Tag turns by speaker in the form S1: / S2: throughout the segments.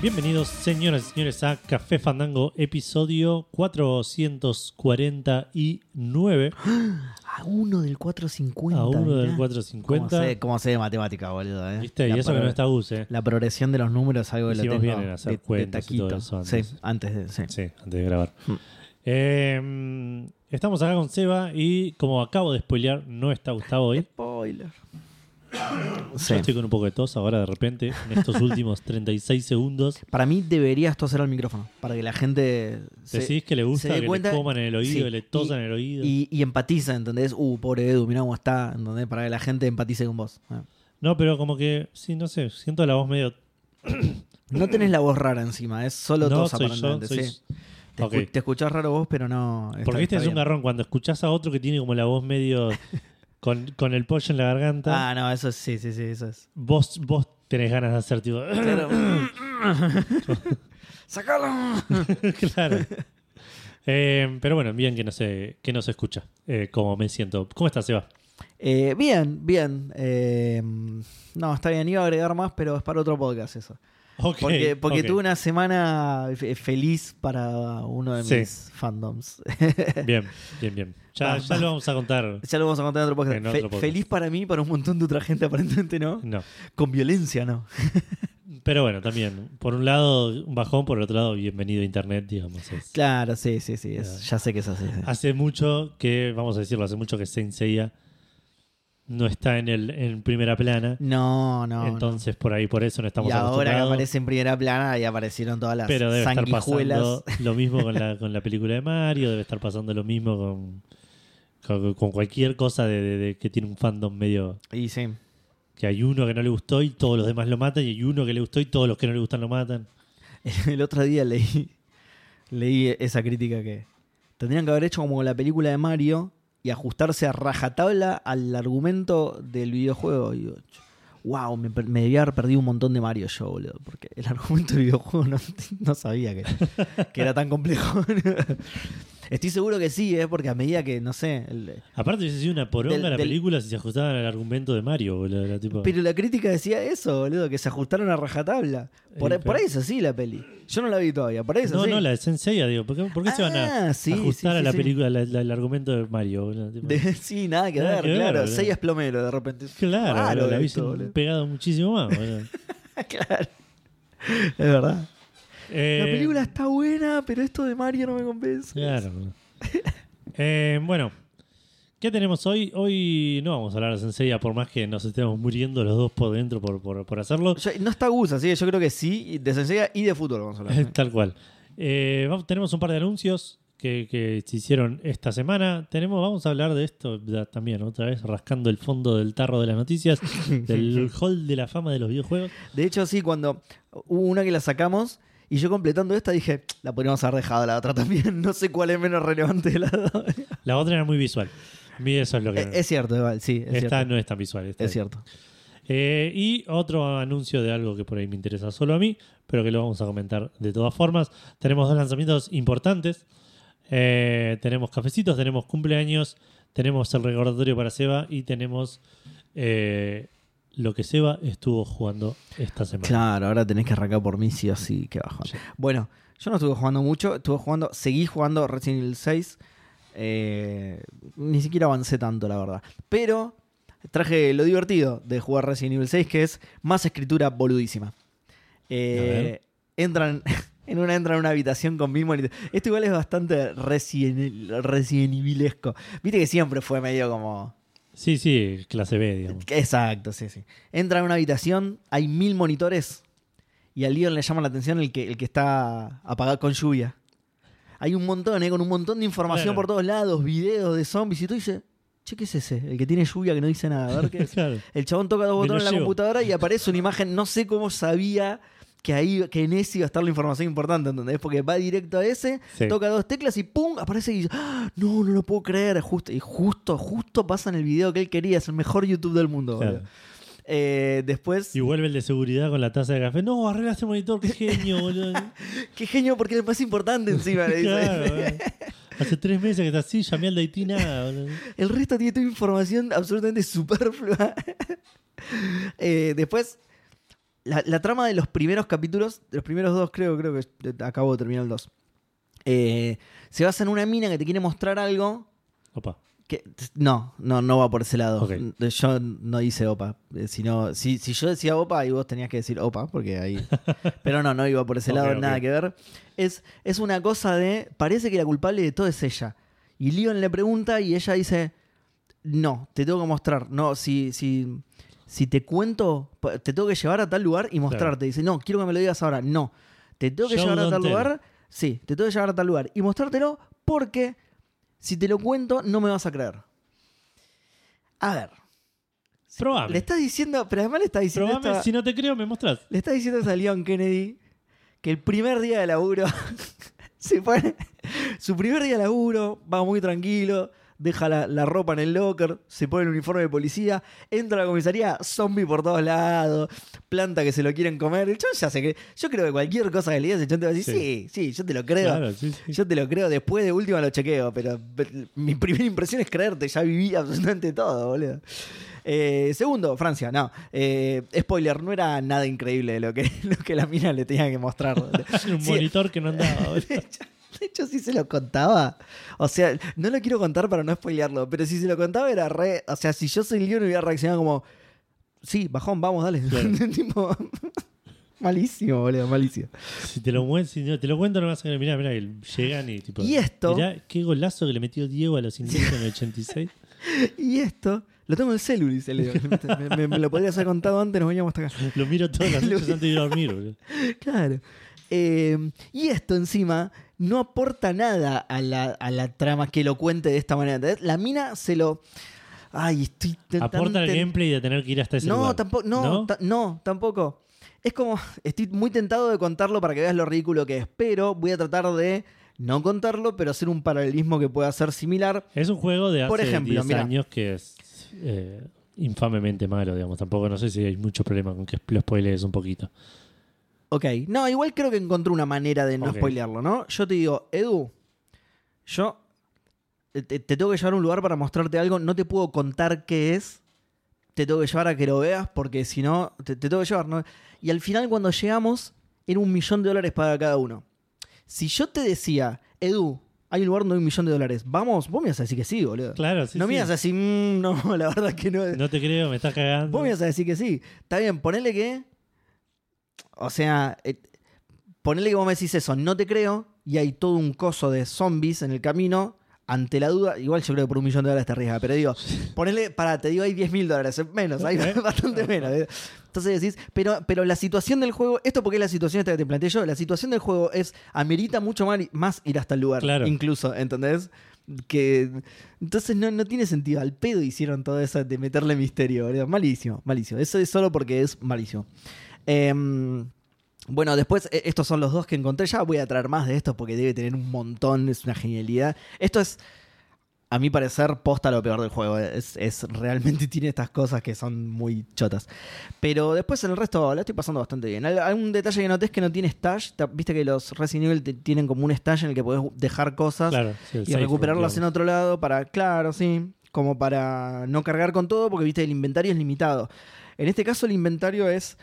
S1: Bienvenidos, señoras y señores, a Café Fandango, episodio 449.
S2: A uno del 450.
S1: A uno del
S2: mirá.
S1: 450.
S2: ¿Cómo sé, cómo sé de matemática, boludo? eh?
S1: ¿Viste?
S2: La
S1: y eso que
S2: pro-
S1: no está Gus, ¿eh?
S2: La progresión de los números es algo que lo
S1: Hicimos
S2: tengo
S1: bien en hacer
S2: de, de
S1: cuentas y
S2: taquito.
S1: todo eso antes.
S2: Sí, antes de... Sí.
S1: Sí, antes de grabar.
S2: Hmm.
S1: Eh, estamos acá con Seba y como acabo de spoilear, no está Gustavo hoy.
S2: Spoiler.
S1: Yo
S2: Sí.
S1: estoy con un poco de tos ahora de repente, en estos últimos 36 segundos.
S2: Para mí deberías toser al micrófono, para que la gente
S1: Decís que le gusta
S2: dé
S1: que le coman en el oído, que le tosan en el oído.
S2: Y, y empatiza, ¿entendés? Uh, pobre Edu, mirá cómo está, ¿entendés? Para que la gente empatice con vos. Ah.
S1: No, pero como que, sí, no sé, siento la voz medio...
S2: No tenés la voz rara encima, es solo
S1: no,
S2: tos
S1: soy yo,
S2: aparentemente.
S1: soy-
S2: sí. Te, escu-
S1: Ok.
S2: te escuchás raro vos, pero no. está-
S1: Porque este
S2: está
S1: es un
S2: bien.
S1: garrón, cuando escuchás a otro que tiene como la voz medio con, con el pollo en la garganta,
S2: Ah, no, eso es- sí, sí, sí, eso es.
S1: vos, vos tenés ganas de hacer tipo...
S2: ¡Sacalo!
S1: claro. Eh, pero bueno, bien que no se, que no se escucha, eh, como me siento. ¿Cómo estás, Seba?
S2: Eh, bien, bien. Eh, no, está bien, iba a agregar más, pero es para otro podcast eso.
S1: Ok,
S2: Porque, porque
S1: ok.
S2: tuve una semana fe- feliz para uno de
S1: Sí.
S2: mis fandoms.
S1: Bien, bien, bien. Ya,
S2: Va,
S1: ya
S2: va.
S1: lo vamos a contar.
S2: ya lo vamos a contar en otro podcast.
S1: En otro
S2: Fe-
S1: podcast.
S2: Feliz para mí, para un montón de otra gente aparentemente no.
S1: No.
S2: Con violencia no.
S1: Pero bueno, también. Por un lado, un bajón, por el otro lado, bienvenido a Internet, digamos. es-
S2: Claro, sí, sí, sí. es-
S1: Claro.
S2: ya sé que es así. sí.
S1: Hace mucho que, vamos a decirlo, hace mucho que Senseiya no está en, el, en primera plana.
S2: No, no. no.
S1: entonces, por ahí, por eso no estamos
S2: y ahora que
S1: acostumbrados.
S2: aparece en primera plana y aparecieron todas las
S1: pero debe estar
S2: sanguijuelas.
S1: pasando lo mismo con la, con la película de Mario, debe estar pasando lo mismo con, con, con cualquier cosa de, de- de que tiene un fandom medio...
S2: Y sí.
S1: Que hay uno que no le gustó y todos los demás lo matan, y hay uno que le gustó y todos los que no le gustan lo matan.
S2: El otro día leí, leí esa crítica que tendrían que haber hecho como la película de Mario y ajustarse a rajatabla al argumento del videojuego. Y digo, wow, me, per- me debía haber perdido un montón de Mario yo, boludo. Porque el argumento del videojuego no, no sabía que, que era tan complejo. Estoy seguro que sí, ¿eh? porque a medida que, no sé, el-
S1: Aparte hubiese sido una poronga
S2: Del-
S1: la
S2: del-
S1: película si se ajustaban al argumento de Mario, boludo. era tipo-
S2: Pero la crítica decía eso, boludo, que se ajustaron a rajatabla. Por,
S1: Eh,
S2: por
S1: pero-
S2: ahí es así la peli. Yo no la vi todavía, por ahí es
S1: no,
S2: así.
S1: no, la de Senseiya, digo. ¿Por qué, por qué se van a
S2: Ah, sí,
S1: ajustar
S2: sí,
S1: a
S2: sí,
S1: la
S2: sí.
S1: película, la- la- el argumento de Mario? boludo? Tipo,
S2: De- sí, nada que
S1: Nada
S2: ver,
S1: que ver,
S2: claro.
S1: boludo.
S2: Sei es plomero de repente.
S1: Claro,
S2: Raro
S1: boludo, la
S2: esto,
S1: hubiesen
S2: boludo.
S1: pegado muchísimo más. boludo.
S2: Claro. Es verdad.
S1: Eh,
S2: La película está buena, pero esto de Mario no me convence.
S1: Claro. boludo. Eh, bueno, ¿qué tenemos hoy? Hoy no vamos a hablar de Senseiya, por más que nos estemos muriendo los dos por dentro por, por, por hacerlo.
S2: Yo- no está Gus, así que yo creo que sí, y de Senseiya y de fútbol vamos a hablar.
S1: Tal cual. Eh, vamos- tenemos un par de anuncios que, que se hicieron esta semana. Tenemos, vamos a hablar de esto ya también, otra vez, rascando el fondo del tarro de las noticias, del hall de la fama de los videojuegos.
S2: De hecho, sí, cuando hubo una que la sacamos y yo completando esta dije, la podríamos haber dejado la otra también. No sé cuál es menos relevante de las dos.
S1: La otra era muy visual. A mí eso es lo que...
S2: Eh, Es cierto, igual, sí, es
S1: esta
S2: cierto.
S1: no es tan visual. esta
S2: Es cierto.
S1: Eh, y otro anuncio de algo que por ahí me interesa solo a mí, pero que lo vamos a comentar de todas formas. Tenemos dos lanzamientos importantes. Eh, tenemos cafecitos, tenemos cumpleaños, tenemos el recordatorio para Seba y tenemos eh, lo que Seba estuvo jugando esta semana.
S2: Claro, ahora tenés que arrancar por mí sí o sí, que bajón. Bueno, yo no estuve jugando mucho, estuve jugando, seguí jugando Resident Evil 6. eh, ni siquiera avancé tanto, la verdad. Pero traje lo divertido de jugar Resident Evil 6, que es más escritura boludísima. Eh,
S1: A ver.
S2: entran. En una entran en una habitación con Bimbo. y- Esto igual es bastante Resident, Resident Evilesco. Viste que siempre fue medio como.
S1: Sí, sí, clase B, digamos.
S2: Exacto, sí, sí. Entra en una habitación, hay mil monitores y al Leon le llama la atención el que, el que está apagado con lluvia. Hay un montón, ¿eh? con un montón de información
S1: Claro.
S2: por todos lados, videos de zombies y tú dices, che, ¿qué es ese? El que tiene lluvia que no dice nada, a ver qué es.
S1: Claro.
S2: El chabón toca dos
S1: Me lo
S2: botones en la
S1: llevo.
S2: computadora y aparece una imagen, no sé cómo sabía que ahí que en ese iba a estar la información importante, ¿entendés? Porque va directo a ese,
S1: Sí.
S2: toca dos teclas y ¡pum! aparece y ¡ah! no, no lo puedo creer, justo, y justo, justo pasa en el video que él quería, es el mejor YouTube del mundo,
S1: Claro.
S2: boludo. Eh, después,
S1: Y vuelve el de seguridad con la taza de café. No, arregla este monitor, qué genio, boludo.
S2: qué genio porque es el más importante encima, le dice.
S1: Claro, boludo. Hace tres meses que está así, llamé al de Haití, nada, boludo.
S2: El resto tiene toda información absolutamente superflua. Eh, después, la, la trama de los primeros capítulos, de los primeros dos creo, creo que eh, acabo de terminar el dos, eh, se basa en una mina que te quiere mostrar algo
S1: Opa.
S2: que- no, no, no va por ese lado.
S1: Ok.
S2: Yo no hice opa. Eh, Sino, si, si yo decía opa, y vos tenías que decir opa, porque ahí. Pero no, no iba por ese
S1: Ok,
S2: lado,
S1: ok.
S2: nada que ver. Es, es una cosa de. Parece que la culpable de todo es ella. Y Leon le pregunta y ella dice: No, te tengo que mostrar. No, si, si, si te cuento, pa- te tengo que llevar a tal lugar y mostrarte. Dice: No, quiero que me lo digas ahora. No, te tengo que
S1: Show,
S2: llevar a
S1: don't
S2: tal
S1: tell.
S2: lugar. Sí, te tengo que llevar a tal lugar y mostrártelo porque si te lo cuento, no me vas a creer. A ver. Si-
S1: Probame.
S2: Le estás diciendo, pero además le estás diciendo,
S1: Probame,
S2: esto a-
S1: si no te creo, me mostrás.
S2: le estás diciendo esto a Leon Kennedy que el primer día de laburo se pone. Su primer día de laburo, va muy tranquilo, deja la, la ropa en el locker, se pone el uniforme de policía, entra a la comisaría, zombie por todos lados, planta que se lo quieren comer. Yo ya sé que. Yo creo que cualquier cosa que le digas, el chabón te va a decir, sí,
S1: Sí.
S2: sí, yo te lo creo.
S1: Claro, sí, sí.
S2: Yo te lo creo, después de última lo chequeo, pero pero mi primera impresión es creerte, ya viví absolutamente todo, boludo. Eh, segundo, Francia, no. Eh, spoiler, no era nada increíble lo que, lo que la mina le tenía que mostrar.
S1: Un
S2: Sí,
S1: monitor que no andaba. boludo.
S2: de hecho, de hecho, sí se lo contaba. O sea, no lo quiero contar para no spoilearlo, pero si se lo contaba era re. O sea, si yo soy Leon hubiera reaccionado como. Sí, bajón, vamos, dale.
S1: Claro.
S2: Tipo, malísimo, boludo, malísimo.
S1: Si te lo mueven, si no, te lo cuento, no vas a creer. Mirá, mirá, que llegan y tipo.
S2: Y esto-
S1: Mirá, qué golazo que le metió Diego a los ingleses en el 86.
S2: Y esto, lo tengo en el celu, dice Leo. me, me- me lo podrías haber contado antes, nos veníamos hasta acá.
S1: Lo miro todas las
S2: Lo
S1: noches antes de ir a dormir, boludo.
S2: Claro. Eh, y esto encima no aporta nada a la, a la trama que lo cuente de esta manera. ¿entendés? La mina se lo... Ay, estoy... tan-
S1: Aporta
S2: tan-
S1: el gameplay de tener que ir hasta ese
S2: No,
S1: lugar.
S2: tampoco, no,
S1: ¿No?
S2: ta- no, tampoco. Es como, estoy muy tentado de contarlo para que veas lo ridículo que es, pero voy a tratar de no contarlo, pero hacer un paralelismo que pueda ser similar.
S1: Es un juego de hace
S2: Por ejemplo,
S1: 10
S2: mirá.
S1: años que es eh, infamemente malo, digamos. Tampoco no sé si hay mucho problema con que lo spoilees un poquito.
S2: Ok, no, igual creo que encontré una manera de no
S1: Ok.
S2: spoilearlo, ¿no? Yo te digo, Edu, yo eh, te, te tengo que llevar a un lugar para mostrarte algo, no te puedo contar qué es, te tengo que llevar a que lo veas, porque si no, te, te tengo que llevar, ¿no? Y al final cuando llegamos, era un millón de dólares para cada uno. Si yo te decía, Edu, hay un lugar donde hay un millón de dólares, vamos, vos me vas a decir que sí, boludo.
S1: Claro, sí.
S2: no me
S1: sí.
S2: ibas a decir, "Mm, no, la verdad que no.
S1: No te creo, me estás cagando.
S2: Vos me vas a decir que sí. Está bien, ponele que. O sea, eh, ponele que vos me decís eso, no te creo, y hay todo un coso de zombies en el camino. Ante la duda, igual yo creo que por un millón de dólares te arriesgas, pero digo, ponele, para, te digo, hay 10 mil dólares, eh, menos, hay
S1: Ok.
S2: bastante menos. eh. Entonces decís, pero, pero la situación del juego, esto porque es la situación esta que te planteé yo, la situación del juego es, amerita mucho más, más ir hasta el lugar,
S1: Claro.
S2: incluso, ¿entendés? que entonces no, no tiene sentido. Al pedo hicieron todo eso de meterle misterio, boludo. Malísimo, malísimo. Eso es solo porque es malísimo. Em, bueno, después e- estos son los dos que encontré. Ya voy a traer más de estos porque debe tener un montón. Es una genialidad. Esto es, a mi parecer, posta lo peor del juego. Es, es- realmente tiene estas cosas que son muy chotas. Pero después en el resto la estoy pasando bastante bien. Al- Algún detalle que noté es que no tiene stash. Ta- Viste que los Resident Evil te- tienen como un stash en el que podés dejar cosas
S1: Claro, sí, el
S2: y
S1: safe
S2: recuperarlas en
S1: room,
S2: otro lado para, claro, sí, como para no cargar con todo, porque viste, el inventario es limitado. En este caso, el inventario es.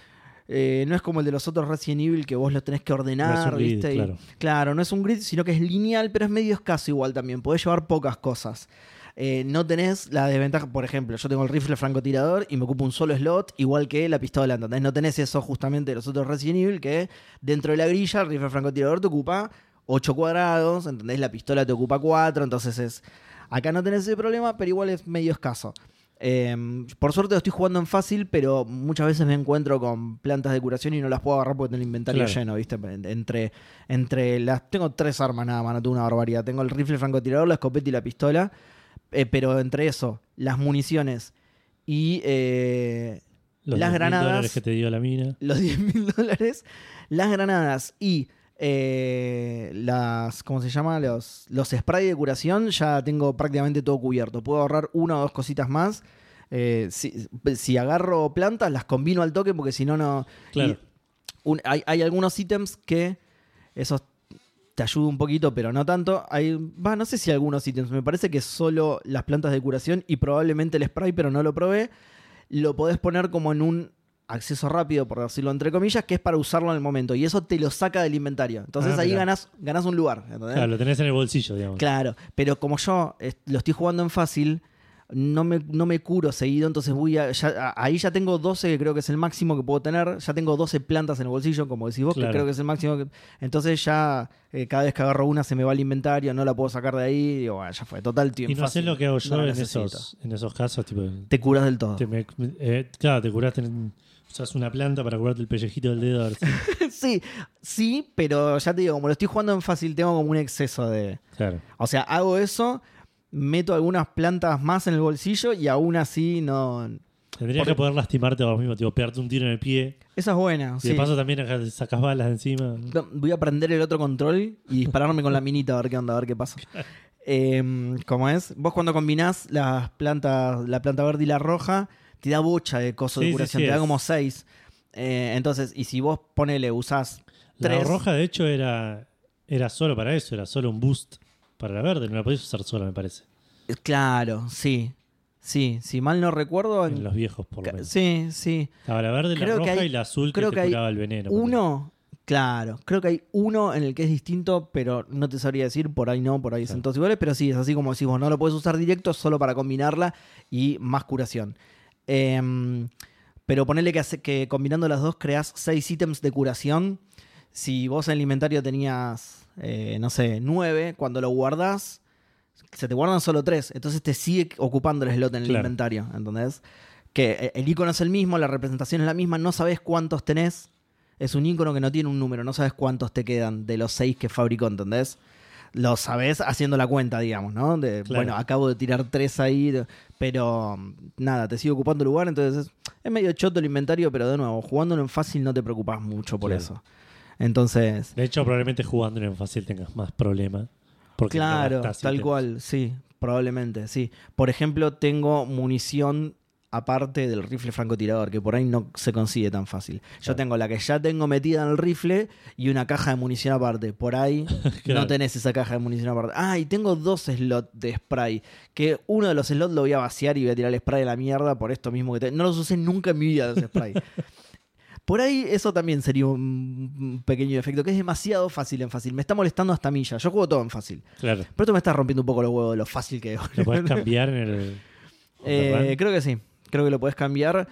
S2: eh, no es como el de los otros Resident Evil que vos lo tenés que ordenar,
S1: No es un grid,
S2: ¿viste? Y-
S1: claro.
S2: no es un grid, sino que es lineal, pero es medio escaso igual también. Podés llevar pocas cosas. Eh, no tenés la desventaja, por ejemplo, yo tengo el rifle francotirador y me ocupo un solo slot, igual que la pistola, ¿entendés? No tenés eso justamente de los otros Resident Evil, que dentro de la grilla el rifle francotirador te ocupa 8 cuadrados, ¿entendés? La pistola te ocupa 4, entonces es... Acá no tenés ese problema, pero igual es medio escaso. Eh, por suerte lo estoy jugando en fácil, pero muchas veces me encuentro con plantas de curación y no las puedo agarrar porque tengo el inventario
S1: Claro.
S2: lleno, ¿viste? En- Entre, entre las. Tengo tres armas nada más, no tengo una barbaridad. Tengo el rifle francotirador, la escopeta y la pistola. eh, pero entre eso, las municiones y eh,
S1: Los
S2: las
S1: 10.000
S2: granadas-
S1: dólares que te dio la mina.
S2: los 10 mil dólares, las granadas y eh, las, ¿cómo se llama? Los, los spray de curación, ya tengo prácticamente todo cubierto. Puedo ahorrar una o dos cositas más. Eh, si, si agarro plantas, las combino al toque porque si no, no...
S1: Claro.
S2: y un- hay, hay algunos ítems que esos te ayuda un poquito, pero no tanto. Hay, va, no sé si algunos ítems. Me parece que solo las plantas de curación y probablemente el spray, pero no lo probé. Lo podés poner como en un acceso rápido, por decirlo entre comillas, que es para usarlo en el momento. Y eso te lo saca del inventario. Entonces
S1: Ah,
S2: ahí
S1: mirá.
S2: ganás, ganás un lugar. ¿entendés?
S1: Claro, lo tenés en el bolsillo, digamos.
S2: Claro, pero como yo eh, lo estoy jugando en fácil, no me, no me curo seguido, entonces voy a, ya- a- ahí ya tengo 12, creo que es el máximo que puedo tener, ya tengo 12 plantas en el bolsillo, como decís vos,
S1: Claro.
S2: que creo que es el máximo, que- entonces ya eh, cada vez que agarro una se me va el inventario, no la puedo sacar de ahí, digo, bueno, ya fue, total tiempo.
S1: Y no sé lo que hago yo en, esos, en esos casos, tipo.
S2: Te curas del todo.
S1: te me- eh, claro, te curaste. En, usas una planta para curarte el pellejito del dedo. a ver si-
S2: sí, sí, pero ya te digo, como lo estoy jugando en fácil, tengo como un exceso de...
S1: Claro.
S2: O sea, hago eso, meto algunas plantas más en el bolsillo y aún así no...
S1: Tendrías
S2: Porque-
S1: que poder lastimarte vos mismo, tipo, pegarte un tiro en el pie.
S2: Esa es buena.
S1: Y
S2: sí.
S1: de paso también acá te sacas balas de encima.
S2: No, Voy a prender el otro control y dispararme con la minita a ver qué onda, a ver qué pasa. Eh, ¿Cómo es? Vos cuando combinás las plantas, la planta verde y la roja, te da bocha de coso
S1: Sí,
S2: de
S1: sí,
S2: curación,
S1: sí,
S2: te da
S1: es.
S2: como seis. Eh, entonces, y si vos ponele, usás
S1: La
S2: tres.
S1: roja, de hecho, era, era solo para eso, era solo un boost para la verde. No la podías usar sola, me parece.
S2: eh, Claro, sí. Sí, si mal no recuerdo. en-
S1: En los viejos, por lo
S2: ca-
S1: menos.
S2: sí, sí.
S1: Estaba la verde, la
S2: creo que
S1: roja
S2: hay-
S1: y la azul
S2: creo
S1: que
S2: que
S1: te
S2: hay
S1: curaba el veneno.
S2: Uno, claro, creo que hay uno en el que es distinto, pero no te sabría decir, por ahí no, por ahí son
S1: Claro.
S2: todos iguales, pero sí, es así como decís vos, no lo puedes usar directo solo para combinarla y más curación. Em, pero ponele que, hace- que combinando las dos creas seis ítems de curación. Si vos en el inventario tenías, eh, no sé, nueve, cuando lo guardás, se te guardan solo tres. Entonces te sigue ocupando el slot en el
S1: Claro.
S2: inventario, ¿entendés? Que eh, el icono es el mismo, la representación es la misma, no sabes cuántos tenés. Es un icono que no tiene un número, no sabes cuántos te quedan de los seis que fabricó, ¿entendés? Lo sabes haciendo la cuenta, digamos, ¿no? De,
S1: Claro.
S2: Bueno, acabo de tirar tres ahí, de- pero mm, nada, te sigue ocupando lugar, entonces es, es medio choto el inventario, pero de nuevo, jugándolo en fácil no te preocupás mucho por
S1: Claro.
S2: eso. Entonces,
S1: De hecho, probablemente jugando en fácil tengas más problema. Porque no
S2: Claro,
S1: gastás
S2: tal
S1: ítems.
S2: cual, sí, probablemente, sí. Por ejemplo, tengo munición aparte del rifle francotirador, que por ahí no se consigue tan fácil. Yo
S1: Claro.
S2: tengo la que ya tengo metida en el rifle y una caja de munición aparte. Por ahí
S1: Claro.
S2: no tenés esa caja de munición aparte. Ah, y tengo dos slots de spray, que uno de los slots lo voy a vaciar y voy a tirar el spray a la mierda por esto mismo que te- No los usé nunca en mi vida los spray. Por ahí eso también sería un un pequeño defecto, que es demasiado fácil en fácil. Me está molestando hasta a mí ya. Yo juego todo en fácil.
S1: Claro.
S2: Pero esto me está rompiendo un poco los huevos de lo fácil que es.
S1: Lo podés cambiar en el.
S2: Eh,
S1: ¿verdad?
S2: creo que sí. Creo que lo podés cambiar.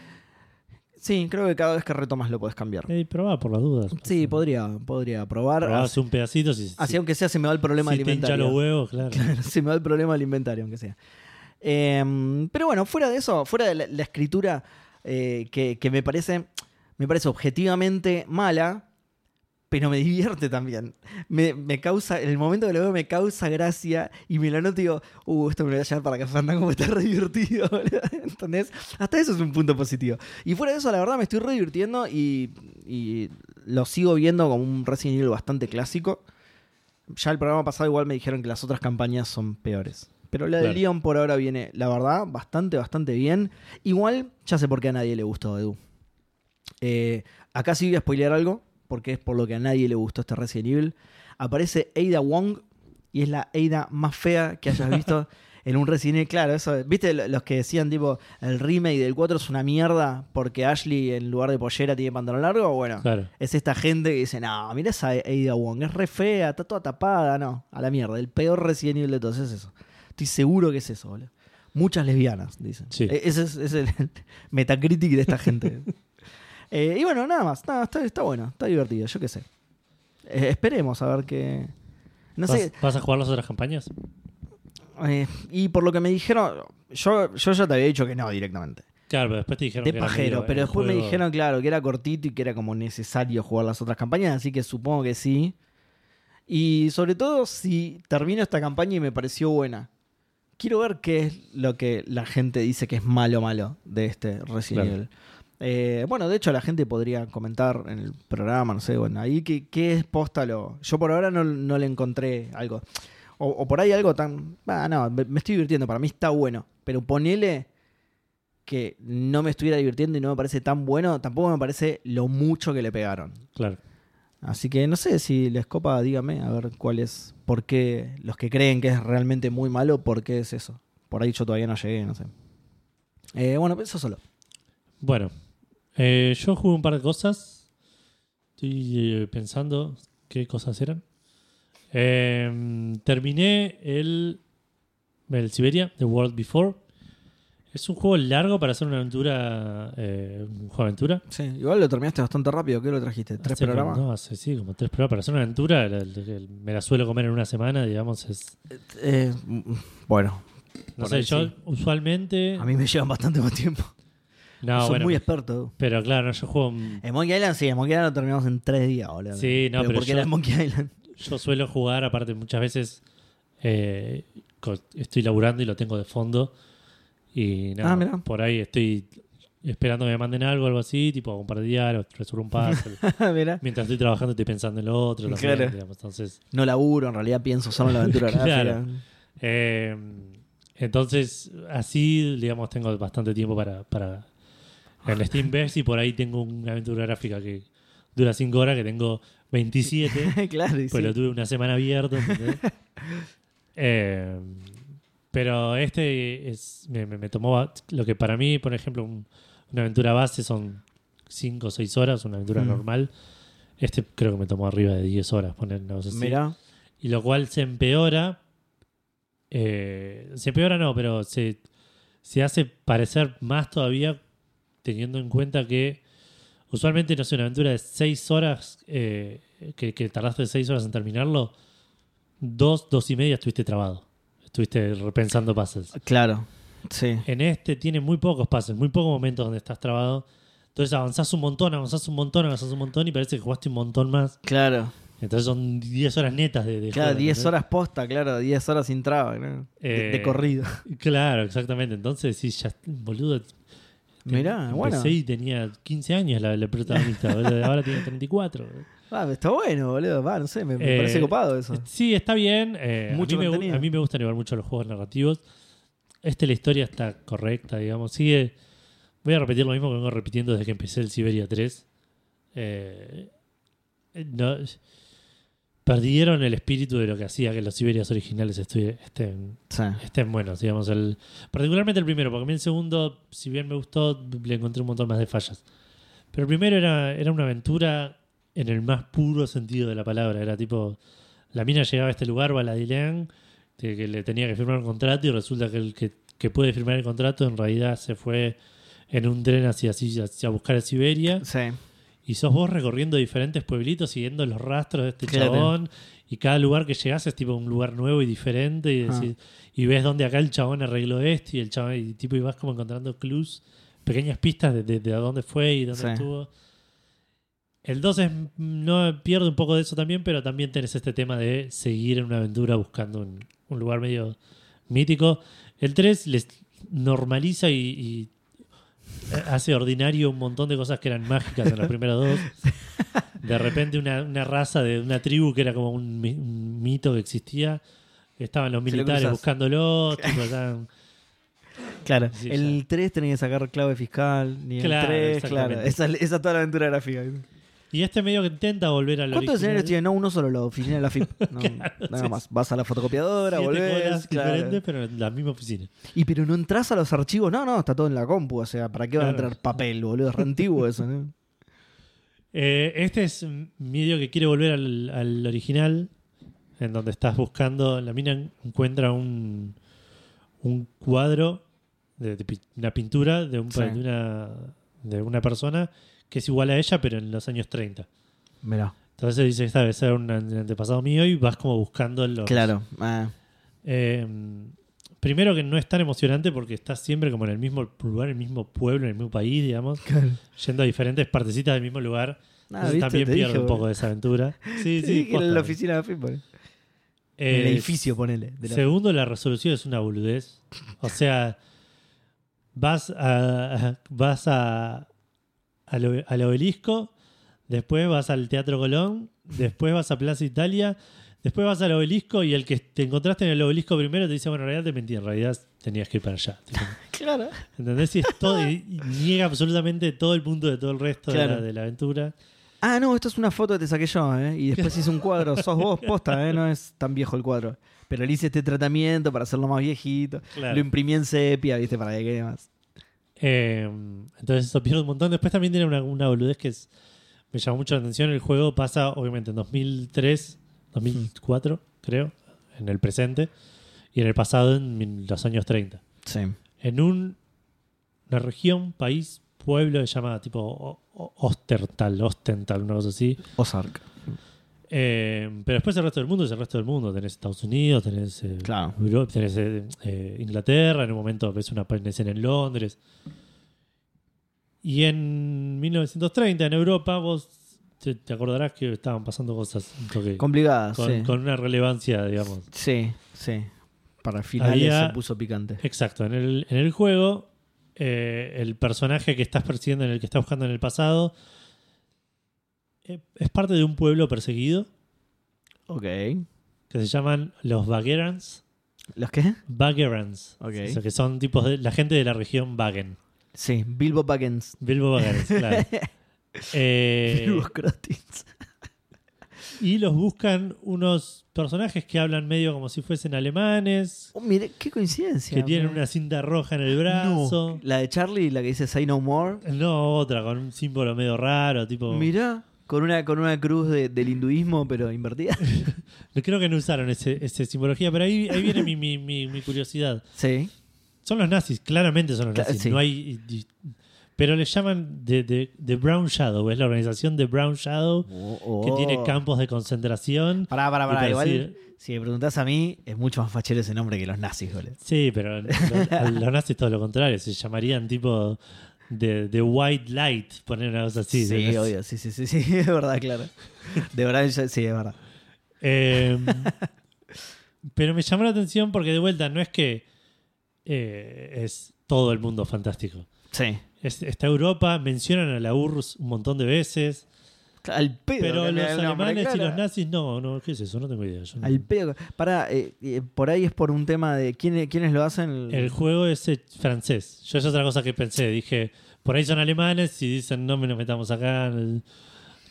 S2: Sí, creo que cada vez que retomas lo podés cambiar.
S1: Eh, probá por las dudas.
S2: Sí, podría, podría probar.
S1: Probás
S2: Así,
S1: un pedacito si,
S2: así
S1: si-
S2: aunque sea, se me va el problema
S1: si
S2: del
S1: te hincha
S2: inventario.
S1: los huevos, claro.
S2: Claro, se me va el problema del inventario, aunque sea. Eh, pero bueno, fuera de eso, fuera de la, la escritura eh, que, que me parece. Me parece objetivamente mala. Pero me divierte también. Me, me causa, en el momento que lo veo me causa gracia y me lo noto y digo, uh, esto me lo voy a llevar para Café como está re divertido, boludo. ¿entendés? Hasta eso es un punto positivo. Y fuera de eso, la verdad, me estoy re divirtiendo y, y lo sigo viendo como un Resident Evil bastante clásico. Ya el programa pasado igual me dijeron que las otras campañas son peores. Pero la de
S1: Claro.
S2: Leon por ahora viene, la verdad, bastante, bastante bien. Igual, ya sé por qué a nadie le gustó, Edu. Eh, acá sí voy a spoilear algo, porque es por lo que a nadie le gustó este Resident Evil. Aparece Ada Wong y es la Ada más fea que hayas visto en un Resident Evil. Claro, eso, ¿viste lo- los que decían tipo el remake del 4 es una mierda porque Ashley en lugar de pollera tiene pantalón largo? Bueno,
S1: Claro.
S2: es esta gente que dice, no, mira esa Ada Wong, es re fea, está toda tapada, no, a la mierda, el peor Resident Evil de todos es eso. Estoy seguro que es eso, boludo. Muchas lesbianas, dicen.
S1: Sí.
S2: E- Ese es, es el metacritic de esta gente. Eh, y bueno, nada más, nada, está, está bueno, está divertido, yo qué sé. Eh, esperemos a ver qué... No
S1: ¿Vas,
S2: sé,
S1: vas a jugar las otras campañas?
S2: eh, y por lo que me dijeron, yo, yo ya te había dicho que no directamente.
S1: Claro, pero después te dijeron
S2: De
S1: que era
S2: pajero,
S1: medio
S2: pero
S1: el
S2: después me
S1: juego-
S2: dijeron, claro, que era cortito y que era como necesario jugar las otras campañas, así que supongo que sí. Y sobre todo si termino esta campaña y me pareció buena. Quiero ver qué es lo que la gente dice que es malo, malo de este Resident
S1: Claro.
S2: Evil. Eh, bueno, de hecho la gente podría comentar en el programa, no sé, bueno, ahí qué, qué es posta lo... Yo por ahora no, no le encontré algo. O, o por ahí algo tan... Ah, no, me, me estoy divirtiendo, para mí está bueno. Pero ponele que no me estuviera divirtiendo y no me parece tan bueno, tampoco me parece lo mucho que le pegaron.
S1: Claro.
S2: Así que no sé si les copa, dígame, a ver cuál es, por qué los que creen que es realmente muy malo, por qué es eso. Por ahí yo todavía no llegué, no sé. Eh, bueno, eso solo.
S1: Bueno, Eh, yo jugué un par de cosas. Estoy eh, pensando qué cosas eran. Eh, terminé el, el Siberia, The World Before. Es un juego largo para hacer una aventura, eh, un juego de aventura.
S2: Sí, igual lo terminaste bastante rápido. ¿Qué lo trajiste? ¿Tres
S1: Hace como-
S2: programas?
S1: No, hace, sí, como tres programas. Para hacer una aventura, el- el- el- me la suelo comer en una semana, digamos. Es,
S2: Eh, mm, bueno,
S1: no
S2: Por
S1: sé,
S2: ahí
S1: yo
S2: sí.
S1: usualmente.
S2: a mí me llevan bastante más tiempo.
S1: no,
S2: Soy
S1: Ah, bueno,
S2: muy experto.
S1: Pero claro, no, yo juego. mm,
S2: En Monkey Island sí, en Monkey Island lo terminamos en tres días, boludo.
S1: Sí, no, pero
S2: porque
S1: yo-
S2: era en Monkey Island.
S1: Yo suelo jugar, aparte, muchas veces eh, co- estoy laburando y lo tengo de fondo. Y nada,
S2: Ah, mirá.
S1: por ahí estoy esperando que me manden algo, algo así, tipo un par de diálogos, resuelvo un puzzle.
S2: Mirá.
S1: Mientras estoy trabajando, estoy pensando en lo otro. también,
S2: Claro.
S1: digamos. Entonces,
S2: No laburo, en realidad pienso solo en la aventura
S1: Claro.
S2: gráfica.
S1: eh, entonces, así, digamos, tengo bastante tiempo para. para en Steam Best y por ahí tengo una aventura gráfica que dura 5 horas, que tengo 27.
S2: claro, y
S1: Pues
S2: sí.
S1: lo tuve una semana abierto. ¿entendés? Eh, pero este es, me, me- me tomó ba- lo que para mí, por ejemplo, un- una aventura base son 5 o 6 horas, una aventura
S2: Mm.
S1: normal. Este creo que me tomó arriba de 10 horas, poner no sé si-
S2: Mirá.
S1: Y lo cual se empeora. eh, se empeora no, pero se, se hace parecer más todavía teniendo en cuenta que usualmente, no sé, una aventura de 6 horas, eh, que, que tardaste 6 horas en terminarlo, dos, dos y media estuviste trabado. Estuviste repensando pases.
S2: Claro, sí.
S1: En este tiene muy pocos pases, muy pocos momentos donde estás trabado. Entonces avanzás un montón, avanzás un montón, avanzás un montón y parece que jugaste un montón más.
S2: Claro.
S1: Entonces son 10 horas netas de, de
S2: Claro,
S1: juego,
S2: 10
S1: ¿entendés?
S2: horas posta, claro, 10 horas sin traba, ¿no? de, de
S1: Eh,
S2: corrido.
S1: Claro, exactamente. Entonces, sí, ya, boludo. te-
S2: Mirá,
S1: empecé
S2: bueno.
S1: y tenía 15 años la, la protagonista, boludo. Ahora tiene 34. boludo.
S2: Ah, pero está bueno, boludo. Va, no sé, me, me
S1: Eh,
S2: parece copado eso.
S1: Sí, está bien. eh,
S2: Mucho
S1: a, mí me, gu-
S2: contenido.
S1: a mí me gustan igual mucho los juegos narrativos. Este, la historia está correcta, digamos. Sigue. Voy a repetir lo mismo que vengo repitiendo desde que empecé el Siberia 3. Eh, no- perdieron el espíritu de lo que hacía que los Siberias originales estu- estén
S2: Sí.
S1: estén buenos, digamos. El, particularmente el primero, porque a mí el segundo, si bien me gustó, le encontré un montón más de fallas. Pero el primero era, era una aventura en el más puro sentido de la palabra. Era tipo, la mina llegaba a este lugar, Baladilán, que que le tenía que firmar un contrato y resulta que el que, que puede firmar el contrato en realidad se fue en un tren hacia, hacia buscar a Siberia.
S2: Sí.
S1: Y sos vos recorriendo diferentes pueblitos, siguiendo los rastros de este
S2: Claro.
S1: chabón. Y cada lugar que llegás es tipo un lugar nuevo y diferente. Y,
S2: Ah.
S1: decís- y ves dónde acá el chabón arregló esto y el chabón, y tipo, y vas como encontrando clues, pequeñas pistas de, de- de a dónde fue y dónde
S2: Sí.
S1: estuvo. El 2 es- no pierde un poco de eso también, pero también tenés este tema de seguir en una aventura buscando un, un lugar medio mítico. El 3 les normaliza y, y eh, hace ordinario un montón de cosas que eran mágicas en los primeros dos. De repente una, una raza de una tribu que era como un, mi- un mito que existía. Estaban los
S2: lo
S1: militares
S2: cruzás.
S1: buscándolo. tipo, estaban-
S2: Claro.
S1: Sí,
S2: el 3 tenés que sacar clave fiscal, ni
S1: Claro,
S2: el 3, claro.
S1: exactamente.
S2: Esa, esa es toda la aventura gráfica.
S1: Y este medio que intenta volver al original.
S2: ¿Cuántos escenarios tiene? No, uno solo, la oficina de la FIP. No, nada más. Vas a la fotocopiadora,
S1: Siete
S2: volvés.
S1: colas
S2: claro.
S1: diferentes, pero en la misma oficina.
S2: Y pero no entras a los archivos. No, no, está todo en la compu. O sea, ¿para qué van
S1: Claro.
S2: a entrar papel, boludo? Es re antiguo eso, ¿no?
S1: Eh, este es un medio que quiere volver al, al original, en donde estás buscando. La mina en- encuentra un, un cuadro, de, de pi- una pintura de, un,
S2: Sí.
S1: de, una, de una persona que es igual a ella, pero en los años 30.
S2: Mirá.
S1: Entonces dice: Esta debe ser un an- antepasado mío, y vas como buscando los.
S2: Claro. Ah,
S1: Eh, primero, que no es tan emocionante porque estás siempre como en el mismo lugar, en el mismo pueblo, en el mismo país, digamos,
S2: claro.
S1: yendo a diferentes partecitas del mismo lugar.
S2: Ah,
S1: Entonces
S2: ¿viste?
S1: también
S2: Te
S1: pierde
S2: dije,
S1: un poco
S2: boludo.
S1: de esa aventura. Sí,
S2: Te
S1: sí.
S2: dije que era
S1: posta.
S2: la oficina de la FIP, boludo.
S1: Eh,
S2: el edificio, ponele. de la-
S1: Segundo, la resolución es una boludez. O sea, vas a. Vas a. al obe- al obelisco, después vas al Teatro Colón, después vas a Plaza Italia, después vas al obelisco y el que te encontraste en el obelisco primero te dice, bueno, en realidad te mentí, en realidad tenías que ir para allá. Tipo,
S2: Claro.
S1: ¿Entendés? Y es todo, y y niega absolutamente todo el punto de todo el resto de la-
S2: Claro.
S1: de la aventura.
S2: Ah, no, esto es una foto que te saqué yo, ¿eh? Y después hice un cuadro. Sos vos posta, ¿eh? No es tan viejo el cuadro. Pero le hice este tratamiento para hacerlo más viejito.
S1: Claro.
S2: Lo imprimí en sepia, ¿viste? Para que quede más.
S1: Eh, entonces eso pierde un montón. Después también tiene una, una boludez que es- me llamó mucho la atención. El juego pasa, obviamente, en 2003, 2004, creo, en el presente, y en el pasado, en mil- los años 30.
S2: Sí.
S1: En un, una región, país, pueblo que se llama tipo O- O- Ostertal, Ostental, una cosa así.
S2: Ozark.
S1: Eh, pero después el resto del mundo es el resto del mundo. Tenés Estados Unidos, tenés eh,
S2: Claro.
S1: Europa, tenés eh, eh, Inglaterra. En un momento ves una escena en Londres. Y en 1930, en Europa, vos te, te acordarás que estaban pasando cosas un toque- con,
S2: Complicada, sí.
S1: con una relevancia, digamos.
S2: Sí, sí. Para finales
S1: Había-
S2: se puso picante.
S1: Exacto. En el, en el juego, eh, el personaje que estás persiguiendo, en el que estás buscando en el pasado, eh, es parte de un pueblo perseguido
S2: Ok.
S1: que se llaman los Vagerans.
S2: ¿Los qué?
S1: Baggerans.
S2: Ok.
S1: O sea, que son tipos de la gente de la región Wagen.
S2: Sí, Bilbo Baggins.
S1: Bilbo Baggerans, claro. Eh,
S2: Bilbo Crotins.
S1: y los buscan unos personajes que hablan medio como si fuesen alemanes,
S2: Oh, mire, qué coincidencia. eh.
S1: que tienen una cinta roja en el brazo.
S2: No, la de Charlie, la que dice Say No More.
S1: No. otra, con un símbolo medio raro, tipo...
S2: Mirá, con una, con una cruz de- del hinduismo, pero invertida.
S1: Creo que no usaron ese- esa simbología, pero ahí, ahí viene mi, mi- mi- mi curiosidad.
S2: Sí.
S1: Son los nazis, claramente son los
S2: Cla-
S1: nazis.
S2: sí.
S1: No hay... y- y- pero les llaman de, de- de Brown Shadow, es la organización de Brown Shadow que tiene campos de concentración.
S2: Oh, Pará, pará,
S1: y
S2: pará. Igual,
S1: persigue-
S2: si me preguntás a mí, es mucho más fachero ese nombre que los nazis, boludo.
S1: Sí, pero lo- a los nazis todo lo contrario, se llamarían tipo de, de white light, poner una cosa así.
S2: sí,
S1: ¿no?
S2: obvio. Sí, sí, sí, sí. Es verdad, claro. De verdad, yo- sí, es verdad.
S1: Eh, pero me llamó la atención porque de vuelta no es que eh, es todo el mundo fantástico.
S2: Sí.
S1: Es- está Europa, mencionan a la URSS un montón de veces,
S2: Al pedo.
S1: pero
S2: que le
S1: los
S2: da el nombre,
S1: alemanes y
S2: claro.
S1: los nazis no, no, ¿qué es eso? No tengo idea. yo no-
S2: Al pedo. Pará, eh, eh, por ahí es por un tema de quién, quiénes lo hacen.
S1: El juego es eh, francés. Yo es otra cosa que pensé. Dije, por ahí son alemanes y dicen, no me nos metamos acá. el-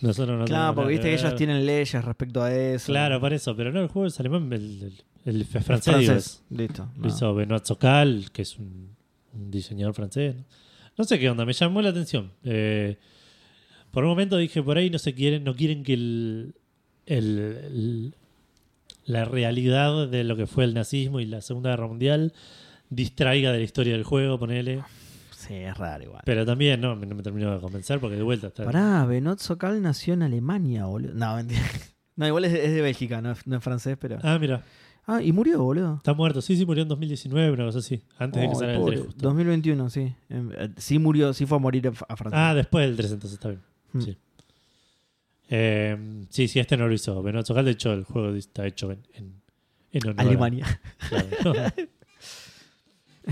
S1: Nosotros no
S2: claro,
S1: tenemos
S2: porque
S1: nada
S2: viste que
S1: ver".
S2: ellos tienen leyes respecto a eso.
S1: Claro, por eso. Pero no, el juego es alemán. El, el- el francés, digo, es-
S2: Francés. Listo.
S1: lo hizo Benoit Socal, que es un, un diseñador francés. ¿no? No sé qué onda, me llamó la atención. Eh, por un momento dije, por ahí no se quieren, no quieren que el- el- el- la realidad de lo que fue el nazismo y la Segunda Guerra Mundial distraiga de la historia del juego, ponele.
S2: Sí, es raro igual.
S1: Pero también no, no me terminó de convencer porque de vuelta está.
S2: Pará, Benot Sokal nació en Alemania, boludo. No, mentira. No, igual es de, es de Bélgica, no es, no es francés, pero.
S1: Ah, mira,
S2: Ah, y murió, boludo.
S1: está muerto. Sí, sí, murió en 2019, una cosa así. Antes de
S2: Oh,
S1: que salga
S2: pobre.
S1: el 3. justo.
S2: 2021, sí. Em, eh, Sí murió, sí fue a morir a F- a Francia.
S1: Ah, después del 3, entonces está bien.
S2: Hmm.
S1: Sí. Eh, sí, sí, este no lo hizo. Benoit Socal, de hecho, el juego está hecho en, en, en honor a-
S2: Alemania.
S1: claro.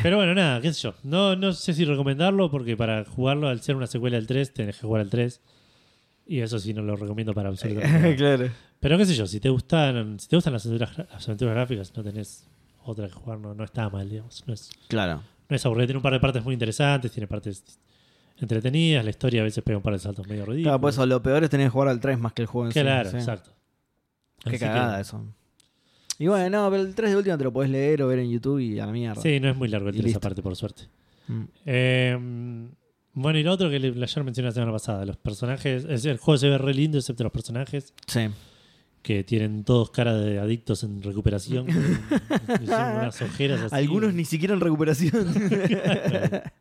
S1: Pero bueno, nada, qué sé yo. No, no sé si recomendarlo porque para jugarlo, al ser una secuela del 3, tenés que jugar al 3. Y eso sí, no lo recomiendo para absolutamente nada.
S2: claro.
S1: Pero qué sé yo, si te gustan, si te gustan las aventuras, gra- las aventuras gráficas, no tenés otra que jugar, no, no está mal, digamos. No es,
S2: Claro.
S1: no es aburrido. Tiene un par de partes muy interesantes, tiene partes entretenidas, la historia a veces pega un par de saltos medio ridículos.
S2: Claro, por eso lo peor es tener que jugar al 3 más que el juego en sí.
S1: pues. Claro,
S2: sí.
S1: exacto. Así
S2: Qué
S1: que-
S2: cagada eso. Y bueno, no, pero el 3 de última te lo podés leer o ver en YouTube y a la mierda.
S1: Sí, no es muy largo el
S2: Y
S1: 3
S2: listo.
S1: aparte, por suerte.
S2: Mm.
S1: Eh, bueno, y lo otro que le- ayer mencioné la semana pasada, los personajes, es- el juego se ve re lindo excepto los personajes
S2: Sí.
S1: que tienen todos cara de adictos en recuperación, con- con unas ojeras así.
S2: Algunos ni siquiera en recuperación.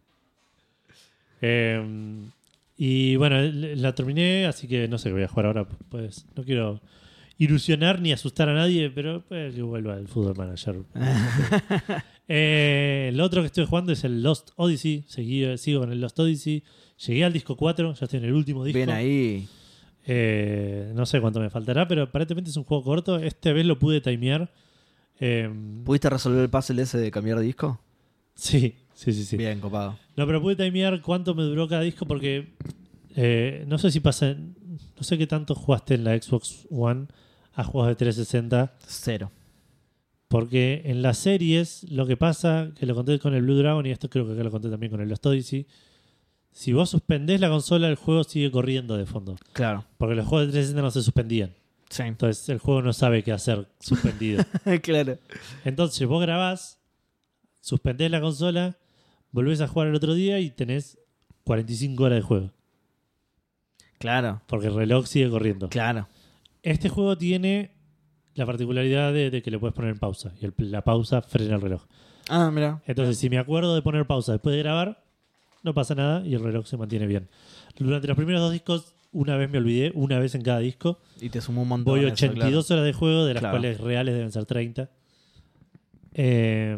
S1: Eh, y bueno, l- la terminé, así que no sé qué voy a jugar ahora. Pues no quiero ilusionar ni asustar a nadie, pero pues, que vuelva el Fútbol Manager. Eh, lo otro que estoy jugando es el Lost Odyssey. Seguí, sigo con el Lost Odyssey. Llegué al disco 4, ya estoy en el último disco.
S2: Bien ahí.
S1: Eh, no sé cuánto me faltará, pero aparentemente es un juego corto. Esta vez lo pude timear. Eh,
S2: ¿Pudiste resolver el puzzle ese de cambiar de disco?
S1: sí, sí, sí, sí.
S2: Bien, copado.
S1: No, pero pude timear cuánto me duró cada disco porque eh, no sé si pasa. en- No sé qué tanto jugaste en la Xbox One a juegos de 360.
S2: Cero.
S1: Porque en las series lo que pasa, que lo conté con el Blue Dragon y esto creo que acá lo conté también con el Lost Odyssey. Si vos suspendés la consola, el juego sigue corriendo de fondo.
S2: Claro.
S1: Porque los juegos de 360 no se suspendían.
S2: Sí.
S1: Entonces el juego no sabe qué hacer suspendido.
S2: claro.
S1: Entonces vos grabás, suspendés la consola, volvés a jugar el otro día y tenés 45 horas de juego.
S2: Claro,
S1: Porque el reloj sigue corriendo.
S2: claro.
S1: Este juego tiene la particularidad de, de que le puedes poner en pausa. Y el- la pausa frena el reloj.
S2: Ah, mira.
S1: Entonces, si me acuerdo de poner pausa después de grabar, no pasa nada y el reloj se mantiene bien. Durante los primeros dos discos, una vez me olvidé, una vez en cada disco.
S2: Y te sumó un montón.
S1: Voy
S2: eso,
S1: 82 horas de juego, de las
S2: Claro.
S1: cuales reales deben ser 30. Eh,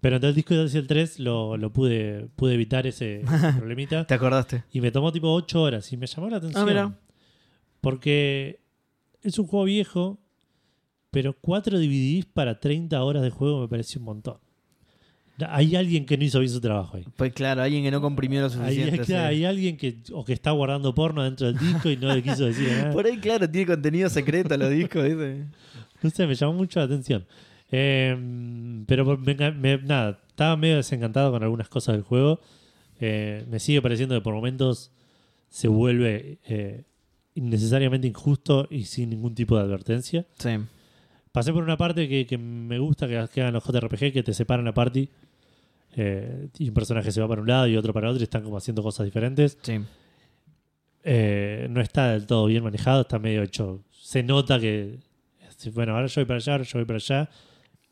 S1: pero entre el disco y el 3 lo, lo pude, pude evitar ese problemita.
S2: claro. ¿Te acordaste?
S1: Y me tomó tipo 8 horas y me llamó la atención.
S2: Ah, mira.
S1: Porque es un juego viejo, pero 4 DVDs para 30 horas de juego me pareció un montón. Hay alguien que no hizo bien su trabajo ahí.
S2: Pues claro, alguien que no comprimió lo
S1: Hay,
S2: suficiente. sí.
S1: claro, hay alguien que, o que está guardando porno dentro del disco y no le quiso decir nada.
S2: Por ahí, claro, tiene contenido secreto los discos, dice.
S1: No sé, me llamó mucho la atención. Eh, pero me enga- me- nada, estaba medio desencantado con algunas cosas del juego. Eh, me sigue pareciendo que por momentos se vuelve eh, innecesariamente injusto y sin ningún tipo de advertencia.
S2: Sí.
S1: Pasé por una parte que, que me gusta que, que hagan los JRPG, que te separan la party. eh, y un personaje se va para un lado y otro para otro y están como haciendo cosas diferentes.
S2: Sí.
S1: Eh, no está del todo bien manejado, está medio hecho. Se nota que, bueno, ahora yo voy para allá, ahora yo voy para allá,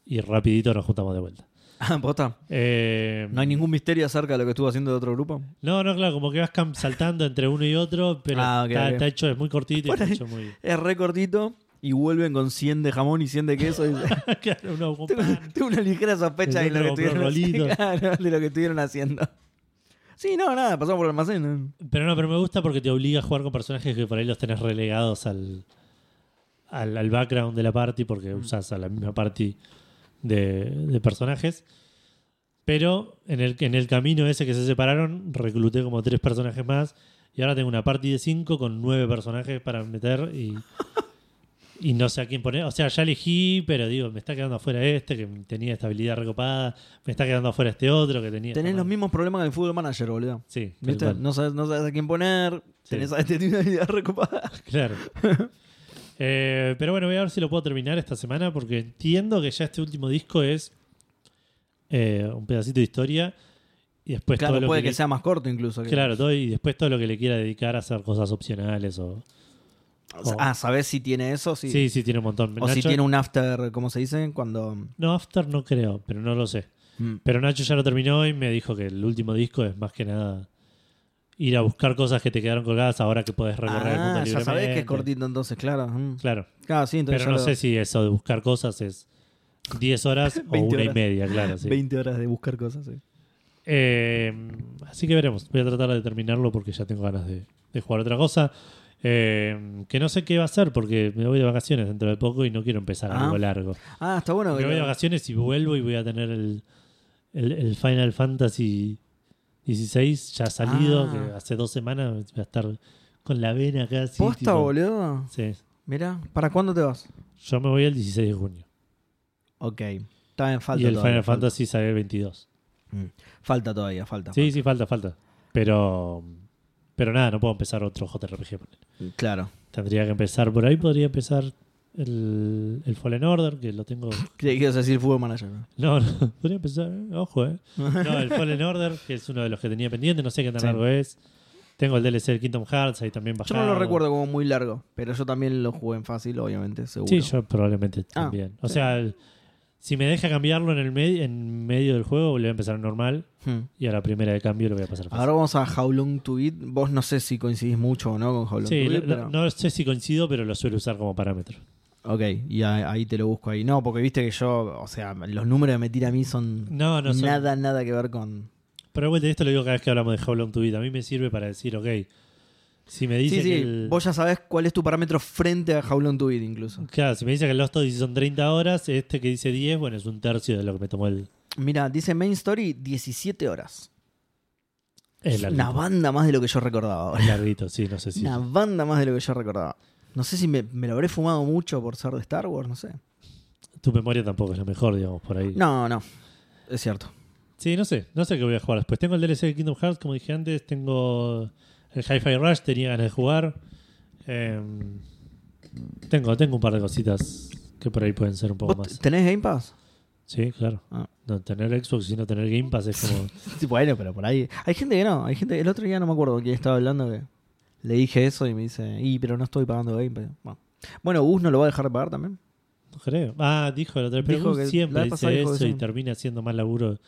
S1: y rapidito nos juntamos de vuelta.
S2: Ah, posta.
S1: Eh,
S2: No hay ningún misterio acerca de lo que estuvo haciendo de otro grupo.
S1: no, no, claro, como que vas cam- saltando entre uno y otro, pero
S2: Ah, ok,
S1: está,
S2: ok.
S1: está hecho, es muy cortito y
S2: Por
S1: está
S2: ahí-
S1: hecho muy...
S2: Es re cortito y vuelven con 100 de jamón y 100 de queso. dice.
S1: Claro, uno con
S2: tengo,
S1: pan.
S2: tengo una ligera sospecha de
S1: El
S2: lo, que
S1: otro compró
S2: estuvieron,
S1: rolitos.
S2: Claro, de lo que estuvieron haciendo. Sí, no, nada, pasamos por el almacén. ¿eh?
S1: Pero no, pero me gusta porque te obliga a jugar con personajes que por ahí los tenés relegados al, al, al background de la party,
S2: Mm.
S1: porque usás a la misma party de, de personajes. Pero en el, en el camino ese que se separaron, recluté como tres personajes más. Y ahora tengo una party de cinco con nueve personajes para meter y, y no sé a quién poner. O sea, ya elegí, pero digo, me está quedando afuera este que tenía estabilidad recopada, me está quedando afuera este otro que tenía.
S2: Tenés los mismos problemas que el fútbol manager, boludo.
S1: Sí, tal
S2: ¿Viste?
S1: cual.
S2: No sabes, no sabes a quién poner.
S1: Sí.
S2: Tenés a este tiene una idea recopada.
S1: Claro. Eh, pero bueno, voy a ver si lo puedo terminar esta semana porque entiendo que ya este último disco es eh, un pedacito de historia y después todo
S2: Claro,
S1: lo
S2: puede
S1: que,
S2: que
S1: le-
S2: sea más corto incluso. que-
S1: claro todo, y después todo lo que le quiera dedicar a hacer cosas opcionales o
S2: O sea, Ah, ¿sabés si tiene eso? Sí.
S1: Oh. sí sí, tiene un montón.
S2: O si
S1: Nacho-
S2: tiene un after, ¿cómo se dice? Cuando.
S1: No after no creo, pero no lo sé.
S2: Mm.
S1: Pero Nacho ya lo terminó y me dijo que el último disco es más que nada ir a buscar cosas que te quedaron colgadas ahora que podés recorrer el mundo
S2: Ah, ya
S1: libremente.
S2: sabés que es cortito entonces, claro. Mm.
S1: Claro.
S2: Claro, sí, entonces.
S1: Pero
S2: ya
S1: no
S2: lo-
S1: sé si eso de buscar cosas es 10 horas o
S2: 20
S1: una y
S2: horas.
S1: media, claro. sí.
S2: 20 horas de buscar cosas, sí.
S1: Eh, así que veremos. Voy a tratar de terminarlo porque ya tengo ganas de, de jugar otra cosa. Eh, que no sé qué va a ser porque me voy de vacaciones dentro de poco y no quiero empezar
S2: Ah.
S1: algo largo.
S2: Ah, está bueno.
S1: Me
S2: que-
S1: voy de vacaciones y vuelvo y voy a tener el, el- el Final Fantasy 16 ya salido,
S2: Ah.
S1: que hace dos semanas voy a estar con la vena casi.
S2: Posta,
S1: tipo-
S2: boludo.
S1: Sí.
S2: Mirá, ¿para cuándo te vas?
S1: Yo me voy el 16 de junio.
S2: Ok. Está en falta
S1: y el
S2: todavía.
S1: Final
S2: falta.
S1: Fantasy sale el 22.
S2: Mm. Falta todavía, falta.
S1: Sí, sí, falta, falta. Pero. Pero nada, no puedo empezar otro JRPG. ponele.
S2: falta. Claro.
S1: Tendría que empezar por ahí, podría empezar el, el Fallen Order, que lo tengo.
S2: Creí que ibas a decir fútbol manager.
S1: No,
S2: ¿no?
S1: no, podría empezar, eh, ojo, eh. No, el Fallen Order, que es uno de los que tenía pendiente, no sé qué tan
S2: Sí.
S1: largo es. Tengo el DLC del Kingdom Hearts, ahí también
S2: Yo
S1: bajado.
S2: no lo recuerdo como muy largo, pero yo también lo jugué en fácil, obviamente, seguro.
S1: Sí, yo probablemente
S2: Ah,
S1: también. O
S2: sí.
S1: sea, el- si me deja cambiarlo en el medio en medio del juego, voy a empezar normal.
S2: Hmm.
S1: Y a la primera de cambio lo voy a pasar fácil.
S2: Ahora vamos a How Long to Beat. Vos no sé si coincidís mucho o no con How Long
S1: sí,
S2: to Beat.
S1: lo-
S2: pero-
S1: no sé si coincido, pero lo suelo usar como parámetro.
S2: Ok, y a- ahí te lo busco ahí. No, porque viste que yo, o sea, los números que me tira a mí son
S1: No, no son-
S2: nada, nada que ver con.
S1: Pero de vuelta, esto lo digo cada vez que hablamos de How Long to Beat. A mí me sirve para decir, ok, si me dice
S2: Sí, sí,
S1: que el,
S2: vos ya sabés cuál es tu parámetro frente a How Long to Beat incluso.
S1: Claro, si me dice que el Lost Odyssey son 30 horas, este que dice 10, bueno, es un tercio de lo que me tomó el,
S2: Mira, dice Main Story 17 horas.
S1: el
S2: Es una
S1: larguito.
S2: banda más de lo que yo recordaba. boludo.
S1: El larguito, sí, no sé si.
S2: Una banda más de lo que yo recordaba. No sé si me, me lo habré fumado mucho por ser de Star Wars, no sé.
S1: Tu memoria tampoco es la mejor, digamos, por ahí.
S2: No, no. Es cierto.
S1: Sí, no sé, no sé qué voy a jugar después. Tengo el DLC de Kingdom Hearts, como dije antes, tengo el Hi-Fi Rush, tenía ganas de jugar. Eh, tengo, tengo un par de cositas que por ahí pueden ser un poco
S2: ¿Vos
S1: más.
S2: tenés Game Pass?
S1: Sí, claro.
S2: Ah,
S1: No tener Xbox, sino tener Game Pass es como.
S2: Sí, bueno, pero por ahí. Hay gente que no, hay gente. El otro día no me acuerdo quién estaba hablando que le dije eso y me dice, y pero no estoy pagando Game Pass". Bueno. Bueno, Gus no lo va a dejar de pagar también.
S1: No creo. Ah, dijo el otro día. Pero
S2: Dijo
S1: Gus
S2: que la
S1: siempre
S2: vez pasada
S1: dice
S2: dijo que
S1: eso y
S2: sí.
S1: termina haciendo más laburo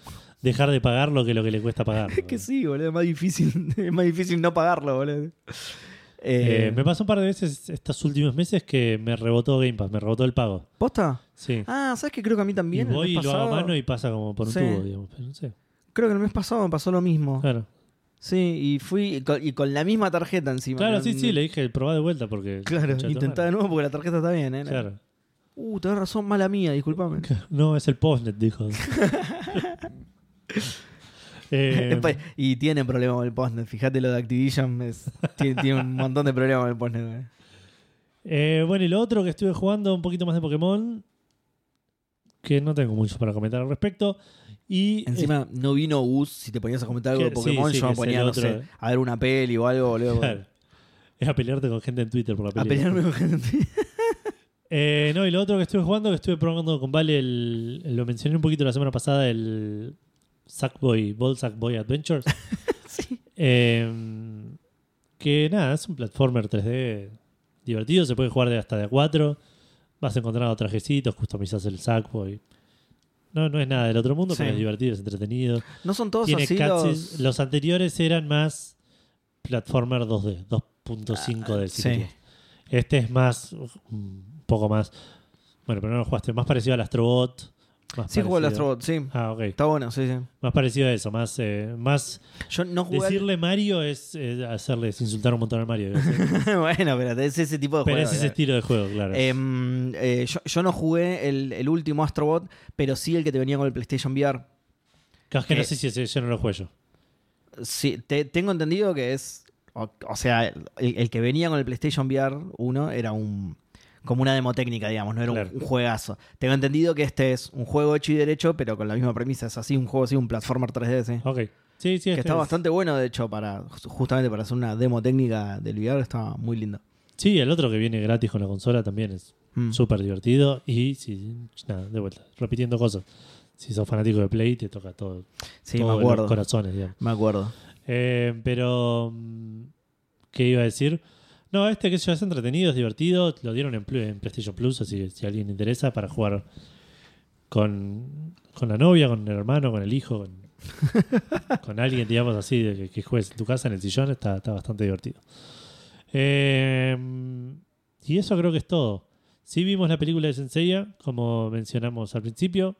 S1: dejar de pagarlo que lo que le cuesta pagar.
S2: Es que sí, boludo, es más difícil, es más difícil no pagarlo, boludo. Eh,
S1: Eh, me pasó un par de veces estos últimos meses que me rebotó Game Pass, me rebotó el pago.
S2: ¿Posta?
S1: Sí.
S2: Ah, ¿sabes qué? Creo que a mí
S1: y
S2: también. el
S1: voy y
S2: mes
S1: lo hago a
S2: pasado-
S1: mano y pasa como por un
S2: Sí.
S1: tubo, digamos. Pero no sé.
S2: Creo que el mes pasado me pasó lo mismo.
S1: Claro,
S2: Sí, y fui y con, y con la misma tarjeta encima.
S1: claro
S2: No-
S1: sí, sí, le dije, probá de vuelta porque.
S2: Claro,
S1: Concha de tu
S2: intentá de
S1: madre.
S2: nuevo porque la tarjeta está bien, ¿eh? La-
S1: Claro.
S2: Uh, tenés razón, mala mía, disculpame.
S1: No, es el postnet, dijo. Eh,
S2: Epa, y tiene problemas con el postnet. Fíjate lo de Activision. es- tiene, tiene un montón de problemas con el postnet. güey.
S1: eh, bueno, y lo otro que estuve jugando, un poquito más de Pokémon, que no tengo mucho para comentar al respecto. Y
S2: Encima, no vino Gus. Si te ponías a comentar algo de
S1: Eh. Que-
S2: Pokémon,
S1: sí, sí, que
S2: yo me
S1: es el
S2: ponía, no
S1: otro. eh.
S2: sé, a ver una peli o algo, boludo.
S1: Claro. Es a pelearte con gente en Twitter por la
S2: A
S1: pelea.
S2: pelearme con gente.
S1: Eh, no, y lo otro que estuve jugando, que estuve probando con Vale, el- el- lo mencioné un poquito la semana pasada, el Sackboy, Ball Sackboy Adventures.
S2: Sí.
S1: Eh, que nada, es un platformer 3D divertido, se puede jugar de hasta de a 4. Vas encontrando trajecitos, customizás el Sackboy. No, no es nada del otro mundo,
S2: Sí.
S1: pero es divertido, es entretenido.
S2: No son todos
S1: Tiene
S2: así
S1: cutscenes.
S2: los...
S1: Los... anteriores eran más platformer 2D, 2.5D. si
S2: Ah, sí.
S1: querés. Este es más, uh, un poco más. Bueno, pero no lo jugaste, más parecido al Astrobot. Más
S2: Sí, jugó el
S1: parecido-
S2: Astrobot, sí.
S1: Ah, ok.
S2: Está bueno, sí, sí.
S1: Más parecido a eso, más, eh, más
S2: Yo no jugué. al-
S1: Decirle Mario es eh, hacerle es insultar un montón al Mario. ¿sí?
S2: bueno, pero es ese tipo de
S1: Pero
S2: juego.
S1: es ese
S2: claro.
S1: estilo de juego, claro.
S2: Em, eh, yo, yo no jugué el, el último Astrobot, pero sí el que te venía con el PlayStation VR.
S1: Claro, es que no
S2: eh,
S1: sé si ese yo no lo juego yo.
S2: Sí, te- tengo entendido que es. O, o sea, el, el que venía con el PlayStation VR 1 era un. Como una demotécnica, digamos, no era un-
S1: Claro.
S2: un, juegazo. Tengo entendido que este es un juego hecho y derecho, pero con la misma premisa. Es así, un juego así, un platformer 3D, sí.
S1: Ok. Sí, sí,
S2: que
S1: este
S2: está
S1: es-
S2: bastante bueno, de hecho, para justamente para hacer una demo técnica del VR, está muy lindo.
S1: Sí, el otro que viene gratis con la consola también es
S2: Mm.
S1: súper divertido. Y sí, nada, de vuelta, repitiendo cosas. Si sos fanático de Play, te toca todo.
S2: Sí, me
S1: todos los
S2: acuerdo.
S1: corazones, digamos.
S2: Me acuerdo.
S1: Eh, pero. mm, ¿Qué iba a decir? No, este que sé yo es entretenido, es divertido. Lo dieron en, Plu- en PlayStation Plus, así que si a alguien le interesa, para jugar con, con la novia, con el hermano, con el hijo, con, con alguien, digamos así, de que, que juegues en tu casa, en el sillón, está, está bastante divertido. Eh, y eso creo que es todo. Sí vimos la película de Senseiya, como mencionamos al principio.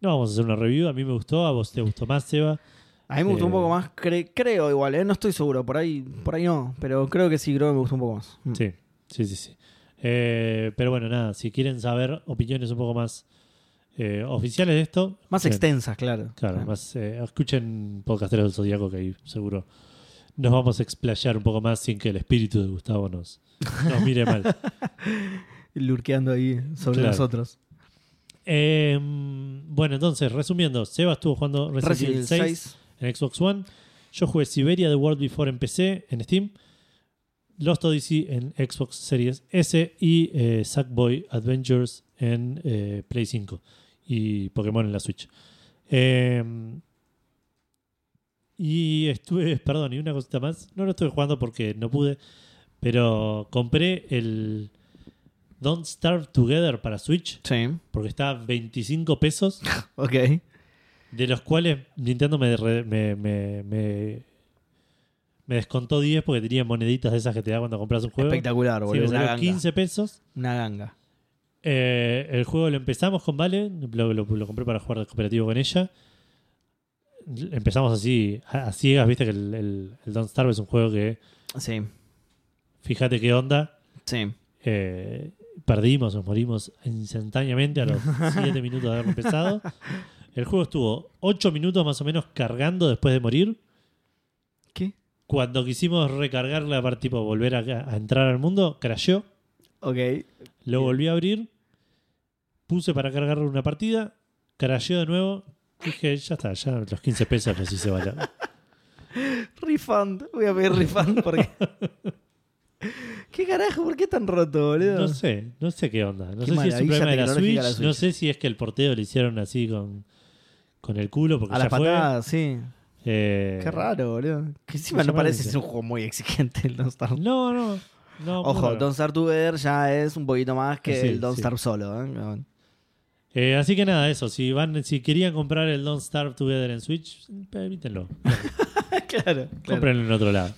S1: No vamos a hacer una review, a mí me gustó, a vos te gustó más, Seba.
S2: A mí me gustó
S1: Eh,
S2: un poco más, cre- creo igual, ¿eh? no estoy seguro, por ahí, por ahí no, pero creo que sí, creo que me gustó un poco más. Mm.
S1: Sí, sí, sí. sí. Eh, pero bueno, nada, si quieren saber opiniones un poco más eh, oficiales de esto.
S2: Más
S1: eh,
S2: extensas, claro.
S1: Claro,
S2: Sí.
S1: más, eh, escuchen Podcasteros del Zodíaco, que ahí seguro nos vamos a explayar un poco más sin que el espíritu de Gustavo nos, nos mire mal.
S2: lurqueando ahí sobre
S1: Claro.
S2: nosotros.
S1: Eh, bueno, entonces, resumiendo, Seba estuvo jugando Resident Evil 6, en Xbox One. Yo jugué Siberia The World Before en PC, en Steam. Lost Odyssey en Xbox Series S y eh, Sackboy Adventures en eh, Play 5 y Pokémon en la Switch. Eh, y estuve, perdón, y una cosita más. No lo estuve jugando porque no pude, pero compré el Don't Starve Together para Switch
S2: Sí,
S1: porque está a 25 pesos.
S2: ok.
S1: De los cuales Nintendo me, re- me, me, me- me descontó 10 porque tenía moneditas de esas que te da cuando compras un juego.
S2: Espectacular,
S1: Sí,
S2: boludo.
S1: me
S2: una,
S1: salió
S2: ganga.
S1: 15 pesos.
S2: una ganga.
S1: Eh, el juego lo empezamos con Vale, lo, lo- lo compré para jugar de cooperativo con ella. Empezamos así, a, a ciegas, viste que el, el, el Don't Starve es un juego que,
S2: Sí,
S1: fíjate qué onda,
S2: sí.
S1: eh, perdimos, nos morimos instantáneamente a los 7 minutos de haber empezado. El juego estuvo 8 minutos más o menos cargando después de morir.
S2: ¿Qué?
S1: Cuando quisimos recargar la parte, tipo volver a, a entrar al mundo, crasheó. Lo
S2: Ok. Bien.
S1: volví a abrir. Puse para cargar una partida. Crasheó de nuevo. Dije, ya está, ya los 15 pesos los hice valer.
S2: Refund. Voy a pedir refund porque. ¿Qué ¿Qué carajo? ¿Por qué tan roto, boludo?
S1: No sé, no sé qué onda. No
S2: Qué
S1: sé si es un
S2: maravilla
S1: problema de la Switch,
S2: tecnológica la Switch.
S1: No sé si es que el porteo lo hicieron así con, con el culo porque
S2: A
S1: ya
S2: las
S1: fue.
S2: patadas, sí.
S1: Eh,
S2: Qué raro, boludo. Que encima
S1: me
S2: no
S1: llama la
S2: parece
S1: atención.
S2: ser un juego muy exigente el Don't Starve.
S1: No, no. no muy
S2: Ojo,
S1: raro.
S2: Don't Starve Together ya es un poquito más que
S1: Sí,
S2: el Don't
S1: sí.
S2: Starve solo. ¿eh? cabrón.
S1: Eh, así que nada, eso. Si van, si querían comprar el Don't Starve Together en Switch, permítanlo.
S2: claro, claro.
S1: Cómprenlo en otro lado.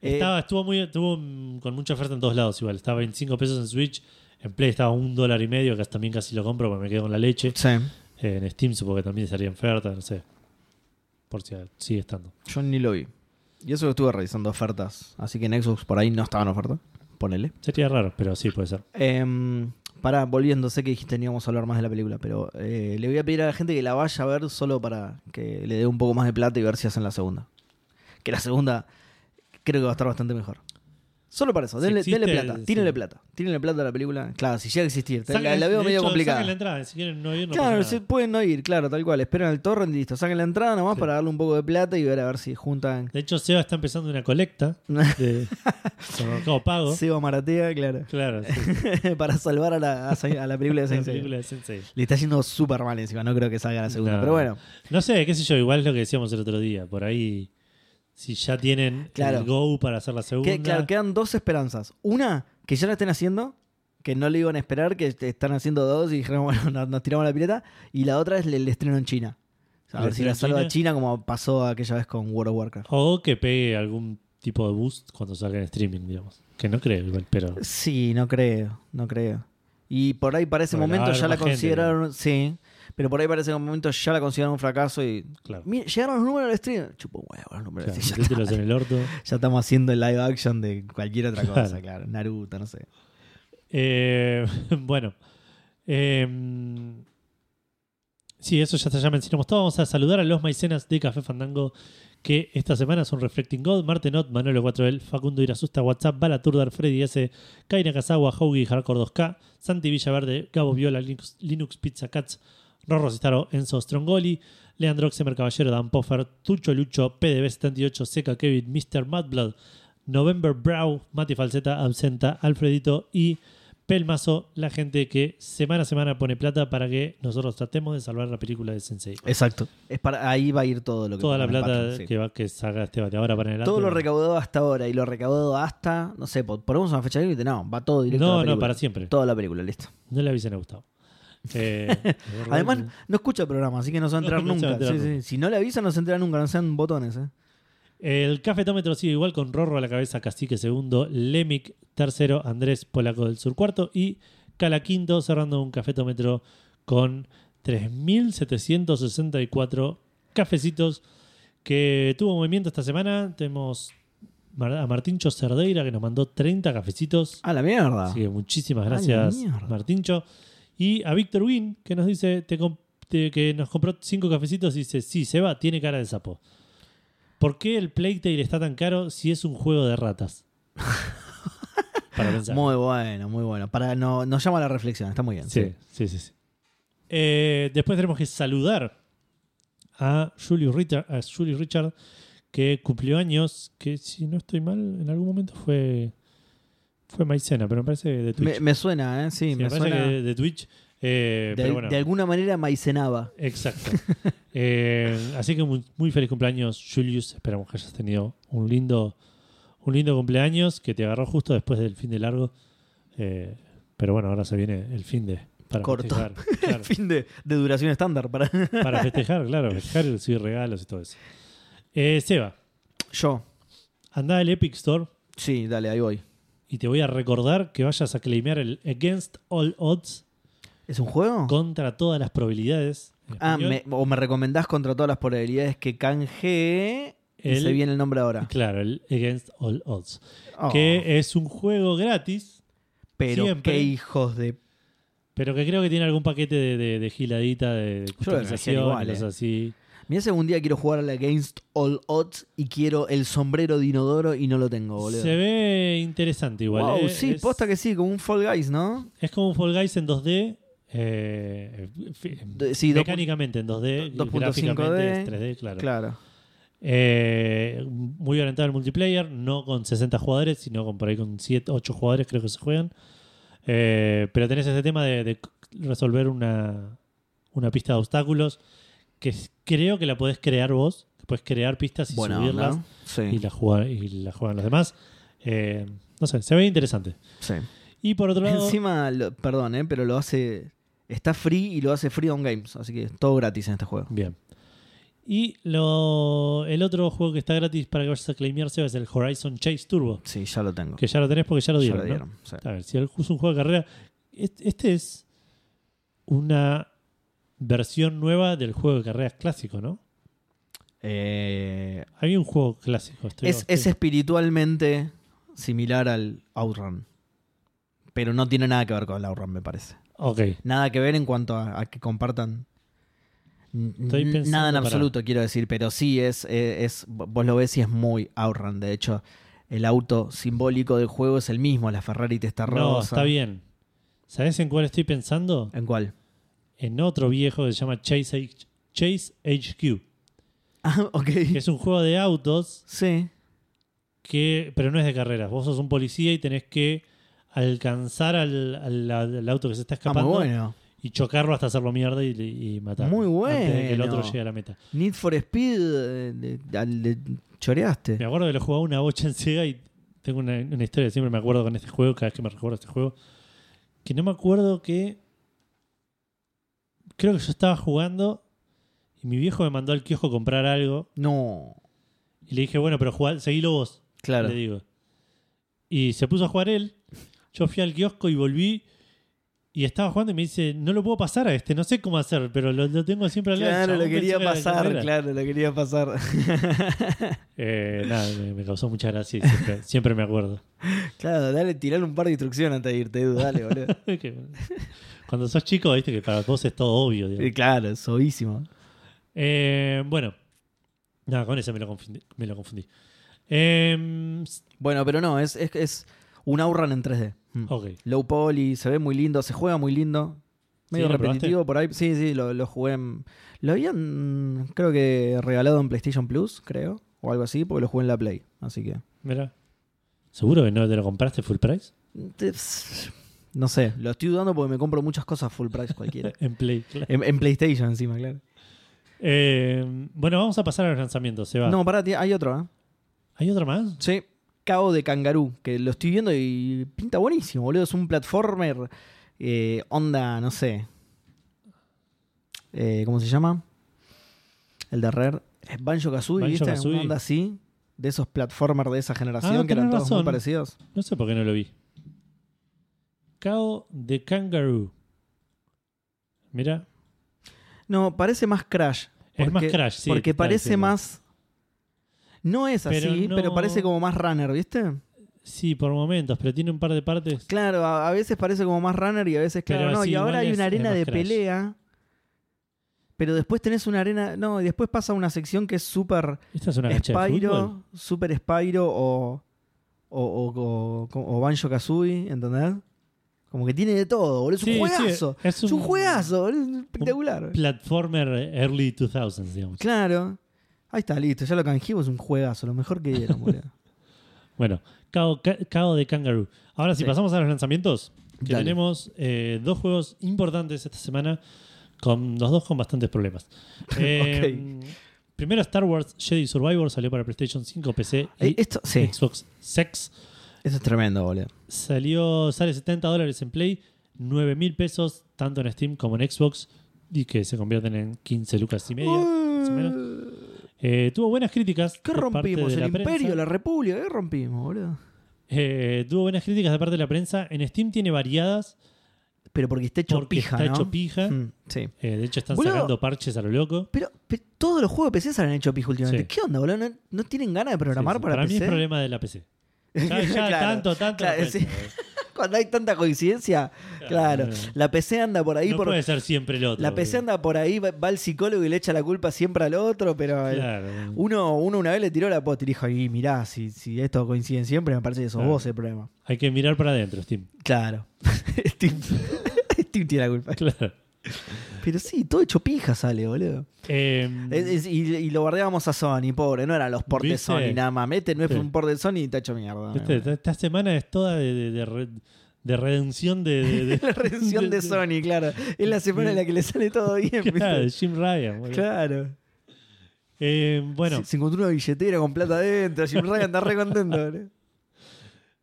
S2: Eh,
S1: Estaba, estuvo muy, estuvo mm, con mucha oferta en todos lados igual. Estaba 25 pesos en Switch. En Play estaba un dólar y medio, que también casi lo compro porque me quedo con la leche.
S2: Sí.
S1: Eh, en Steam supongo que también salía en oferta, no sé. Por si sigue estando.
S2: Yo ni lo vi. Y eso que estuve revisando ofertas. Así que en Xbox por ahí no estaban ofertas. Ponele.
S1: Sería raro, pero sí puede ser.
S2: Em, pará, volviendo, sé que dijiste no íbamos a hablar más de la película, pero eh, le voy a pedir a la gente que la vaya a ver solo para que le dé un poco más de plata y ver si hacen la segunda. Que la segunda creo que va a estar bastante mejor. Solo para eso,
S1: Si
S2: denle,
S1: existe
S2: denle
S1: el-
S2: plata, tírenle
S1: sí.
S2: plata, tírenle plata a la película. Claro, si llega a existir, te- la,
S1: Saquen-
S2: la veo
S1: de
S2: medio
S1: hecho,
S2: complicada.
S1: saquen la entrada, si quieren no ir, no
S2: claro,
S1: pasa
S2: se
S1: nada.
S2: pueden no ir, claro, tal cual. Esperan el torrent y listo, saquen la entrada nomás
S1: Sí.
S2: para darle un poco de plata y ver a ver si juntan.
S1: De hecho, Seba está empezando una colecta de con Mercado Pago.
S2: Seba Maratea, claro.
S1: Claro, sí, sí,
S2: para salvar a la, a Sa- a la película de
S1: la
S2: Saint Seiya.
S1: película de Sensei.
S2: Le está yendo súper mal encima, no creo que salga la segunda.
S1: No.
S2: Pero bueno,
S1: No sé, qué sé yo, igual es lo que decíamos el otro día. Por ahí, si ya tienen
S2: Claro.
S1: el go para hacer la segunda.
S2: que- claro, quedan dos esperanzas. Una, que ya la estén haciendo, que no le iban a esperar, que te están haciendo dos y dijeron, bueno, nos, nos tiramos la pileta. Y la otra es el, el estreno en China. A
S1: ¿El
S2: ver si
S1: estreno
S2: la
S1: en
S2: salva China?
S1: China?
S2: como pasó aquella vez con World of Warcraft.
S1: O que pegue algún tipo de boost cuando salga en streaming, digamos. Que no creo igual, pero.
S2: Sí, no creo, no creo. Y por ahí para ese
S1: Bueno, va
S2: momento
S1: a haber
S2: ya la
S1: más gente,
S2: consideraron, sí, pero por ahí para ese momento ya la consideraron un fracaso y...
S1: Claro.
S2: Mira, llegaron los números del stream. Chupo un huevo los números
S1: Claro,
S2: del stream. ya
S1: títulos
S2: está.
S1: en el orto.
S2: Ya estamos haciendo el live action de cualquier otra cosa, claro.
S1: Claro.
S2: Naruto, no sé.
S1: Eh, bueno. Eh, sí, eso ya, está, ya mencionamos todo. Vamos a saludar a los maicenas de Café Fandango que esta semana son Reflecting God, Martenot, Manolo 4L, Facundo Irasusta, WhatsApp, Balaturdar, Freddy S, Kaina Kazawa, Haugi, Hardcore 2K, Santi Villaverde, Gabo Viola, Linux, Linux Pizza Cats, Rorro Cistaro, Enzo Strongoli, Leandro Oxemer Caballero, Dan Poffer, Tucho Lucho, PDB78, Seca Kevin, Mr. Mudblood, November Brow, Mati Falseta, Absenta, Alfredito y Pelmazo, la gente que semana a semana pone plata para que nosotros tratemos de salvar la película de Sensei.
S2: Exacto. Es para, ahí va a ir todo lo que
S1: Toda la
S2: pongan en
S1: plata
S2: Patreon, sí.
S1: que va que saca Esteban de ahora para adelante.
S2: Todo lo
S1: va-
S2: recaudado hasta ahora y lo recaudado hasta, no sé, po- ponemos una fecha límite, no, va todo directo a la
S1: No,
S2: película.
S1: no, para siempre.
S2: Toda la película, listo.
S1: No le avisen a Gustavo. Eh,
S2: Además, no escucha el programa, así que no se va a
S1: No,
S2: enterar
S1: no se
S2: nunca.
S1: va a enterar
S2: Sí, sí.
S1: nunca.
S2: Si no le avisan, no se entera nunca, no sean botones. ¿eh?
S1: el cafetómetro sigue igual con Rorro a la cabeza, Cacique segundo, Lemic tercero, Andrés Polaco del Sur cuarto y Cala quinto cerrando un cafetómetro con 3.764 cafecitos que tuvo movimiento esta semana. Tenemos Mar- a Martincho Cerdeira que nos mandó 30 cafecitos.
S2: A Ah, la mierda.
S1: Así que muchísimas
S2: Ay,
S1: gracias,
S2: la mierda.
S1: Martincho. Y a Víctor Win, que nos dice te comp- te- que nos compró cinco cafecitos y dice: Sí, Seba, tiene cara de sapo. ¿Por qué el Playtale está tan caro si es un juego de ratas? Para pensar.
S2: Muy bueno, muy bueno. Para, no, nos llama a la reflexión, está muy bien.
S1: Sí, sí, sí. sí. Eh, después tenemos que saludar a Julius, Richard, a Julius Richard, que cumplió años, que si no estoy mal, en algún momento fue, fue Maicena, pero me parece de Twitch.
S2: Me, me suena, ¿eh? Sí,
S1: Sí,
S2: me,
S1: me parece
S2: suena.
S1: que de, de Twitch. eh,
S2: de,
S1: pero bueno,
S2: de alguna manera maicenaba.
S1: exacto. Eh, así que muy, muy feliz cumpleaños, Julius. Esperamos que hayas tenido un lindo, un lindo cumpleaños que te agarró justo después del fin de largo. Eh, pero bueno, ahora se viene el fin de. Para
S2: Corto.
S1: festejar. claro,
S2: Fin de, de duración estándar para
S1: para festejar, claro. Festejar y recibir regalos y todo eso. Eh, Seba,
S2: yo.
S1: anda al Epic Store
S2: Sí, dale, ahí voy.
S1: y te voy a recordar que vayas a claimear el Against All Odds
S2: ¿Es un juego?
S1: contra todas las probabilidades. en
S2: Oh. Ah,
S1: español.
S2: me- o me recomendás contra todas las probabilidades que canje. Y
S1: El-
S2: se viene el nombre ahora.
S1: Claro, el Against All Odds.
S2: Oh,
S1: Que es un juego gratis,
S2: pero
S1: siempre-
S2: qué hijos de.
S1: pero que creo que tiene algún paquete de, de- de giladita, de, de
S2: lo dejé
S1: customización,
S2: igual,
S1: cosas
S2: eh.
S1: así.
S2: Mirá si algún día quiero jugar a la Against All Odds y quiero el sombrero de Inodoro y no lo tengo, Oh, boludo.
S1: Se ve interesante igual.
S2: wow,
S1: eh.
S2: sí,
S1: es,
S2: posta que sí, como un Fall Guys, ¿no?
S1: es como un Fall Guys en 2D. eh, en fin,
S2: De- sí, dos-
S1: mecánicamente en 2D,
S2: 2.5D,
S1: gráficamente es 3D, claro.
S2: Claro.
S1: Eh, muy orientado al multiplayer, no con 60 jugadores, sino con por ahí con 7, 8 jugadores creo que se juegan. Eh, pero tenés ese tema de, de resolver una, una pista de obstáculos que s- creo que la podés crear vos. que Podés crear pistas y
S2: Buena onda,
S1: subirlas
S2: ¿no? Sí,
S1: y la, jugar, y la juegan los demás. Eh, no sé, se ve interesante.
S2: sí.
S1: Y por otro lado,
S2: Encima, lo- perdón, eh, pero lo hace. Está free y lo hace Free on Games, así que es todo gratis en este juego.
S1: Bien. Y lo, el otro juego que está gratis para que vayas a claimearse es el Horizon Chase Turbo.
S2: Sí, ya lo tengo.
S1: Que ya lo tenés porque ya lo
S2: ya
S1: dieron.
S2: lo
S1: ¿no?
S2: dieron. sí.
S1: A ver, si el- es un juego de carrera. est- Este es una versión nueva del juego de carreras clásico, ¿no?
S2: Eh,
S1: Había un juego clásico. estoy-
S2: es,
S1: estoy-
S2: es espiritualmente similar al Outrun. Pero no tiene nada que ver con el Outrun, me parece.
S1: Ok.
S2: Nada que ver en cuanto a, a que compartan. n-
S1: Estoy
S2: n-
S1: pensando
S2: nada en
S1: para-
S2: absoluto, quiero decir, pero sí es, eh, es. Vos lo ves y es muy Outrun. De hecho, el auto simbólico del juego es el mismo, la Ferrari Testarossa.
S1: No, está bien. ¿Sabés en cuál estoy pensando?
S2: ¿En cuál?
S1: En otro viejo que se llama Chase, H- Chase HQ.
S2: Ah, ok.
S1: Que es un juego de autos
S2: Sí. Ah,
S1: que, pero no es de carreras. Vos sos un policía y tenés que alcanzar al, al- al auto que se está
S2: Ah,
S1: escapando
S2: muy bueno.
S1: y chocarlo hasta hacerlo mierda y, y matarlo.
S2: Muy
S1: Antes de que el
S2: bueno.
S1: otro llegue a la meta.
S2: Need for Speed, eh, de- al de-
S1: Me
S2: choreaste.
S1: acuerdo que lo jugaba una bocha en Sega y tengo una, una historia, siempre me acuerdo con este juego, cada vez que me recuerdo este juego, que no me acuerdo que... Creo que yo estaba jugando y mi viejo me mandó al kiosco a comprar algo
S2: No.
S1: y le dije, bueno, pero jugá, seguilo vos.
S2: Claro.
S1: le digo. Y se puso a jugar él. Yo fui al kiosco y volví. Y estaba jugando y me dice, no lo puedo pasar a este, no sé cómo hacer, pero lo, lo tengo siempre al lado". El
S2: Claro, lo
S1: chabón
S2: quería
S1: pensó que era de
S2: pasar,
S1: carrera.
S2: claro, lo quería pasar.
S1: Eh, nada, me, me causó mucha gracia y siempre, siempre me acuerdo.
S2: claro, dale, tirar un par de instrucciones antes de irte, Edu, dale, boludo.
S1: Que- Cuando sos chico, viste que para vos es todo obvio. digamos.
S2: Eh, claro, es obvísimo.
S1: Eh, bueno, nada, con ese me lo confundí. Me lo confundí. Em, s-
S2: Bueno, pero no, es, es, es un Outrun en 3D. Mm.
S1: ok,
S2: Low poly, se ve muy lindo, se juega muy lindo. Medio
S1: ¿lo probaste?
S2: repetitivo por ahí. Sí, sí, lo, lo jugué. en- Lo habían, creo que regalado en PlayStation Plus, creo, o algo así, porque lo jugué en la Play. Así que.
S1: mira. ¿Seguro que no te lo compraste full price?
S2: te- No sé, lo estoy dudando porque me compro muchas cosas full price cualquiera.
S1: En Play, claro.
S2: en, en PlayStation encima, claro.
S1: Eh, bueno, vamos a pasar a los lanzamientos, Seba.
S2: No, pará, tía, hay otro, ¿eh?
S1: ¿Hay otro más?
S2: Sí. Cabo de Kangaroo, que lo estoy viendo y pinta buenísimo, boludo. Es un platformer eh, onda, no sé. Eh, ¿Cómo se llama? El de Rare. Banjo Kazooie, ¿viste?
S1: Banjo-Kazooie.
S2: Una onda así. De esos platformers de esa generación
S1: Ah,
S2: que eran
S1: tenés
S2: todos muy
S1: razón.
S2: parecidos.
S1: No sé por qué no lo vi. Cao de Kangaroo. Mira,
S2: No, parece más Crash.
S1: Es más Crash, sí, te
S2: Porque
S1: estaba
S2: parece
S1: diciendo.
S2: más. No es así,
S1: Pero
S2: pero,
S1: no-
S2: parece como más runner, ¿viste?
S1: sí, por momentos, pero tiene un par de partes.
S2: Claro, a, a veces parece como más runner y a veces, claro,
S1: Pero
S2: no.
S1: sí,
S2: y
S1: igual
S2: ahora hay
S1: es-
S2: una
S1: es
S2: arena
S1: más
S2: de
S1: Crash.
S2: pelea. Pero después tenés una arena. No, y después pasa una sección que es súper
S1: Esta es una cancha de fútbol.
S2: Spyro, súper Spyro o, o, o, o- o Banjo Kazooie, ¿entendés? Como que tiene de todo, boludo. Es un
S1: Sí, sí,
S2: juegazo.
S1: es
S2: es un
S1: un-
S2: juegazo, boludo. Es Espectacular.
S1: Platformer early 2000s, digamos.
S2: Claro. Ahí está, listo. Ya lo canjimos. Es un juegazo. Lo mejor que dieron, boludo.
S1: Bueno, Cao, Ca- Cao de Kangaroo. Ahora, si
S2: Sí.
S1: pasamos a los lanzamientos, que
S2: Dale.
S1: tenemos eh, dos juegos importantes esta semana, con los dos con bastantes problemas. Eh, Primero, Star Wars Jedi Survivor salió para PlayStation 5, PC y
S2: Eh, Esto, sí,
S1: Xbox Sex.
S2: eso es tremendo, boludo.
S1: Salió, sale 70 dólares en Play, 9 mil pesos, tanto en Steam como en Xbox, y que se convierten en 15 lucas y media. más o menos.
S2: Uh,
S1: Eh, tuvo buenas críticas.
S2: ¿Qué
S1: de parte
S2: rompimos?
S1: de
S2: ¿El
S1: la
S2: imperio?
S1: prensa.
S2: ¿La república? ¿Qué rompimos, boludo?
S1: Eh, tuvo buenas críticas de parte de la prensa. En Steam tiene variadas,
S2: Pero porque está hecho
S1: porque
S2: pija,
S1: está
S2: ¿no?
S1: hecho pija.
S2: Mm, sí.
S1: Eh, de hecho, están
S2: Boludo.
S1: sacando parches a lo loco.
S2: Pero, pe- todos los juegos de PC salen hecho pija últimamente.
S1: Sí.
S2: ¿Qué onda, boludo? ¿No, no tienen ganas de programar
S1: Sí, sí.
S2: para,
S1: mí es
S2: PC?
S1: problema de la PC. Ya, ya
S2: Claro,
S1: tanto, tanto.
S2: claro,
S1: no puede
S2: sí.
S1: ser. ¿eh?
S2: Cuando hay tanta coincidencia, claro.
S1: Claro.
S2: La PC anda por ahí
S1: No
S2: por...
S1: puede ser siempre el otro.
S2: La
S1: boludo.
S2: PC anda por ahí, va, va el psicólogo y le echa la culpa siempre al otro, pero... el-
S1: Claro.
S2: Uno, uno una vez le tiró la posta y dijo, y mirá, si, si esto coinciden siempre, me parece que sos
S1: Claro.
S2: vos el problema.
S1: Hay que mirar para adentro, Steam.
S2: Claro. Steve, Steve tiene la culpa.
S1: Claro.
S2: Pero sí, todo hecho pija sale, boludo.
S1: Eh,
S2: Es- es- y, y lo bardeábamos a Sony, pobre, no eran los portes
S1: ¿Viste?
S2: Sony nada más. Este no es
S1: Sí. Este
S2: un port de Sony y está hecho mierda.
S1: Viste, Esta, esta semana es toda de, de- de re- de redención de, de- de-
S2: La redención de Sony, claro. Es la semana en la que le sale todo bien, ¿viste?
S1: Claro, de Jim Ryan. boludo.
S2: Claro.
S1: Eh, bueno,
S2: Se, se encontró una billetera con plata adentro. Jim Ryan está re contento, boludo.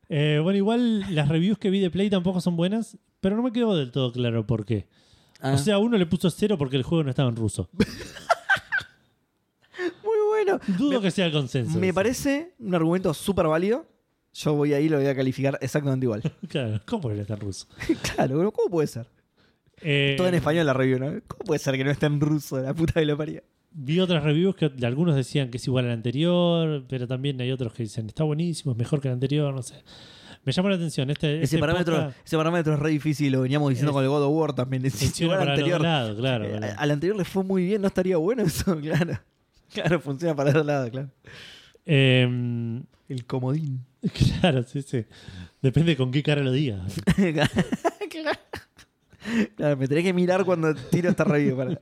S1: eh, bueno, igual las reviews que vi de Play tampoco son buenas, pero no me quedó del todo claro por qué.
S2: Ah.
S1: O sea, uno le puso cero porque el juego no estaba en ruso.
S2: Muy bueno.
S1: Dudo que sea el consenso.
S2: Me
S1: ese.
S2: parece un argumento súper válido. Yo voy ahí y lo voy a calificar exactamente igual.
S1: Claro, ¿cómo que no está en ruso?
S2: claro, boludo, ¿cómo puede ser?
S1: Eh,
S2: Todo en español la review, ¿no? ¿Cómo puede ser que no esté en ruso la puta que lo parió?
S1: Vi otras reviews que de algunos decían que es igual al anterior, pero también hay otros que dicen está buenísimo, es mejor que el anterior, no sé. Me llamó la atención. Este,
S2: Ese,
S1: este
S2: parámetro,
S1: podcast
S2: ese parámetro es re difícil, lo veníamos diciendo
S1: Es-
S2: con el God of War también. Es
S1: funciona
S2: igual
S1: para los
S2: al anterior.
S1: lados, claro.
S2: Eh,
S1: claro.
S2: a- al anterior le fue muy bien, no estaría bueno eso, claro. Claro, funciona para los lados, claro.
S1: Eh,
S2: El comodín.
S1: claro, sí, sí. Depende con qué cara lo digas.
S2: claro. Claro, me tenés que mirar cuando tiro esta review. Para...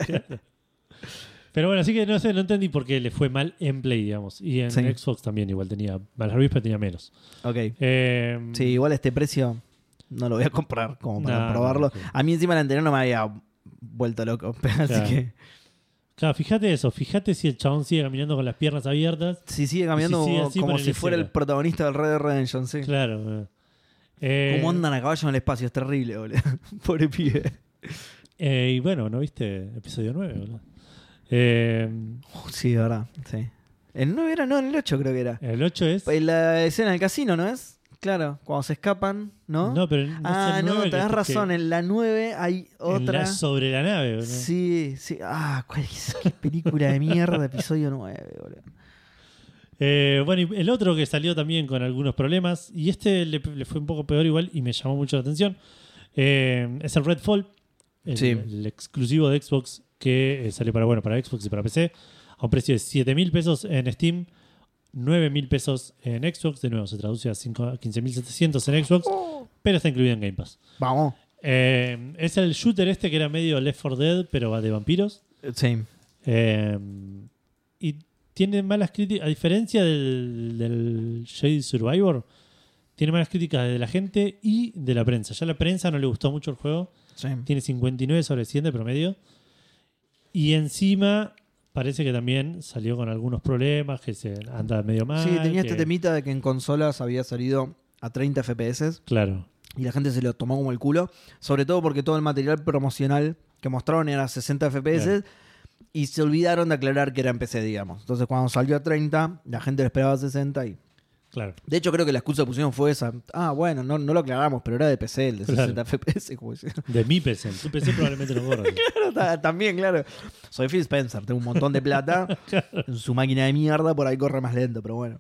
S1: Pero bueno, así que no sé, no entendí por qué le fue mal en Play, digamos. Y en
S2: Sí.
S1: Xbox también igual tenía. Malas reviews, pero tenía menos.
S2: ok.
S1: Eh,
S2: Sí, igual este precio no lo voy a comprar como para
S1: No,
S2: probarlo.
S1: no, sí.
S2: A mí encima el anterior no me había vuelto loco. Así
S1: Claro.
S2: que
S1: Claro, fíjate eso. Fíjate si el chabón sigue caminando con las piernas abiertas.
S2: si sigue caminando
S1: Y si sigue
S2: como,
S1: así,
S2: como si
S1: ponele
S2: fuera el
S1: cero.
S2: protagonista del Red Dead Redemption, sí.
S1: Claro. Eh,
S2: Como andan a caballo en el espacio, es terrible, boludo. Pobre pibe.
S1: eh, y bueno, ¿no viste episodio 9? boludo? Eh,
S2: Uh, sí, de verdad, sí. El 9 era, no, el 8 creo que era.
S1: el 8 es.
S2: Pues La escena del casino, ¿no es? Claro, cuando se escapan, ¿no?
S1: pero no es
S2: ah,
S1: el
S2: no,
S1: 9 que-
S2: tenés
S1: que-
S2: razón, en la 9 hay
S1: en la-
S2: otra.
S1: sobre la nave. boludo.
S2: Sí, sí. Ah, cuál es, qué película de mierda, episodio 9, boludo.
S1: Eh, bueno, y el otro que salió también con algunos problemas, y este le, le fue un poco peor igual y me llamó mucho la atención, eh, es el Redfall, el,
S2: Sí.
S1: el exclusivo de Xbox que eh, salió para, bueno, para Xbox y para PC, a un precio de 7 mil pesos en Steam, 9 mil pesos en Xbox, de nuevo se traduce a 15.700 en Xbox, pero está incluido en Game Pass.
S2: Vamos.
S1: Eh, es el shooter este que era medio Left 4 Dead, pero va de vampiros.
S2: Sí.
S1: Eh, y tiene malas críticas, a diferencia del, del Jade Survivor, tiene malas críticas de la gente y de la prensa. Ya a la prensa no le gustó mucho el juego,
S2: Sí.
S1: tiene 59 sobre 100 de promedio. Y encima parece que también salió con algunos problemas, que se anda medio mal.
S2: Sí, tenía
S1: que-
S2: este temita de que en consolas había salido a 30 FPS
S1: Claro,
S2: y la gente se lo tomó como el culo, sobre todo porque todo el material promocional que mostraron era a 60 FPS
S1: Claro.
S2: y se olvidaron de aclarar que era en PC, digamos. Entonces cuando salió a 30, la gente lo esperaba a 60 y...
S1: claro.
S2: De hecho creo que la excusa que pusieron fue esa. Ah, bueno, no, no lo aclaramos, pero era de PC el de
S1: Claro.
S2: 60 FPS. Como hicieron.
S1: De mi PC, tu PC probablemente lo borra.
S2: Claro, ta- también, claro. Soy Phil Spencer, tengo un montón de plata. En su máquina de mierda por ahí corre más lento, pero bueno.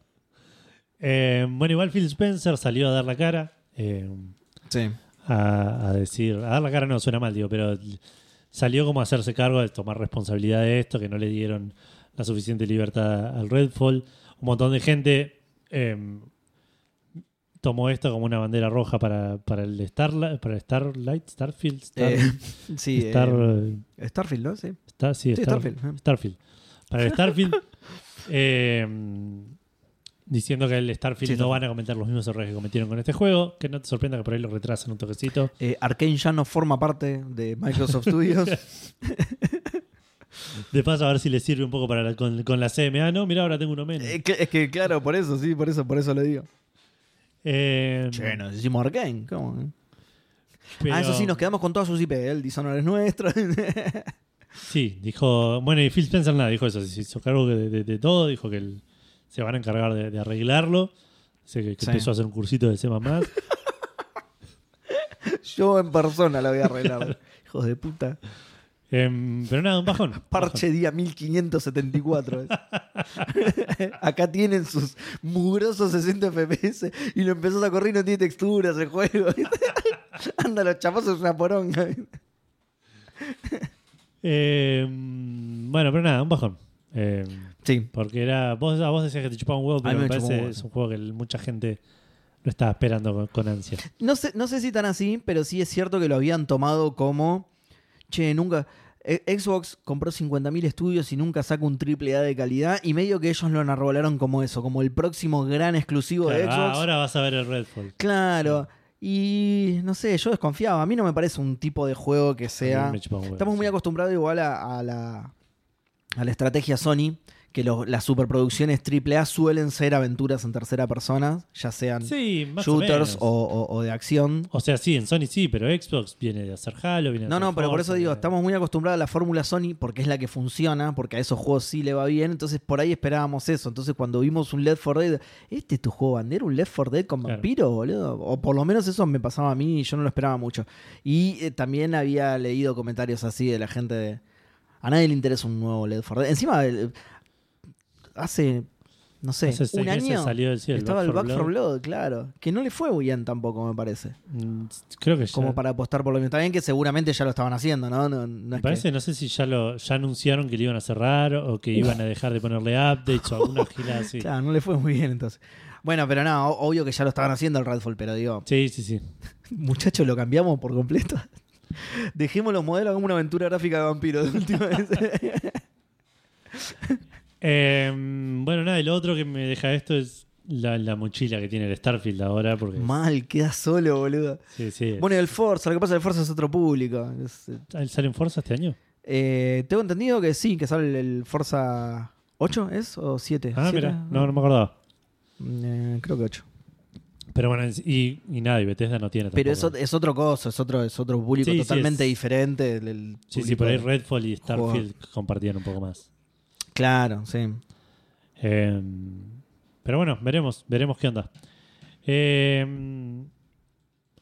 S1: Eh, bueno, igual Phil Spencer salió a dar la cara. eh,
S2: Sí.
S1: a, a decir, a dar la cara no suena mal, digo, pero l- salió como a hacerse cargo de tomar responsabilidad de esto, que no le dieron la suficiente libertad al Redfall. Un montón de gente em, tomó esto como una bandera roja para, para el Starlight, para el Starlight, Starfield, Star-
S2: Eh, sí, eh,
S1: Star-
S2: Starfield, ¿no? Sí.
S1: Star- sí,
S2: sí,
S1: Star-
S2: Starfield, eh.
S1: Starfield. Para el Starfield, em, diciendo que el Starfield
S2: Sí,
S1: no
S2: Starfield.
S1: van a cometer los mismos errores que cometieron con este juego, que no te sorprenda que por ahí lo retrasen un toquecito.
S2: Eh, Arkane ya no forma parte de Microsoft Studios.
S1: De paso, a ver si le sirve un poco para la- con, con la CMA. Ah, No, mira, ahora tengo uno menos.
S2: Eh, que- es que claro, por eso, sí, por eso, por eso lo digo.
S1: Eh,
S2: Che, nos hicimos Arkane. ¿Cómo?
S1: pero-
S2: Ah, eso sí, nos quedamos con todas sus IP. El Dishonored es nuestro.
S1: Sí, dijo. Bueno, y Phil Spencer nada, dijo eso. Se hizo cargo de, de- de todo. Dijo que el- se van a encargar de, de arreglarlo. Dice que, que
S2: Sí.
S1: empezó a hacer un cursito de C. Pero
S2: Yo en persona lo voy a arreglar. Hijos de puta.
S1: Em, nada, un bajón.
S2: Parche día 1574. es. Acá tienen sus mugrosos 60 FPS y lo empezás a correr y no tiene texturas el juego. Anda, los chapazos es una poronga.
S1: Eh, bueno, pero nada, un bajón. Eh,
S2: Sí,
S1: porque era. Vos, a vos decías que te chupaba un huevo,
S2: A mí
S1: pero me
S2: me chupó un
S1: parece
S2: huevo.
S1: es un juego que mucha gente lo estaba esperando con, con ansia.
S2: No sé, no sé si tan así, pero sí es cierto que lo habían tomado como. che, nunca. E- Xbox compró 50.000 estudios y nunca saca un triple A de calidad. Y medio que ellos lo enarbolaron como eso, como el próximo gran exclusivo de
S1: Claro,
S2: Xbox.
S1: ah, ahora vas a ver el Redfall.
S2: Claro. Y no sé, yo desconfiaba. A mí no me parece un tipo de juego que sea.
S1: Me chupa un huevo,
S2: Estamos muy
S1: sí.
S2: acostumbrados igual a, a la, a la estrategia Sony, que los- las superproducciones AAA suelen ser aventuras en tercera persona, ya sean
S1: Sí, más
S2: shooters
S1: o, menos.
S2: o, o- o de acción.
S1: O sea, sí, en Sony sí, pero Xbox viene de hacer Halo, viene de
S2: No,
S1: hacer
S2: no, pero por
S1: Forza,
S2: eso digo,
S1: viene-
S2: estamos muy acostumbrados a la fórmula Sony porque es la que funciona, porque a esos juegos sí le va bien, entonces por ahí esperábamos eso. Entonces cuando vimos un Left 4 Dead, ¿este es tu juego bandera? ¿Un Left 4 Dead con
S1: Claro.
S2: vampiro, boludo? O por lo menos eso me pasaba a mí y yo no lo esperaba mucho. Y eh, también había leído comentarios así de la gente de... A nadie le interesa un nuevo Left 4 Dead. Encima, el- hace, no sé,
S1: Hace seis
S2: un
S1: meses
S2: año
S1: salió del cielo,
S2: estaba el Back 4
S1: Blood.
S2: Blood, claro. Que no le fue bien tampoco, me parece
S1: Mm, Creo que ya.
S2: como para apostar por lo mismo. También que seguramente ya lo estaban haciendo, ¿no? No, no es
S1: Me
S2: que-
S1: parece, no sé si ya lo ya anunciaron que le iban a cerrar o que iban a dejar de ponerle updates o alguna gilada así.
S2: Claro, no le fue muy bien entonces. Bueno, pero no, o- obvio que ya lo estaban haciendo el Redfall, pero digo,
S1: Sí, sí, sí.
S2: muchachos, lo cambiamos por completo. Dejemos los modelos como una aventura gráfica de vampiros de última vez.
S1: Eh, bueno, nada, y lo otro que me deja esto es la, la mochila que tiene el Starfield ahora. Porque,
S2: Mal, queda solo, boludo.
S1: sí, sí.
S2: Bueno, y el Forza, lo que pasa es que el Forza es otro público. Es-
S1: ¿Sale en Forza este año?
S2: eh, tengo entendido que sí, que sale el Forza 8, ¿es? ¿O 7?
S1: Ah,
S2: ¿Siete?
S1: mira, no, no me acordaba.
S2: Eh, creo que 8.
S1: Pero bueno, es- y, y nada, y Bethesda no tiene
S2: Pero es,
S1: tampoco.
S2: ot- es otro cosa, es otro, es otro público
S1: Sí, sí,
S2: totalmente
S1: es-
S2: diferente. del- del
S1: Sí, sí,
S2: público
S1: por ahí
S2: de-
S1: Redfall y Starfield compartían un poco más.
S2: Claro, sí.
S1: Eh, pero bueno, veremos, veremos qué onda. Eh,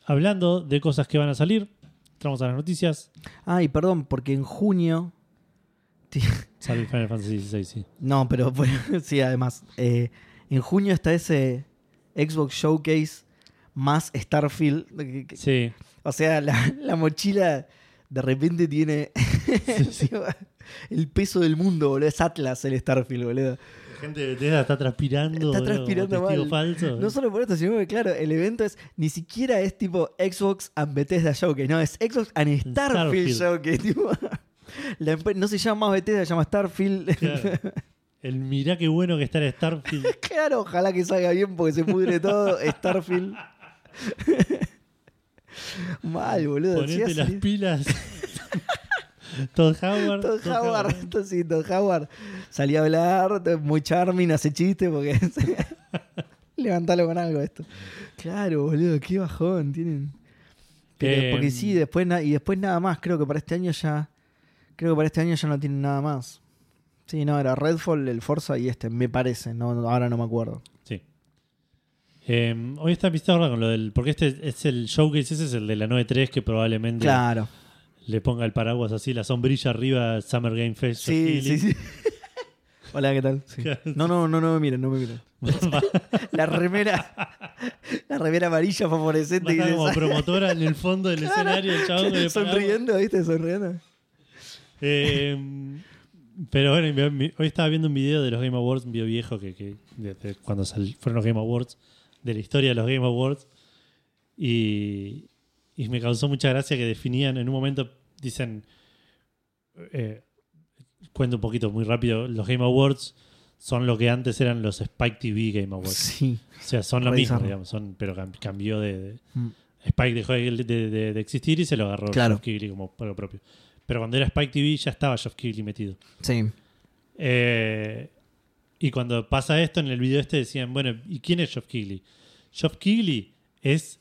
S1: hablando de cosas que van a salir, entramos a las noticias.
S2: Ay, perdón, porque en junio. ti-
S1: Sale Final Fantasy XVI, sí.
S2: No, pero bueno, sí, además. eh, en junio está ese Xbox Showcase más Starfield. que- que-
S1: Sí,
S2: O sea, la, la mochila de repente tiene el peso del mundo, boludo. Es Atlas el Starfield, boludo.
S1: la gente de Bethesda está transpirando.
S2: Está
S1: boludo, como
S2: transpirando
S1: testigo
S2: mal.
S1: falso.
S2: No solo por esto, sino que, claro, el evento es ni siquiera es tipo Xbox and Bethesda Showcase, no, es Xbox and Starfield,
S1: Mm, Starfield.
S2: Showcase. tipo. La empe- no se llama más Bethesda, se llama Starfield.
S1: Claro. El mirá qué bueno que está el Starfield.
S2: claro, ojalá que salga bien porque se pudre todo. Starfield. Mal, boludo. sí,
S1: Ponete
S2: así-
S1: las pilas. Todd Howard.
S2: Todd Howard, Todd- sí, Todd Howard salía a hablar, muy charming, hace chiste porque levantalo con algo esto. Claro, boludo, qué bajón tienen. Pero,
S1: Eh,
S2: porque sí, después na- y después nada más, creo que para este año ya creo que para este año ya no tienen nada más. Sí, no, era Redfall, el Forza y este, me parece, no, no- ahora no me acuerdo.
S1: Sí. Eh, hoy está pistado ahora con lo del. Porque este es el showcase, ese es el de la 9.3 que probablemente
S2: Claro.
S1: le ponga el paraguas así, la sombrilla arriba, Summer Game Fest.
S2: Sí, sí, sí. Hola, ¿qué tal? Sí.
S1: Claro.
S2: No, no, no, no me miren, no me miren. La remera, la remera amarilla fosforescente y
S1: Baja como
S2: dice,
S1: promotora en el fondo del escenario, el chabón con el paraguas.
S2: Sonriendo, ¿viste? Sonriendo.
S1: Eh, pero bueno, me- me- hoy estaba viendo un video de los Game Awards, un video viejo que, que desde cuando sal- fueron los Game Awards, de la historia de los Game Awards, y, y me causó mucha gracia que definían en un momento, dicen, eh, cuento un poquito muy rápido, los Game Awards son lo que antes eran los Spike TV Game Awards.
S2: Sí.
S1: O sea, son lo
S2: Re
S1: mismo,
S2: bizarro.
S1: digamos, son, pero cam- cambió de, de-
S2: Mm.
S1: Spike dejó de, de- de- de existir y se lo agarró
S2: Claro.
S1: Jeff Keighley como para lo propio. Pero cuando era Spike TV ya estaba Jeff Keighley metido.
S2: Sí.
S1: Eh, y cuando pasa esto en el video este decían, bueno, ¿y quién es Jeff Keighley? Jeff Keighley es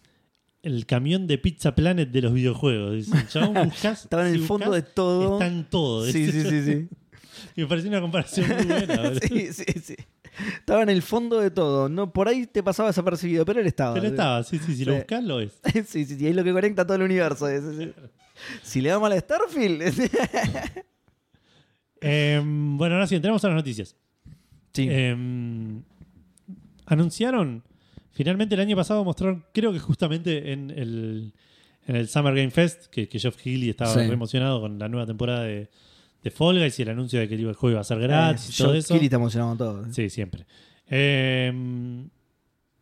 S1: el camión de Pizza Planet de los videojuegos. Dicen, chabón, buscás,
S2: Estaba en
S1: si
S2: el fondo de
S1: buscás,
S2: todo.
S1: Está en todo.
S2: Sí, sí, sí, sí.
S1: Y me pareció una comparación muy buena. boludo.
S2: sí, sí, sí. Estaba en el fondo de todo. No, por ahí te pasaba desapercibido, pero él estaba.
S1: Pero estaba, sí, sí, si lo
S2: Sí.
S1: buscás lo es.
S2: Sí, sí, sí. Es lo que conecta a todo el universo. Sí, sí, sí. Si le damos a la Starfield.
S1: Eh, bueno, ahora sí, entramos a las noticias.
S2: Sí.
S1: Eh, anunciaron, finalmente el año pasado mostraron, creo que justamente en el, en el Summer Game Fest, que, que Geoff Keighley estaba
S2: Sí.
S1: re emocionado con la nueva temporada de, de Fall Guys y el anuncio de que el juego iba a ser
S2: Eh,
S1: gratis y todo eso.
S2: Kiri te emocionaba todo.
S1: Sí, siempre. Eh,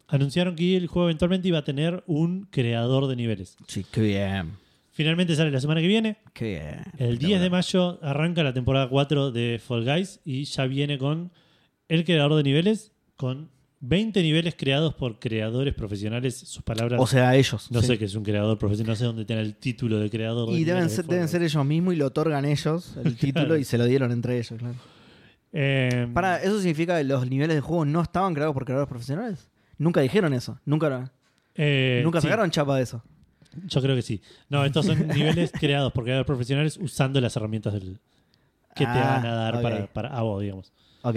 S1: anunciaron que el juego eventualmente iba a tener un creador de niveles.
S2: Sí, qué bien.
S1: Finalmente sale la semana que viene.
S2: Qué bien.
S1: El 10 de mayo arranca la temporada 4 de Fall Guys y ya viene con el creador de niveles, con 20 niveles creados por creadores profesionales. Sus palabras,
S2: O sea, ellos.
S1: no
S2: sí.
S1: sé qué es un creador profesional, no sé dónde tiene el título de creador. de
S2: Y deben
S1: niveles de
S2: ser, deben
S1: Fall
S2: ser ellos mismos y lo otorgan ellos el título y se lo dieron entre ellos, claro.
S1: Guys. Eh,
S2: Para, ¿eso significa que los niveles de juego no estaban creados por creadores profesionales? Nunca dijeron eso. Nunca,
S1: eh,
S2: nunca
S1: sí,
S2: sacaron chapa de eso.
S1: Yo creo que sí. No, estos son niveles creados por creadores profesionales usando las herramientas del, que te
S2: Ah,
S1: van a dar
S2: ok.
S1: para, para- a vos, digamos.
S2: Ok.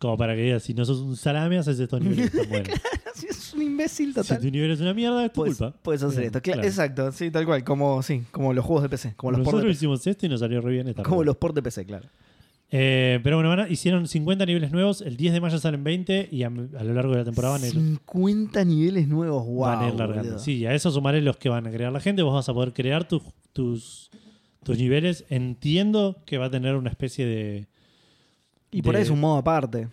S1: Como para que digas, si no sos un salame, haces estos niveles tan buenos.
S2: Así es un imbécil
S1: si
S2: total.
S1: tu nivel es una mierda, es tu
S2: puedes,
S1: culpa.
S2: puedes hacer
S1: Bien,
S2: esto. Cla-
S1: claro.
S2: Exacto, sí, tal cual. Como, sí, como los juegos de PC. Como los, ports
S1: Nosotros
S2: de,
S1: hicimos esto y nos salió re bien esta
S2: PC, como
S1: vez.
S2: los ports de PC, claro.
S1: Eh, pero bueno, van a- hicieron 50 niveles nuevos. El 10 de mayo salen 20 y a, a lo largo de la temporada van a ir,
S2: 50 niveles nuevos, wow.
S1: van a ir largando.
S2: boludo.
S1: Sí, y a eso sumaré los que van a crear la gente. Vos vas a poder crear tus, tus, tus niveles. Entiendo que va a tener una especie de.
S2: y por ahí
S1: de-
S2: es un modo aparte.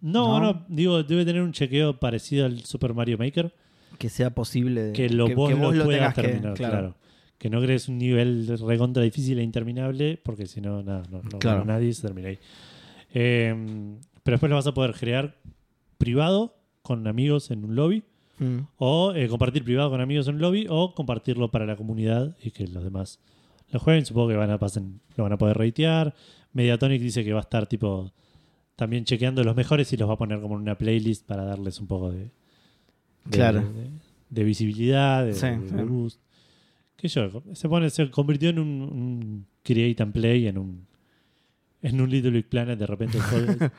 S1: No,
S2: ¿No?
S1: no, digo, debe tener un chequeo parecido al Super Mario Maker.
S2: Que sea posible. de-
S1: Que lo, vos,
S2: que
S1: lo puedas terminar, claro. Que no crees un nivel recontra difícil e interminable, porque si no, nada, no, no
S2: Claro.
S1: gana nadie y se termina ahí. Eh, pero después lo vas a poder crear privado con amigos en un lobby,
S2: Mm.
S1: o eh, compartir privado con amigos en un lobby, o compartirlo para la comunidad y que los demás lo jueguen. Supongo que van a pasen, lo van a poder reitear. Mediatonic dice que va a estar tipo también chequeando los mejores y los va a poner como en una playlist para darles un poco de, de-
S2: Claro.
S1: de, de visibilidad, de,
S2: Sí,
S1: de
S2: sí.
S1: boost. Qué sé yo, se pone, se convirtió en un, un create and play, en un en un Little Big Planet de repente. el juego.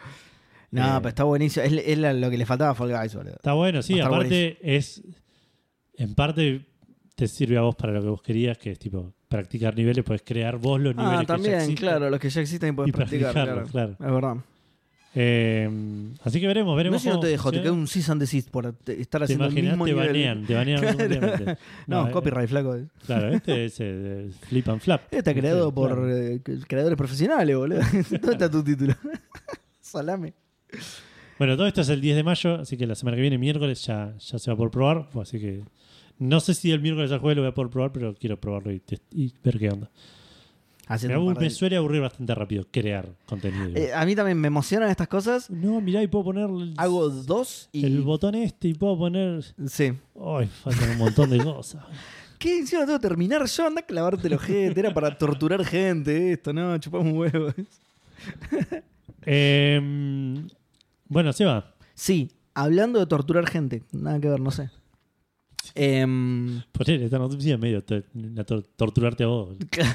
S2: No,
S1: Eh,
S2: pero está buenísimo. Es, es la- lo que le faltaba a Fall Guys, boludo.
S1: Está bueno, sí,
S2: Va a estar
S1: aparte es en parte te sirve a vos para lo que vos querías, que es tipo practicar niveles, puedes crear vos los niveles
S2: Ah,
S1: que ya
S2: también,
S1: existen
S2: claro, los que ya existen y
S1: y
S2: puedes practicar,
S1: practicarlos,
S2: claro.
S1: claro.
S2: Es verdad.
S1: Eh, así que veremos, veremos.
S2: No sé si no
S1: cómo
S2: te dejo, te
S1: funciona.
S2: queda un cease and desist por te- estar
S1: Te
S2: haciendo el
S1: imaginas,
S2: mismo
S1: te
S2: nivel.
S1: banean, te banean
S2: Claro.
S1: automáticamente.
S2: No,
S1: eh,
S2: copyright, flaco.
S1: Claro, este es eh, Flip and Flap.
S2: Este
S1: Este,
S2: Está creado por eh, creadores profesionales, boludo. ¿Dónde está tu título? Salame.
S1: Bueno, todo esto es el 10 de mayo, así que la semana que viene, miércoles, ya, ya se va por probar. Así que no sé si el miércoles al jueves lo voy a poder probar, pero quiero probarlo y, test- y ver qué onda. Me,
S2: Haciendo un
S1: abu-
S2: par de-
S1: me suele aburrir bastante rápido crear contenido.
S2: Eh, a mí también me emocionan estas cosas.
S1: no, mirá, y puedo poner el,
S2: Hago dos y.
S1: el botón este y puedo poner.
S2: Sí.
S1: Ay, faltan un montón de cosas.
S2: ¿Qué encima tengo que terminar yo? Anda a clavarte los gente. Era para torturar gente esto, no, chupamos un huevo.
S1: Em, bueno, Seba,
S2: Sí, hablando de torturar gente, nada que ver, no sé. Em,
S1: poner esta noticia es medio te- una tor- torturarte a vos.
S2: Claro.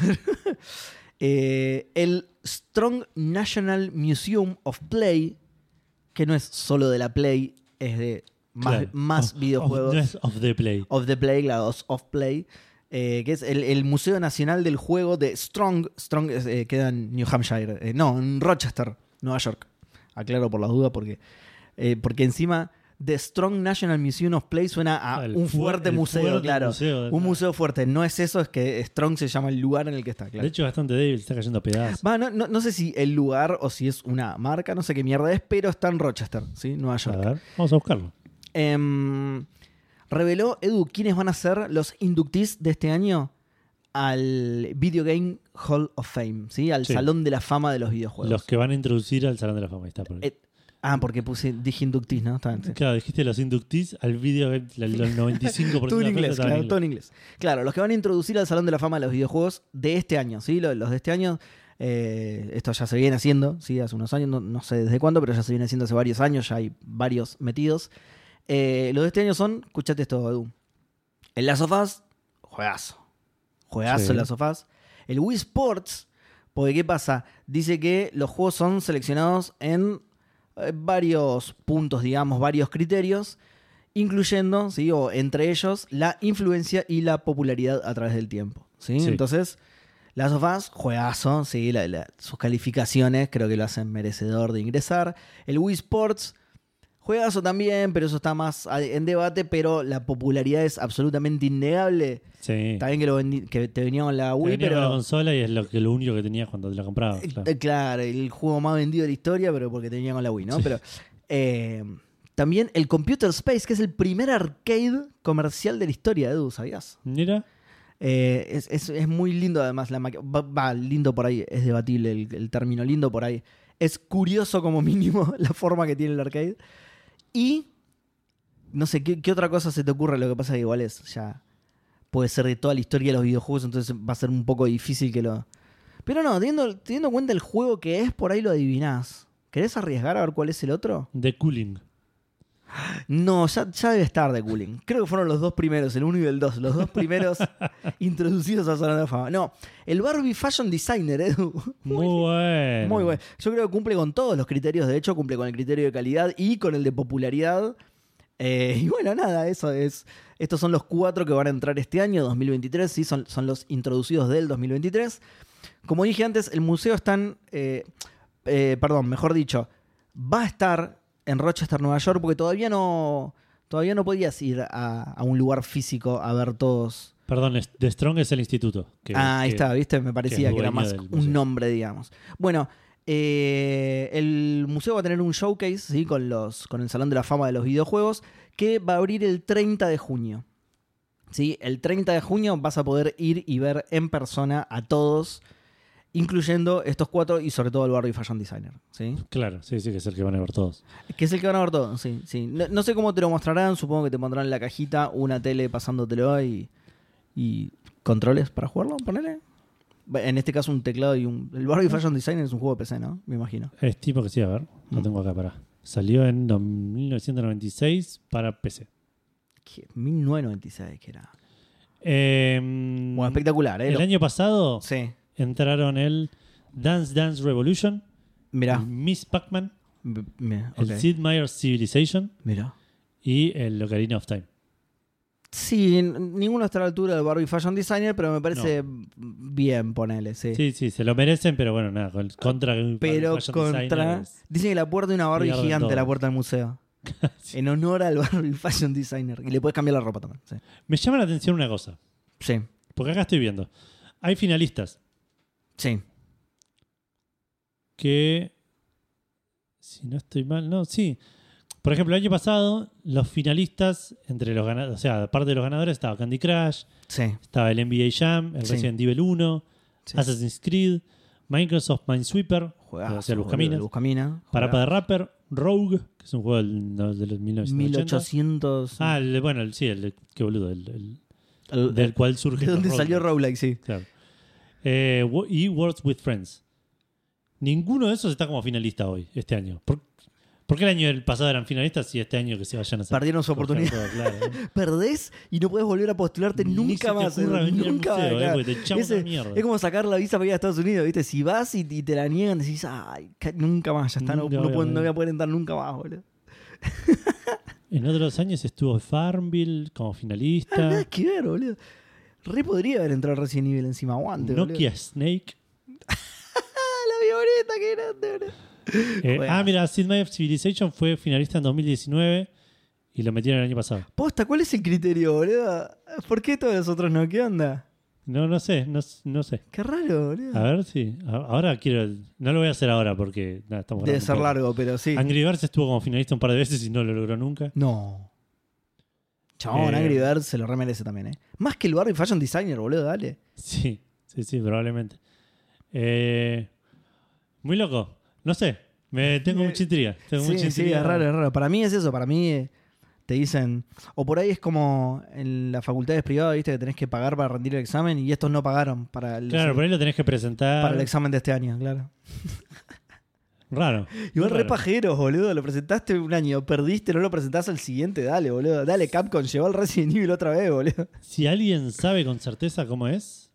S2: Eh, el Strong National Museum of Play, que no es solo de la Play, es de más,
S1: Claro.
S2: más
S1: Of- of-
S2: videojuegos.
S1: no es of the play.
S2: Of the Play, claro, os- of Play, eh, que es el, el Museo Nacional del Juego de Strong. Strong es, eh, queda en New Hampshire, eh, no, en Rochester, Nueva York. Aclaro por las dudas porque, eh, porque encima The Strong National Museum of Play suena a
S1: Ah, el
S2: un
S1: fu-
S2: fuerte
S1: el
S2: museo,
S1: fuerte
S2: claro.
S1: museo,
S2: un
S1: claro.
S2: museo fuerte. No es eso, es que Strong se llama el lugar en el que está,
S1: De
S2: claro.
S1: hecho, es bastante débil, está cayendo a pedazos.
S2: Va, no, no- no sé si el lugar o si es una marca, no sé qué mierda es, pero está en Rochester, ¿sí? Nueva
S1: A
S2: York.
S1: ver, vamos a buscarlo.
S2: Em, reveló Edu quiénes van a ser los inductees de este año al Video Game Hall of Fame, ¿sí? Al
S1: Sí.
S2: Salón de la Fama de los Videojuegos.
S1: Los que van a introducir al Salón de la Fama. ahí Está por ahí.
S2: Eh, ah, porque puse, dije inductees, ¿no? Está bien, sí.
S1: Claro, dijiste los inductees al video del 95%
S2: Todo
S1: de
S2: en
S1: la
S2: inglés,
S1: gente estaba
S2: claro,
S1: en
S2: todo en inglés. Claro, los que van a introducir al Salón de la Fama de los Videojuegos de este año, ¿sí? Lo- Los de este año, eh, esto ya se viene haciendo, ¿sí? Hace unos años, no, no sé desde cuándo, pero ya se viene haciendo hace varios años, ya hay varios metidos. Eh, los de este año son, escuchate esto, Edu. El Last of Us, juegazo. Juegazo
S1: Sí.
S2: el Last of Us. El Wii Sports, porque ¿qué pasa? Dice que los juegos son seleccionados en eh, varios puntos, digamos, varios criterios incluyendo, ¿sí? o entre ellos, la influencia y la popularidad a través del tiempo. ¿sí?
S1: Sí.
S2: Entonces, Last of Us, juegazo, ¿sí? La- la- sus calificaciones creo que lo hacen merecedor de ingresar. El Wii Sports, juegazo también, pero eso está más a- en debate, pero la popularidad es absolutamente innegable.
S1: Sí.
S2: Está bien que, lo vendi- que te venía con la
S1: Te
S2: Wii,
S1: venía con la
S2: pero...
S1: consola y es lo, que, lo único que tenías cuando te la comprabas.
S2: Eh,
S1: claro.
S2: Claro. el juego más vendido de la historia, pero porque te venía con la Wii, ¿no? Pero eh, también el Computer Space, que es el primer arcade comercial de la historia, Edu, ¿sabías?
S1: Mira,
S2: Eh, es, es- es muy lindo además la maqui- va, va, lindo por ahí, es debatible el, el término lindo por ahí. Es curioso como mínimo la forma que tiene el arcade. Y no sé, ¿qué, qué otra cosa se te ocurre? Lo que pasa es que igual es ya puede ser de toda la historia de los videojuegos, entonces va a ser un poco difícil que lo... Pero no, teniendo, teniendo en cuenta el juego que es, por ahí lo adivinás. ¿Querés arriesgar a ver cuál es el otro?
S1: The Cooling.
S2: No, ya, ya debe estar de Cooling. Creo que fueron los dos primeros, el uno y el dos. Los dos primeros introducidos a Salón de la Fama. No, el Barbie Fashion Designer, Edu.
S1: Muy, bueno.
S2: Muy bueno. Yo creo que cumple con todos los criterios. De hecho, cumple con el criterio de calidad y con el de popularidad. Eh, y bueno, nada, eso es. Estos son los cuatro que van a entrar este año, 2023. Sí, son, son los introducidos del 2023. Como dije antes, el museo está en. eh, eh, perdón, mejor dicho, va a estar en Rochester, Nueva York, porque todavía no. Todavía no podías ir a, a un lugar físico a ver todos.
S1: Perdón, es- The Strong es el instituto. que-
S2: Ah, ahí
S1: que-
S2: está, ¿viste? Me parecía que, era
S1: dueño
S2: más
S1: del museo.
S2: un nombre, digamos. Bueno, eh, el museo va a tener un showcase ¿sí? con, los, con el Salón de la Fama de los Videojuegos que va a abrir el 30 de junio. ¿sí? El 30 de junio vas a poder ir y ver en persona a todos, incluyendo estos cuatro y sobre todo al Barbie Fashion Designer. ¿sí?
S1: Claro, sí, sí, que es el que van a ver todos.
S2: Que es el que van a ver todos, sí. sí. No, no sé cómo te lo mostrarán, supongo que te pondrán en la cajita una tele pasándotelo y, y controles para jugarlo, ponele. En este caso un teclado y un... El
S1: Mm.
S2: Barbie Fashion Design es un juego de PC, ¿no? Me imagino.
S1: Estimo que sí, a ver. Lo
S2: Mm.
S1: tengo acá, pará. Salió en 1996 para PC.
S2: Que 1996 que era.
S1: Eh,
S2: Bueno, espectacular, ¿eh?
S1: el
S2: Lo-
S1: año pasado
S2: Sí.
S1: entraron el Dance Dance Revolution,
S2: Mirá.
S1: el Miss Pac-Man,
S2: M- Mirá.
S1: Mm. el
S2: ok.
S1: Sid Meier's Civilization
S2: Mirá.
S1: y el Ocarina of Time.
S2: Sí, n- ninguno está a la altura del Barbie Fashion Designer, pero me parece bien, ponele, sí.
S1: Sí, sí, se lo merecen, pero bueno, nada, con- contra.
S2: Pero
S1: Fashion
S2: contra.
S1: Designers.
S2: Dicen que la puerta de una Barbie
S1: Pierden
S2: gigante, la
S1: todas.
S2: puerta del museo.
S1: Sí.
S2: En honor al Barbie Fashion Designer. Y le puedes cambiar la ropa también. Sí.
S1: Me llama la atención una cosa,
S2: Sí.
S1: porque acá estoy viendo. Hay finalistas
S2: sí.
S1: que. Si no estoy mal, no, sí. Por ejemplo, el año pasado, los finalistas, entre los ganadores, o sea, aparte de los ganadores, estaba Candy Crush,
S2: Sí.
S1: estaba el NBA Jam, el
S2: Sí.
S1: Resident Evil 1,
S2: sí.
S1: Assassin's Creed, Microsoft Minesweeper,
S2: Juegazo,
S1: o sea,
S2: boludo,
S1: Buscaminas,
S2: Buscamina.
S1: Parapa de
S2: Juegazo.
S1: Rapper, Rogue, que es un juego del, no, de los 1980.
S2: 1800.
S1: Ah, el- bueno, el- sí, el, qué boludo, el- el-
S2: El-
S1: del cual surge.
S2: ¿De dónde salió
S1: Rogue?
S2: Rowley? Sí.
S1: Claro. Eh, wo- y Words with Friends. Ninguno de esos está como finalista hoy, este año. ¿Por, por qué el año del pasado eran finalistas y este año que se vayan a hacer?
S2: Perdieron su
S1: coger
S2: oportunidad.
S1: todo, claro. eh?
S2: Perdés y no puedes volver a postularte
S1: Ni se
S2: nunca
S1: te
S2: más.
S1: ocurra
S2: eh,
S1: venir al
S2: nunca.
S1: museo, eh,
S2: claro.
S1: porque te echamos
S2: Ese-
S1: la mierda.
S2: Es como sacar la visa para ir a Estados Unidos, ¿viste? Si vas y, y te la niegan, decís, ay, ca- nunca más, ya está, no,
S1: Nunca
S2: no
S1: voy a
S2: puedo- no
S1: poder.
S2: voy a poder entrar nunca más, boludo.
S1: En otros años estuvo Farmville como
S2: Ah, nada
S1: finalista.
S2: que ver, boludo. Re podría haber entrado recién nivel encima, aguante, boludo.
S1: Nokia Snake.
S2: Ah, la violeta, qué grande, boludo.
S1: Eh,
S2: Juegas.
S1: ah, mira, Sid Meier's Civilization fue finalista en 2019 y lo metieron el año pasado.
S2: Posta, ¿cuál es el criterio, boludo? ¿Por qué todos los otros no? ¿Qué onda?
S1: No, no sé, no, s- no sé.
S2: Qué raro,
S1: A
S2: boludo.
S1: ver si. a- Ahora quiero. No lo voy a hacer ahora porque. nada, estamos grabando
S2: Debe
S1: un
S2: ser
S1: poco.
S2: largo, pero sí.
S1: Angry Birds estuvo como finalista un par de veces y no lo logró nunca.
S2: No. Chabón,
S1: Eh.
S2: Angry Birds se lo remerece también, ¿eh? Más que el Barbie Fashion Designer, boludo, dale.
S1: Sí, sí, sí, probablemente. Eh, muy loco. No sé. Me tengo
S2: Eh,
S1: mucha intriga. Tengo mucha
S2: Sí, sí,
S1: intriga.
S2: es raro, es raro. Para mí es eso, para mí eh, te dicen. O por ahí es como en las facultades privadas, viste, que tenés que pagar para rendir el examen y estos no pagaron para el,
S1: Claro, por ahí lo tenés que presentar.
S2: para el examen de este año, claro.
S1: Raro.
S2: Igual
S1: Muy
S2: re
S1: raro.
S2: pajeros, boludo. Lo presentaste un año, perdiste, no lo presentás al siguiente. Dale, boludo. Dale, Capcom, llevó al Resident Evil otra vez, boludo.
S1: Si alguien sabe con certeza cómo es,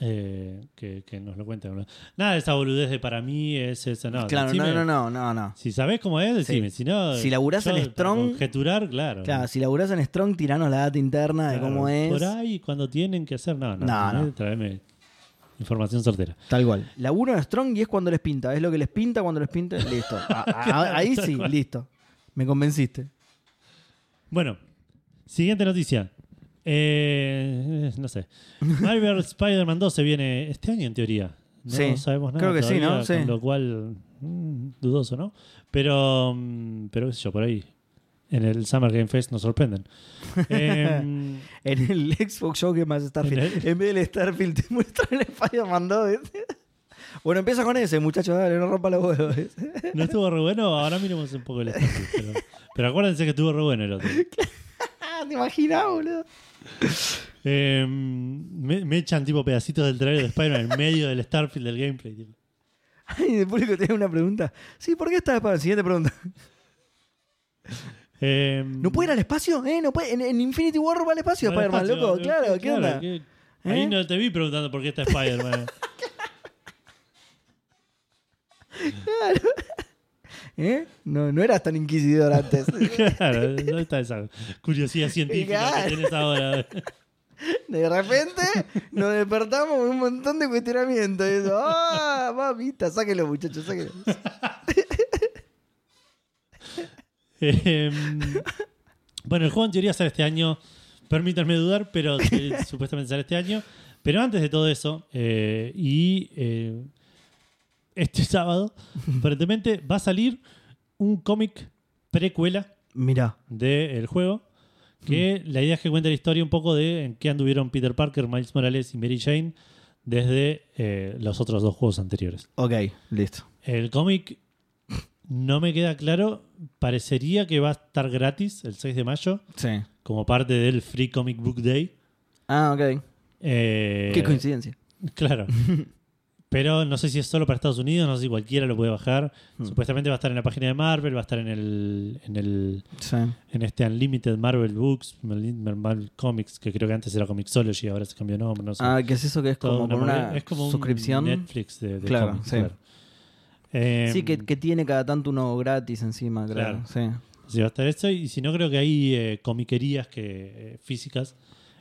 S1: eh, que, que nos lo cuente. ¿no? Nada de esa boludez de para mí es eso. No,
S2: claro, no,
S1: decime.
S2: no, no, no, no.
S1: Si sabés cómo es, decime. Si no.
S2: Si laburás
S1: yo,
S2: en Strong-
S1: Conjeturar, claro.
S2: Claro, si laburás en Strong, tiranos la data interna de
S1: Claro,
S2: cómo es.
S1: Por ahí, cuando tienen que hacer. No, no.
S2: No,
S1: traeme-
S2: no.
S1: traeme información certera.
S2: Tal cual. Laburo en Strong y es cuando les pinta. Es lo que les pinta, cuando les pinta. Listo. A- a- ahí sí, listo. Me convenciste.
S1: Bueno, siguiente noticia. Eh, no sé. Marvel Spider-Man 2 se viene este año en teoría. No
S2: Sí,
S1: sabemos nada.
S2: creo que sí,
S1: todavía,
S2: ¿no? Sí.
S1: Con lo cual, mm, dudoso, ¿no? Pero, mm, pero qué sé yo, por ahí. en el Summer Game Fest nos sorprenden. Em,
S2: En el Xbox Show que más
S1: En
S2: Starfield.
S1: el-
S2: En vez del Starfield te muestran el Spider-Man 2. ¿viste? Bueno, empieza con ese, muchachos, dale, no rompa los huevos. ¿viste?
S1: no estuvo re bueno, ahora miremos un poco el Starfield. Pero, pero acuérdense que estuvo re bueno el otro.
S2: Ah, ¿Te imaginas, boludo?
S1: Em, me, me echan tipo pedacitos del trailer de Spider-Man en medio del Starfield del gameplay. tipo.
S2: Ay, el público tiene una pregunta. Sí, ¿por qué está para la Siguiente pregunta.
S1: Em,
S2: ¿No puede ir al espacio? ¿Eh? ¿No puede? ¿En, en Infinity War va al espacio
S1: para el
S2: Spider-Man,
S1: espacio,
S2: loco?
S1: eh,
S2: Claro, ¿qué onda?
S1: que- Ahí
S2: ¿Eh?
S1: no te vi preguntando por qué está Spider-Man.
S2: ¿Eh? No, no eras tan inquisidor antes.
S1: claro, ¿dónde está esa curiosidad científica
S2: Claro.
S1: que tenés ahora?
S2: De repente nos despertamos con un montón de cuestionamientos. Y eso, ¡ah! Mamita, sáquenlo, muchachos, sáquenlo.
S1: Em, bueno, el juego en teoría sale este año. Permítanme dudar, pero eh, supuestamente sale este año. Pero antes de todo eso, eh, y eh, este sábado, aparentemente va a salir un cómic precuela
S2: Mirá.
S1: del juego. Que la idea es que cuente la historia un poco de en qué anduvieron Peter Parker, Miles Morales y Mary Jane desde eh, los otros dos juegos anteriores.
S2: Ok, listo.
S1: El cómic no me queda claro. Parecería que va a estar gratis el 6 de mayo
S2: Sí.
S1: como parte del Free Comic Book Day.
S2: Ah, ok.
S1: Eh,
S2: Qué coincidencia.
S1: Claro. Pero no sé si es solo para Estados Unidos, no sé si cualquiera lo puede bajar.
S2: Hmm.
S1: Supuestamente va a estar en la página de Marvel, va a estar en el, en el
S2: Sí.
S1: en este Unlimited Marvel Books, Marvel Comics, que creo que antes era Comixology, ahora se cambió de nombre, no sé.
S2: Ah, ¿qué es eso que es
S1: Todo
S2: como con
S1: model-
S2: una
S1: es como un
S2: suscripción?
S1: Netflix de, de
S2: Claro,
S1: cómics,
S2: sí.
S1: Eh,
S2: Sí, que, que tiene cada tanto uno gratis encima, claro.
S1: Claro.
S2: Sí.
S1: sí, va a estar eso, y si no, creo que hay eh, comiquerías que, eh, físicas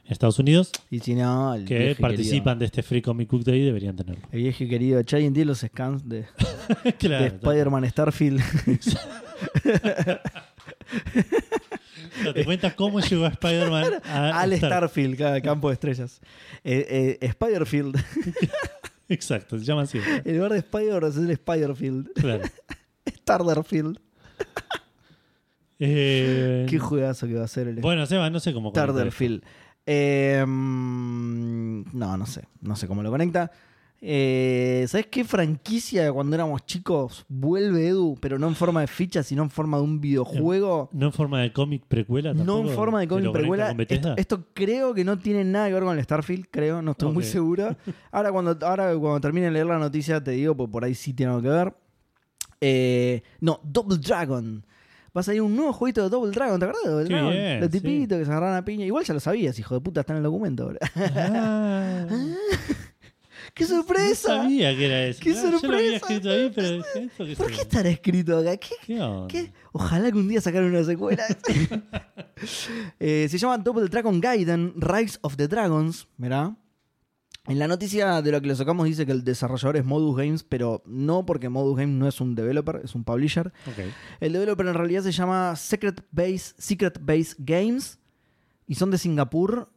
S1: en Estados Unidos
S2: Y si no, el
S1: que
S2: viejo y
S1: participan de este Free Comic Book Day y deberían tenerlo.
S2: querido. El viejo y querido. Che, hoy en día los scans de,
S1: claro,
S2: de Spider-Man Starfield.
S1: no, te cuentas cómo llegó Spider-Man a
S2: Al
S1: estar-
S2: Starfield, cada campo de estrellas. Eh, eh, Spiderfield.
S1: Exacto, se llama así.
S2: En lugar de Spider es el Spiderfield.
S1: Claro.
S2: Starderfield.
S1: Eh,
S2: Qué juegazo que va a ser el
S1: bueno, Seba, no sé cómo. conectar
S2: Starderfield. Eh, mm, no, no sé. No sé cómo lo conecta. Eh, ¿Sabes qué franquicia de cuando éramos chicos vuelve Edu, pero no en forma de ficha, sino en forma de un videojuego?
S1: No en forma de cómic precuela.
S2: No en
S1: tampoco,
S2: forma de
S1: que lo
S2: cómic
S1: conectan
S2: precuela.
S1: con Bethesda.
S2: Esto, esto creo que no tiene nada que ver con el Starfield, creo, no estoy muy
S1: Ok.
S2: seguro. Ahora cuando, ahora cuando termine de leer la noticia te digo, pues por ahí sí tiene algo que ver. Eh, no, Double Dragon. Va a salir un nuevo jueguito de Double Dragon, ¿te acuerdas de Double
S1: Qué
S2: Dragon?
S1: bien,
S2: Los tipitos que se agarraban a piña. Igual ya lo sabías, hijo de puta, está en el documento. boludo.
S1: Ah,
S2: ¡Qué
S1: no
S2: sorpresa!
S1: sabía que era eso.
S2: ¡Qué
S1: Claro, Yo lo había
S2: sorpresa!
S1: escrito ahí, pero dije, ¿esto qué
S2: ¿Por
S1: es?
S2: qué estará escrito acá? ¿Qué,
S1: ¿Qué onda?
S2: ¿Qué? Ojalá que un día sacaran una secuela. Eh, se llama Double Dragon Gaiden Rise of the Dragons, mirá. En la noticia de lo que lo sacamos dice que el desarrollador es Modus Games, pero no porque Modus Games no es un developer, es un publisher.
S1: Ok.
S2: El developer en realidad se llama Secret Base, Secret Base Games y son de Singapur.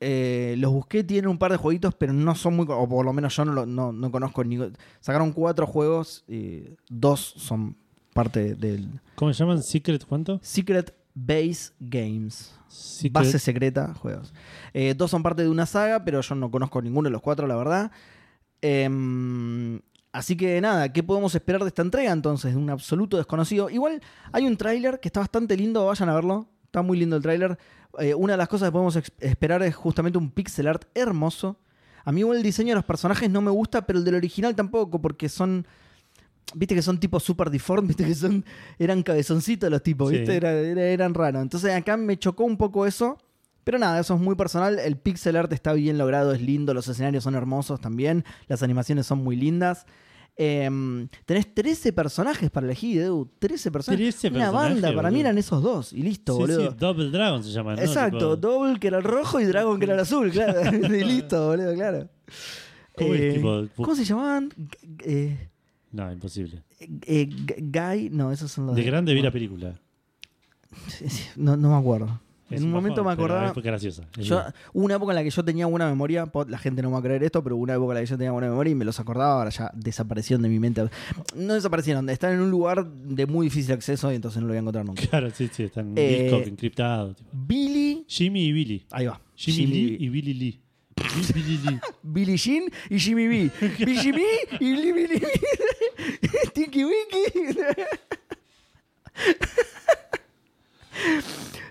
S2: Eh, los busqué, tienen un par de jueguitos, pero no son muy. co- O por lo menos yo no, lo- no, no conozco. Ni, sacaron cuatro juegos, eh, dos son parte del
S1: ¿Cómo se llaman? ¿Secret cuánto?
S2: Secret Base Games.
S1: Secret-
S2: Base secreta, juegos. Eh, dos son parte de una saga, pero yo no conozco ninguno de los cuatro, la verdad. Em, así que nada, ¿qué podemos esperar de esta entrega entonces? De un absoluto desconocido. Igual hay un tráiler que está bastante lindo, vayan a verlo. Está muy lindo el tráiler. Eh, una de las cosas que podemos ex- esperar es justamente un pixel art hermoso. A mí igual el diseño de los personajes no me gusta, pero el del original tampoco, porque son... Viste que son tipo super deform, viste que son... Eran cabezoncitos los tipos,
S1: Sí.
S2: viste, Era- era- eran raros. Entonces acá me chocó un poco eso. Pero nada, eso es muy personal. El pixel art está bien logrado, es lindo, los escenarios son hermosos también, las animaciones son muy lindas. Em, tenés 13 personajes para elegir, Edu. 13 personajes.
S1: 13
S2: Una
S1: personajes,
S2: banda, para mí
S1: boludo.
S2: eran esos dos. Y listo,
S1: Sí,
S2: boludo.
S1: sí, Double Dragon se llama, ¿no?
S2: Exacto,
S1: Tipo,
S2: Double que era el rojo y Dragon que era el azul, claro. y listo, boludo, claro. Eh,
S1: ¿Cómo es, tipo?
S2: ¿Cómo se llamaban? G- eh,
S1: No, imposible.
S2: eh, G- Guy, no, esos son los
S1: De grande vi la película.
S2: No, no me acuerdo.
S1: Es
S2: En un
S1: bajón,
S2: momento me
S1: pero
S2: acordaba-
S1: Fue graciosa. Es
S2: Yo-
S1: linda.
S2: hubo una época en la que yo tenía buena memoria, po- la gente no me va a creer esto, pero hubo una época en la que yo tenía buena memoria y me los acordaba, ahora ya desaparecieron de mi mente. No desaparecieron, están en un lugar de muy difícil acceso y entonces no lo voy a encontrar nunca.
S1: Claro, sí, sí, están
S2: Eh,
S1: discos encriptados. tipo.
S2: Billy,
S1: Jimmy y Billy.
S2: ahí va.
S1: Jimmy, Lee y Billy Lee. Bi- Billy Lee.
S2: Billy Jean y Jimmy B. Billy Jimmy y Billy Billy. Tinky Winky.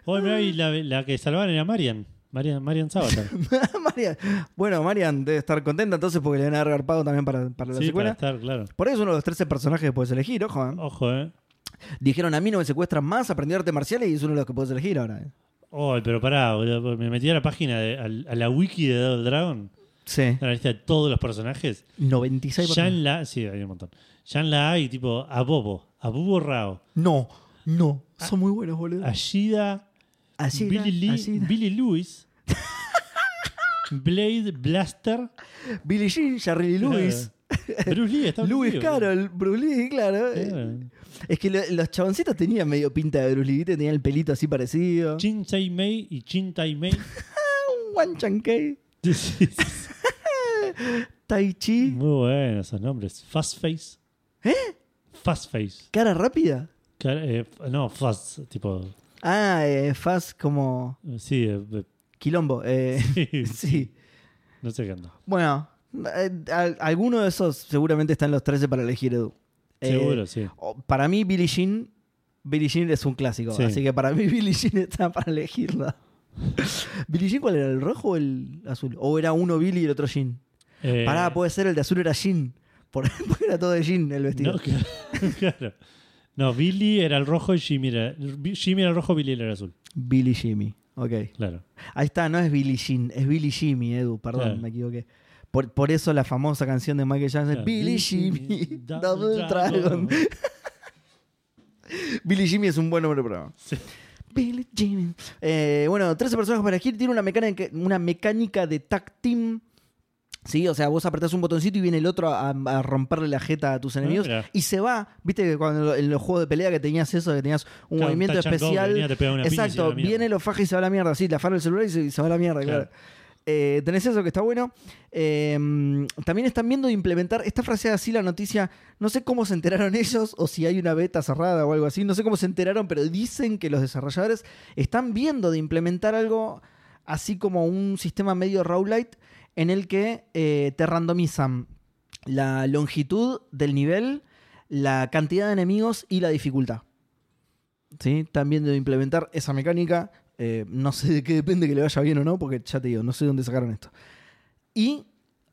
S1: Hoy me y la, la que salvaban era Marian. Marian, Marian Sabater.
S2: Marian. Bueno, Marian debe estar contenta entonces porque le van a dar pago también para, para la
S1: sí, para este.
S2: secuela.
S1: estar, claro.
S2: Por eso es uno de los 13 personajes que puedes elegir, ojo. ¿eh?
S1: Ojo, eh.
S2: Dijeron, a mí no me secuestran más, aprendí arte marcial y es uno de los que puedes elegir ahora. ¿eh?
S1: Oh, pero pará, boludo, me metí a la página, de, al- a, la wiki de Double Dragon,
S2: Sí.
S1: a la lista de todos los personajes.
S2: 96
S1: Ya en la. Sí, hay un montón. Ya en la A hay tipo a Bobo, a Bubo Rao,
S2: No, no. Son muy buenos, boludo.
S1: a Shida,
S2: Así era,
S1: Billy, Ah. Lee-
S2: así era.
S1: Billy Lewis, Blade Blaster,
S2: Billy Jean, Jerry Lee Lewis.
S1: claro, Bruce Lee, está Bruce
S2: Lewis
S1: Lee, boludo.
S2: Carroll, Bruce Lee, claro.
S1: Claro.
S2: Es que lo- los chaboncitos tenían medio pinta de Bruce Lee, ¿viste? tenían el pelito así parecido.
S1: Chin Tai Mei y Chin Tai Mei.
S2: Wan Chan Kei,
S1: Sí, sí, sí.
S2: Tai Chi,
S1: Muy buenos esos nombres. Fast Face. ¿Eh? Fast Face.
S2: cara rápida.
S1: Car- eh, f- no, Fast, tipo.
S2: Ah, eh, Faz como
S1: Sí, eh, eh,
S2: quilombo. eh,
S1: Sí.
S2: sí.
S1: no sé qué anda.
S2: Bueno, eh, al- alguno de esos seguramente están los 13 para elegir Edu. Eh,
S1: Seguro, sí.
S2: o- Para mí, Billie Jean. Billie Jean es un clásico,
S1: Sí.
S2: así que para mí Billie Jean está para elegirla. ¿Billie Jean cuál era? ¿El rojo o el azul? ¿O era uno Billie y el otro Jean?
S1: Eh,
S2: Pará, puede ser el de azul era Jean. Por- Porque era todo de Jean el vestido.
S1: no, claro, claro. No, Billy era el rojo y Jimmy era, Jimmy era el rojo, Billy era el azul.
S2: Billie Jimmy. Ok.
S1: Claro.
S2: Ahí está, no es Billie Jean, es Billie Jimmy, Edu, perdón,
S1: Claro.
S2: me equivoqué. Por, por eso la famosa canción de Michael Jackson,
S1: Claro.
S2: Billie
S1: Billie
S2: Jimmy,
S1: Jimmy,
S2: Double
S1: Double
S2: Dragon.
S1: Dragon.
S2: Billie Jimmy es un buen nombre para programa.
S1: Sí.
S2: Billie Jimmy. Eh, bueno, 13 personajes para elegir. Tiene una mecánica, una mecánica de tag team. Sí, o sea, vos apretás un botoncito y viene el otro a, a romperle la jeta a tus enemigos.
S1: mira.
S2: y se va. Viste que cuando en los juegos de pelea que tenías eso, que tenías un
S1: Claro,
S2: movimiento
S1: touch and go,
S2: especial.
S1: que venía, te pegaba una piña y se iba a
S2: Exacto,
S1: la mierda.
S2: viene, lo faja y se va a la mierda. Sí, la afaron el celular y se, y se va a la mierda, claro.
S1: Claro.
S2: Eh, tenés eso que está bueno. Eh, también están viendo de implementar esta frase así la noticia. No sé cómo se enteraron ellos o si hay una beta cerrada o algo así. No sé cómo se enteraron, pero dicen que los desarrolladores están viendo de implementar algo así como un sistema medio Rowlight en el que eh, te randomizan la longitud del nivel, la cantidad de enemigos y la dificultad. ¿Sí? También de implementar esa mecánica. Eh, no sé de qué depende que le vaya bien o no, porque ya te digo, no sé de dónde sacaron esto. Y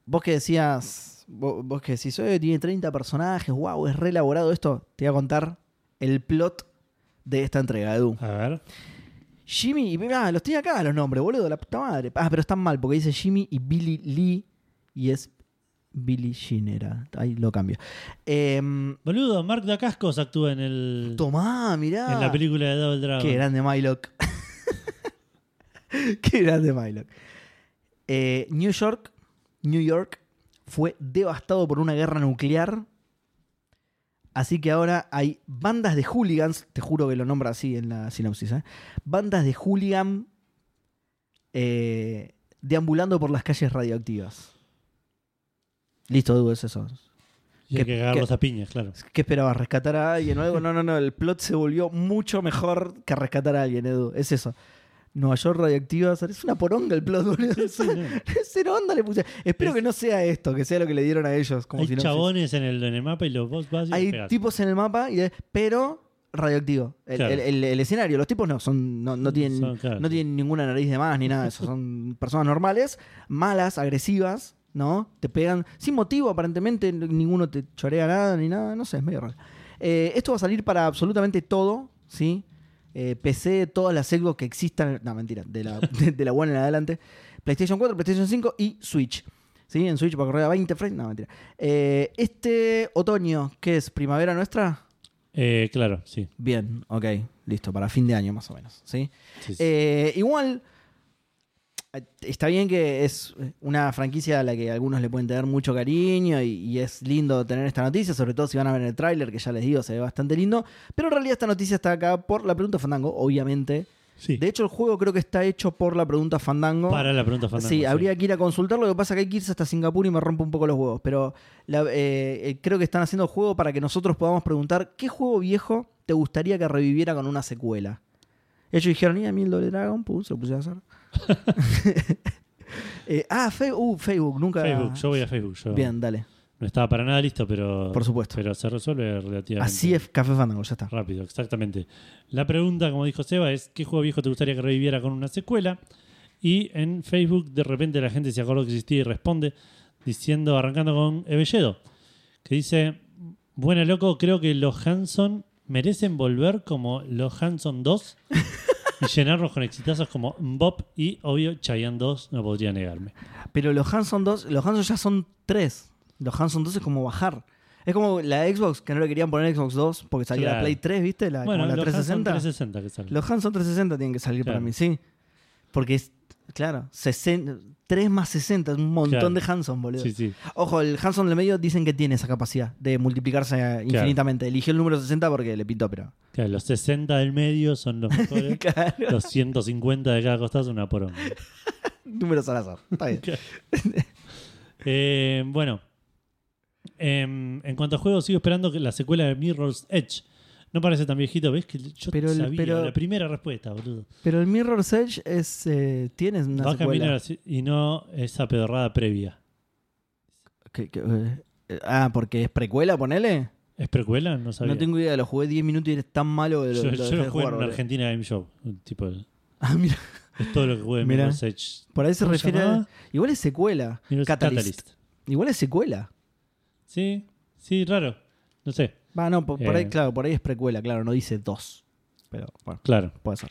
S2: vos que decías, vos, vos que decís, "Eh, tiene 30 personajes, wow, es re elaborado esto. Te voy a contar el plot de esta entrega, Edu.
S1: A ver.
S2: Jimmy y ah, los tiene acá los nombres, boludo, la puta madre. Ah, pero están mal porque dice Jimmy y Billy Lee y es Billy Jean era. Ahí lo cambio. Em,
S1: Boludo, Mark Dacascos actúa en el.
S2: tomá, mirá.
S1: En la película de Double Dragon.
S2: Qué grande Mylock. Qué grande Mylock. Eh, New York, New York fue devastado por una guerra nuclear. Así que ahora hay bandas de hooligans, te juro que lo nombra así en la sinopsis, ¿eh? bandas de hooligan eh, deambulando por las calles radioactivas. Listo, Edu, es eso.
S1: Y hay
S2: que-
S1: que agarrarlos
S2: que-
S1: a piñas, claro.
S2: ¿Qué esperabas? ¿Rescatar a alguien o algo? No, no, no. El plot se volvió mucho mejor que rescatar a alguien, Edu. Es eso. Nueva York radioactiva. Es una poronga el plot, boludo.
S1: Sí, sí, no.
S2: Cero onda le puse. Espero
S1: Es-
S2: que no sea esto, que sea lo que le dieron a ellos. Como
S1: Hay
S2: si no
S1: chabones en el, en el mapa y los vos vas y los
S2: Hay
S1: pegás.
S2: tipos en el mapa, y es- pero radioactivo. El,
S1: Claro.
S2: el- el- el escenario, los tipos no, son, no, no tienen,
S1: Son, claro.
S2: no tienen ninguna nariz de más ni nada de eso. Son personas normales, malas, agresivas, ¿no? Te pegan sin motivo, aparentemente, n- ninguno te chorea nada ni nada, no sé, es medio raro. Eh, esto va a salir para absolutamente todo, ¿sí? Eh, PC, todas las Xbox que existan, no, mentira, de la, de, de la buena en adelante, PlayStation 4, PlayStation 5 y Switch. ¿Sí? En Switch va a correr a 20 frames, no, mentira. Eh, este otoño, ¿qué es? ¿Primavera nuestra?
S1: Eh, claro, sí.
S2: Bien, ok, listo, para fin de año más o menos, ¿sí?
S1: sí, sí.
S2: Eh, igual, eh, está bien que es una franquicia a la que algunos le pueden tener mucho cariño y, y es lindo tener esta noticia, sobre todo si van a ver el tráiler, que ya les digo, se ve bastante lindo, pero en realidad esta noticia está acá por la pregunta Fandango, obviamente.
S1: Sí.
S2: De hecho, el juego creo que está hecho por la pregunta Fandango.
S1: Para la pregunta
S2: Sí,
S1: fantástica.
S2: habría que ir a consultarlo. Lo que pasa es que hay que irse hasta Singapur y me rompe un poco los huevos. Pero la- eh, eh, creo que están haciendo el juego para que nosotros podamos preguntar qué juego viejo te gustaría que reviviera con una secuela. Ellos dijeron, y a mí el Doble Dragon, pum, se lo puse a hacer. Eh, ah, Fe- uh, Facebook, nunca.
S1: Facebook, yo voy a Facebook. Yo
S2: Bien, dale.
S1: No estaba para nada listo, pero.
S2: Por supuesto.
S1: Pero se resuelve relativamente.
S2: Así es Café Fandango, ya está.
S1: Rápido, exactamente. La pregunta, como dijo Seba, es ¿qué juego viejo te gustaría que reviviera con una secuela? Y en Facebook de repente la gente se acordó que existía y responde diciendo, arrancando con Evelledo, que dice, buena loco, creo que los Hanson merecen volver como los Hanson 2 y llenarnos con exitazos como Bob y obvio Chayanne 2, no podría negarme.
S2: Pero los Hanson 2, los Hanson ya son 3. Los Hanson 2 es como bajar. Es como la Xbox, que no le querían poner Xbox 2 porque salía la
S1: Claro.
S2: Play 3, ¿viste? La,
S1: bueno,
S2: como la
S1: los
S2: 360.
S1: Hanson 360 que sale.
S2: Los Hanson 360 tienen que salir
S1: Claro.
S2: para mí, sí. Porque es, claro, 60, 3 más 60 es un montón
S1: Claro.
S2: de Hanson, boludo.
S1: Sí, sí.
S2: Ojo, el Hanson del medio dicen que tiene esa capacidad de multiplicarse infinitamente. Eligió el número 60 porque le pintó, pero.
S1: Claro, los 60 del medio son los mejores.
S2: Claro,
S1: Los 150 de cada costado es una poronga.
S2: números al azar. Está bien.
S1: Eh, bueno, Em, en cuanto a juegos, sigo esperando que la secuela de Mirror's Edge. No parece tan viejito, ¿ves? Que yo
S2: Pero el-
S1: sabía
S2: pero-
S1: la primera respuesta, boludo.
S2: Pero el Mirror's Edge es, eh, tiene una
S1: Va a
S2: secuela.
S1: caminar así- y no esa pedorrada previa.
S2: Que- que, eh, eh, ah, porque es precuela, ponele.
S1: ¿Es precuela? No sabía.
S2: No tengo idea, lo jugué 10 minutos y eres tan malo de lo,
S1: yo
S2: lo
S1: yo
S2: dejé
S1: lo jugué
S2: de
S1: en
S2: jugar,
S1: una
S2: boludo.
S1: Argentina Game Show. Un Tipo, es
S2: Ah, mira,
S1: todo lo que jugué de
S2: Mirá.
S1: Mirror's Edge.
S2: por ahí se
S1: ¿Cómo
S2: refiere. a-
S1: llamaba?
S2: Igual es secuela.
S1: Mirror's
S2: Catalyst. Igual es secuela.
S1: Sí, sí, raro. No sé,
S2: Va, no, por, por ahí,
S1: Eh.
S2: claro, por ahí es precuela, claro, no dice dos. Pero bueno,
S1: claro.
S2: puede ser.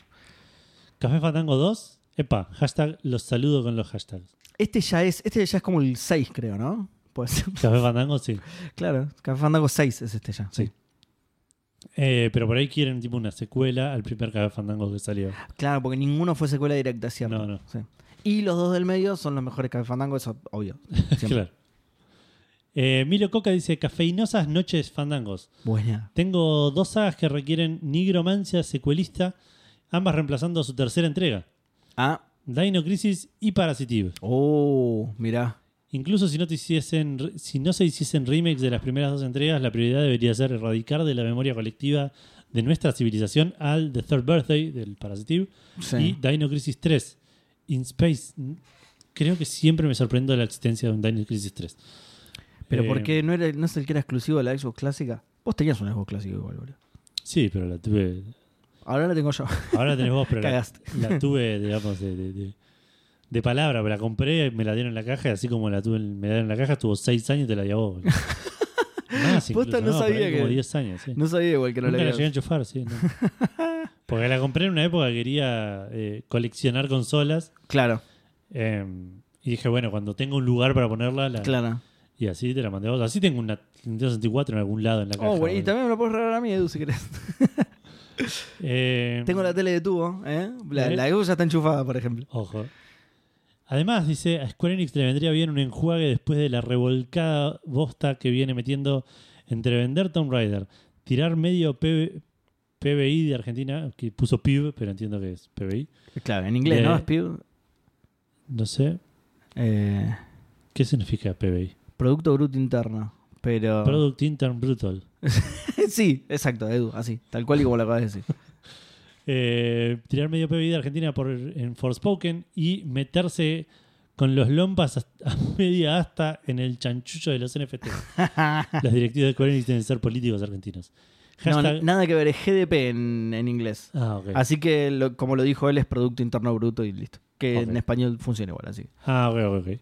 S1: Café Fandango 2. Epa, hashtag los saludo con los hashtags.
S2: Este ya es, este ya es como el 6, creo, ¿no? Puede ser.
S1: Café Fandango, sí.
S2: Claro, Café Fandango 6 es este ya.
S1: Sí. Eh, pero por ahí quieren tipo una secuela al primer Café Fandango que salió.
S2: Claro, porque ninguno fue secuela directa, ¿cierto?
S1: No, no.
S2: Sí. Y los dos del medio son los mejores Café Fandango, eso obvio. siempre.
S1: Claro. Eh, Milo Coca dice, cafeinosas noches fandangos.
S2: Buena.
S1: Tengo dos sagas que requieren nigromancia secuelista, ambas reemplazando su tercera entrega,
S2: Ah,
S1: Dino Crisis y Parasitive.
S2: oh, mirá.
S1: Incluso si no, te hiciesen, re- si no se hiciesen remakes de las primeras dos entregas, la prioridad debería ser erradicar de la memoria colectiva de nuestra civilización al The Third Birthday del Parasitive
S2: Sí.
S1: y Dino Crisis 3. In Space, n- creo que siempre me sorprende la existencia de un Dino Crisis 3.
S2: Pero
S1: Eh,
S2: ¿por qué no, era, no es el que era exclusivo de la Xbox clásica? Vos tenías una Xbox clásica igual, boludo.
S1: Sí, pero la tuve.
S2: Ahora la tengo yo.
S1: Ahora la tenés vos, pero la,
S2: Cagaste.
S1: la tuve, digamos, de, de- de- de palabra. Me la compré, me la dieron en la caja, y así como la tuve, en- me la dieron en la caja, estuvo 6 años y te la di a vos. Más, incluso,
S2: Posta, no
S1: por ahí
S2: sabía
S1: Como
S2: que-
S1: 10 años, sí.
S2: No sabía igual que no
S1: Nunca
S2: la
S1: la llegué a
S2: había.
S1: enchufar, sí. no. Porque la compré en una época que quería eh, coleccionar consolas.
S2: Claro,
S1: eh, y dije, bueno, cuando tenga un lugar para ponerla, la,
S2: claro.
S1: Y así te la mandé a vos. Así tengo una Nintendo 64 en algún lado en la caja.
S2: Oh, bueno, y
S1: boludo.
S2: también me lo puedes regalar a mí, Edu, si querés.
S1: Eh,
S2: Tengo la tele de tubo, Em, ¿eh? La,
S1: ¿Eh?
S2: la Xbox ya está enchufada, por ejemplo.
S1: Ojo. Además, dice, a Square Enix le vendría bien un enjuague después de la revolcada bosta que viene metiendo entre vender Tomb Raider, tirar medio PB PBI de Argentina, que puso PIB, pero entiendo que es PBI.
S2: Claro, en inglés,
S1: De-
S2: ¿no? Speed.
S1: No sé.
S2: Eh,
S1: ¿Qué significa PBI?
S2: producto Bruto Interno. Pero.
S1: Product Intern Brutal.
S2: sí, exacto, Edu, así. Tal cual y como lo acabas de decir.
S1: Eh, tirar medio PBI de Argentina por, en Forspoken y meterse con los lompas hasta- a media asta en el chanchullo de los NFT. Los directivos de Square Enix deben ser políticos argentinos.
S2: No,
S1: Hashtag-
S2: nada que ver, es GDP en, en inglés.
S1: Ah, ok.
S2: Así que, lo- como lo dijo él, es Producto Interno Bruto y listo. Que
S1: Ok.
S2: en español funciona igual, así.
S1: Ah, ok, ok, ok.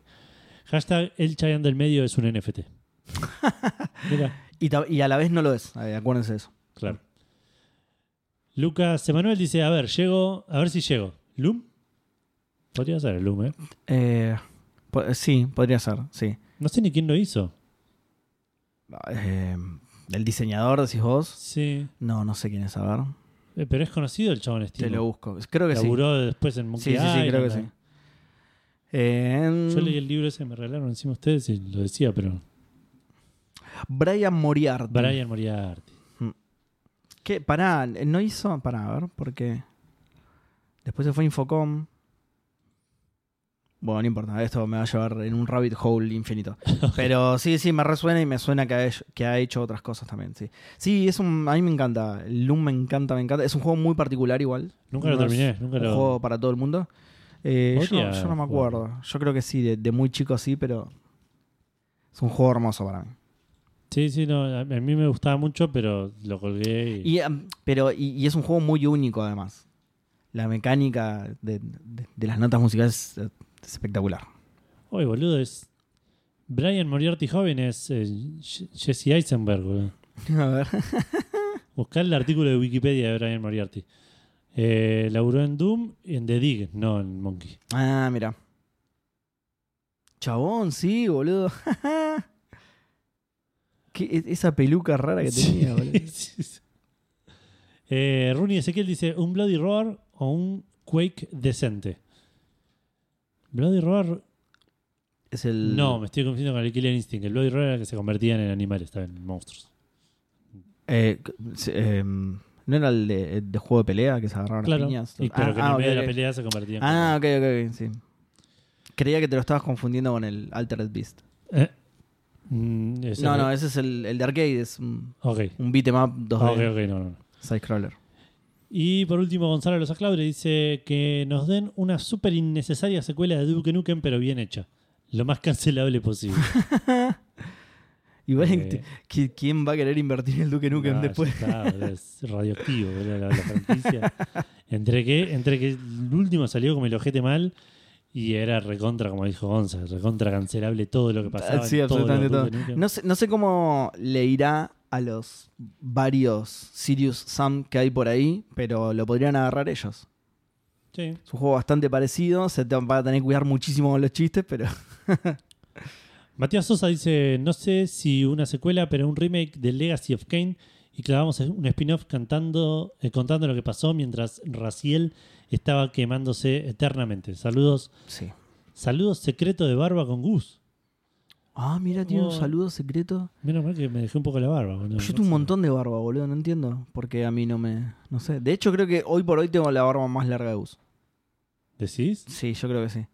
S1: Hashtag el Chayanne del medio es un NFT. Mira,
S2: Y, ta- y a la vez no lo es, eh, acuérdense de eso.
S1: claro. Lucas Emanuel dice, a ver, llego, a ver si llego. ¿Loom? Podría ser el Loom, ¿eh?
S2: Eh, po- sí, podría ser, sí.
S1: No sé ni quién lo hizo.
S2: Eh, ¿El diseñador decís vos?
S1: Sí.
S2: No, no sé quién es, a ver.
S1: Eh, Pero es conocido el chabón este.
S2: Te lo busco. Creo que sí.
S1: Laburó después en Monkey
S2: Sí, sí, sí,
S1: Island.
S2: creo que sí. Eh,
S1: Yo leí el libro ese que me regalaron encima ustedes y lo decía, pero...
S2: Brian Moriarty.
S1: Brian Moriarty.
S2: ¿Qué? Pará, no hizo. Pará, a ver, porque. Después se fue a Infocom. Bueno, no importa, esto me va a llevar en un rabbit hole infinito. Pero sí, sí, me resuena y me suena que ha, hecho- que ha hecho otras cosas también, sí. Sí, es un, a mí me encanta. El Loom me encanta, me encanta. Es un juego muy particular igual.
S1: Nunca lo
S2: No es
S1: terminé, nunca
S2: un
S1: lo-
S2: juego para todo el mundo. Eh, yo,
S1: Podría
S2: yo no me
S1: jugarlo.
S2: acuerdo. Yo creo que sí, de, de muy chico sí, pero es un juego hermoso para mí.
S1: Sí, sí, no, a a mí me gustaba mucho, pero lo colgué y...
S2: Y, am, pero, y, y es un juego muy único además. La mecánica de, de- de las notas musicales eh, es espectacular.
S1: Oye, boludo, es... Brian Moriarty joven es eh, Je- Jesse Eisenberg, boludo.
S2: A ver.
S1: Buscar el artículo de Wikipedia de Brian Moriarty. Eh, laburó en Doom y en The Dig, no en Monkey.
S2: Ah, mira. Chabón, sí, boludo. ¿Qué, e- esa peluca rara que tenía, boludo.
S1: Sí, sí. Eh, Rooney Ezequiel dice: ¿Un Bloody Roar o un Quake decente? Bloody Roar.
S2: Es el.
S1: No, me estoy confundiendo con el Killer Instinct. El Bloody Roar era que se convertían en animales, también, en monstruos.
S2: eh, c- se- em, no era el de, el de juego de pelea que se agarraron las
S1: Claro.
S2: piñas. Ah,
S1: Y, pero que en el
S2: ok,
S1: medio de la
S2: ok.
S1: pelea se convertían.
S2: Ah, ok, ok, ok, sí. Creía que te lo estabas confundiendo con el Altered Beast.
S1: en- Eh, mm, ese
S2: no, no,
S1: es.
S2: ese es el, el de arcade, es un,
S1: Ok.
S2: un beat'em up
S1: Ah,
S2: 2D
S1: Ok, ok, no, no. no.
S2: side-scroller.
S1: Y por último, Gonzalo Los Claure dice que nos den una súper innecesaria secuela de Duke Nukem, pero bien hecha. Lo más cancelable posible.
S2: Igual,
S1: Eh.
S2: este, ¿qui- ¿quién va a querer invertir en el Duke Nukem
S1: Ah, ya
S2: después?
S1: está, boludo, es radioactivo, boludo, la, la franquicia. Entre que, entre que el último salió como el ojete mal y era recontra, como dijo Gonza, recontra cancelable todo lo que pasaba.
S2: Ah, sí,
S1: en todos los
S2: absolutamente todo.
S1: Duke Nukem.
S2: No sé, no sé cómo le irá a los varios Sirius Sam que hay por ahí, pero lo podrían agarrar ellos.
S1: Sí.
S2: Es un juego bastante parecido, se te va a tener que cuidar muchísimo con los chistes, pero
S1: Matías Sosa dice: No sé si una secuela, pero un remake de Legacy of Kane y clavamos un spin-off cantando, eh, contando lo que pasó mientras Raciel estaba quemándose eternamente. Saludos,
S2: sí.
S1: saludos secreto de barba con Gus.
S2: Ah, mira, tiene un
S1: Wow.
S2: saludo secreto.
S1: Menos mal que me dejé un poco la barba. boludo.
S2: Yo tengo un montón de barba, boludo, no entiendo por qué a mí no me... No sé. De hecho, creo que hoy por hoy tengo la barba más larga de uso.
S1: ¿Decís?
S2: Sí, yo creo que sí.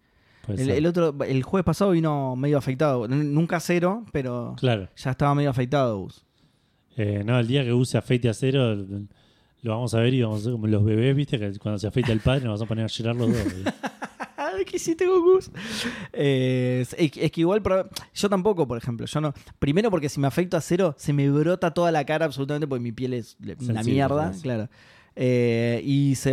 S1: Puede
S2: El,
S1: ser.
S2: el otro, el jueves pasado vino medio afeitado. N- Nunca cero, pero
S1: Claro.
S2: ya estaba medio afeitado, Gus.
S1: Eh, no, el día que use afeite a cero, lo vamos a ver y vamos a ser como los bebés, ¿viste? Que cuando se afeita el padre nos vamos a poner a llorar los dos. boludo.
S2: Ay, ¿Qué hiciste con Gus? Eh, es, es que igual, proba- yo tampoco, por ejemplo. Yo no. Primero porque si me afecto a cero, se me brota toda la cara absolutamente porque mi piel es le- una
S1: Sensible,
S2: mierda,
S1: sí.
S2: claro. Eh, y, se-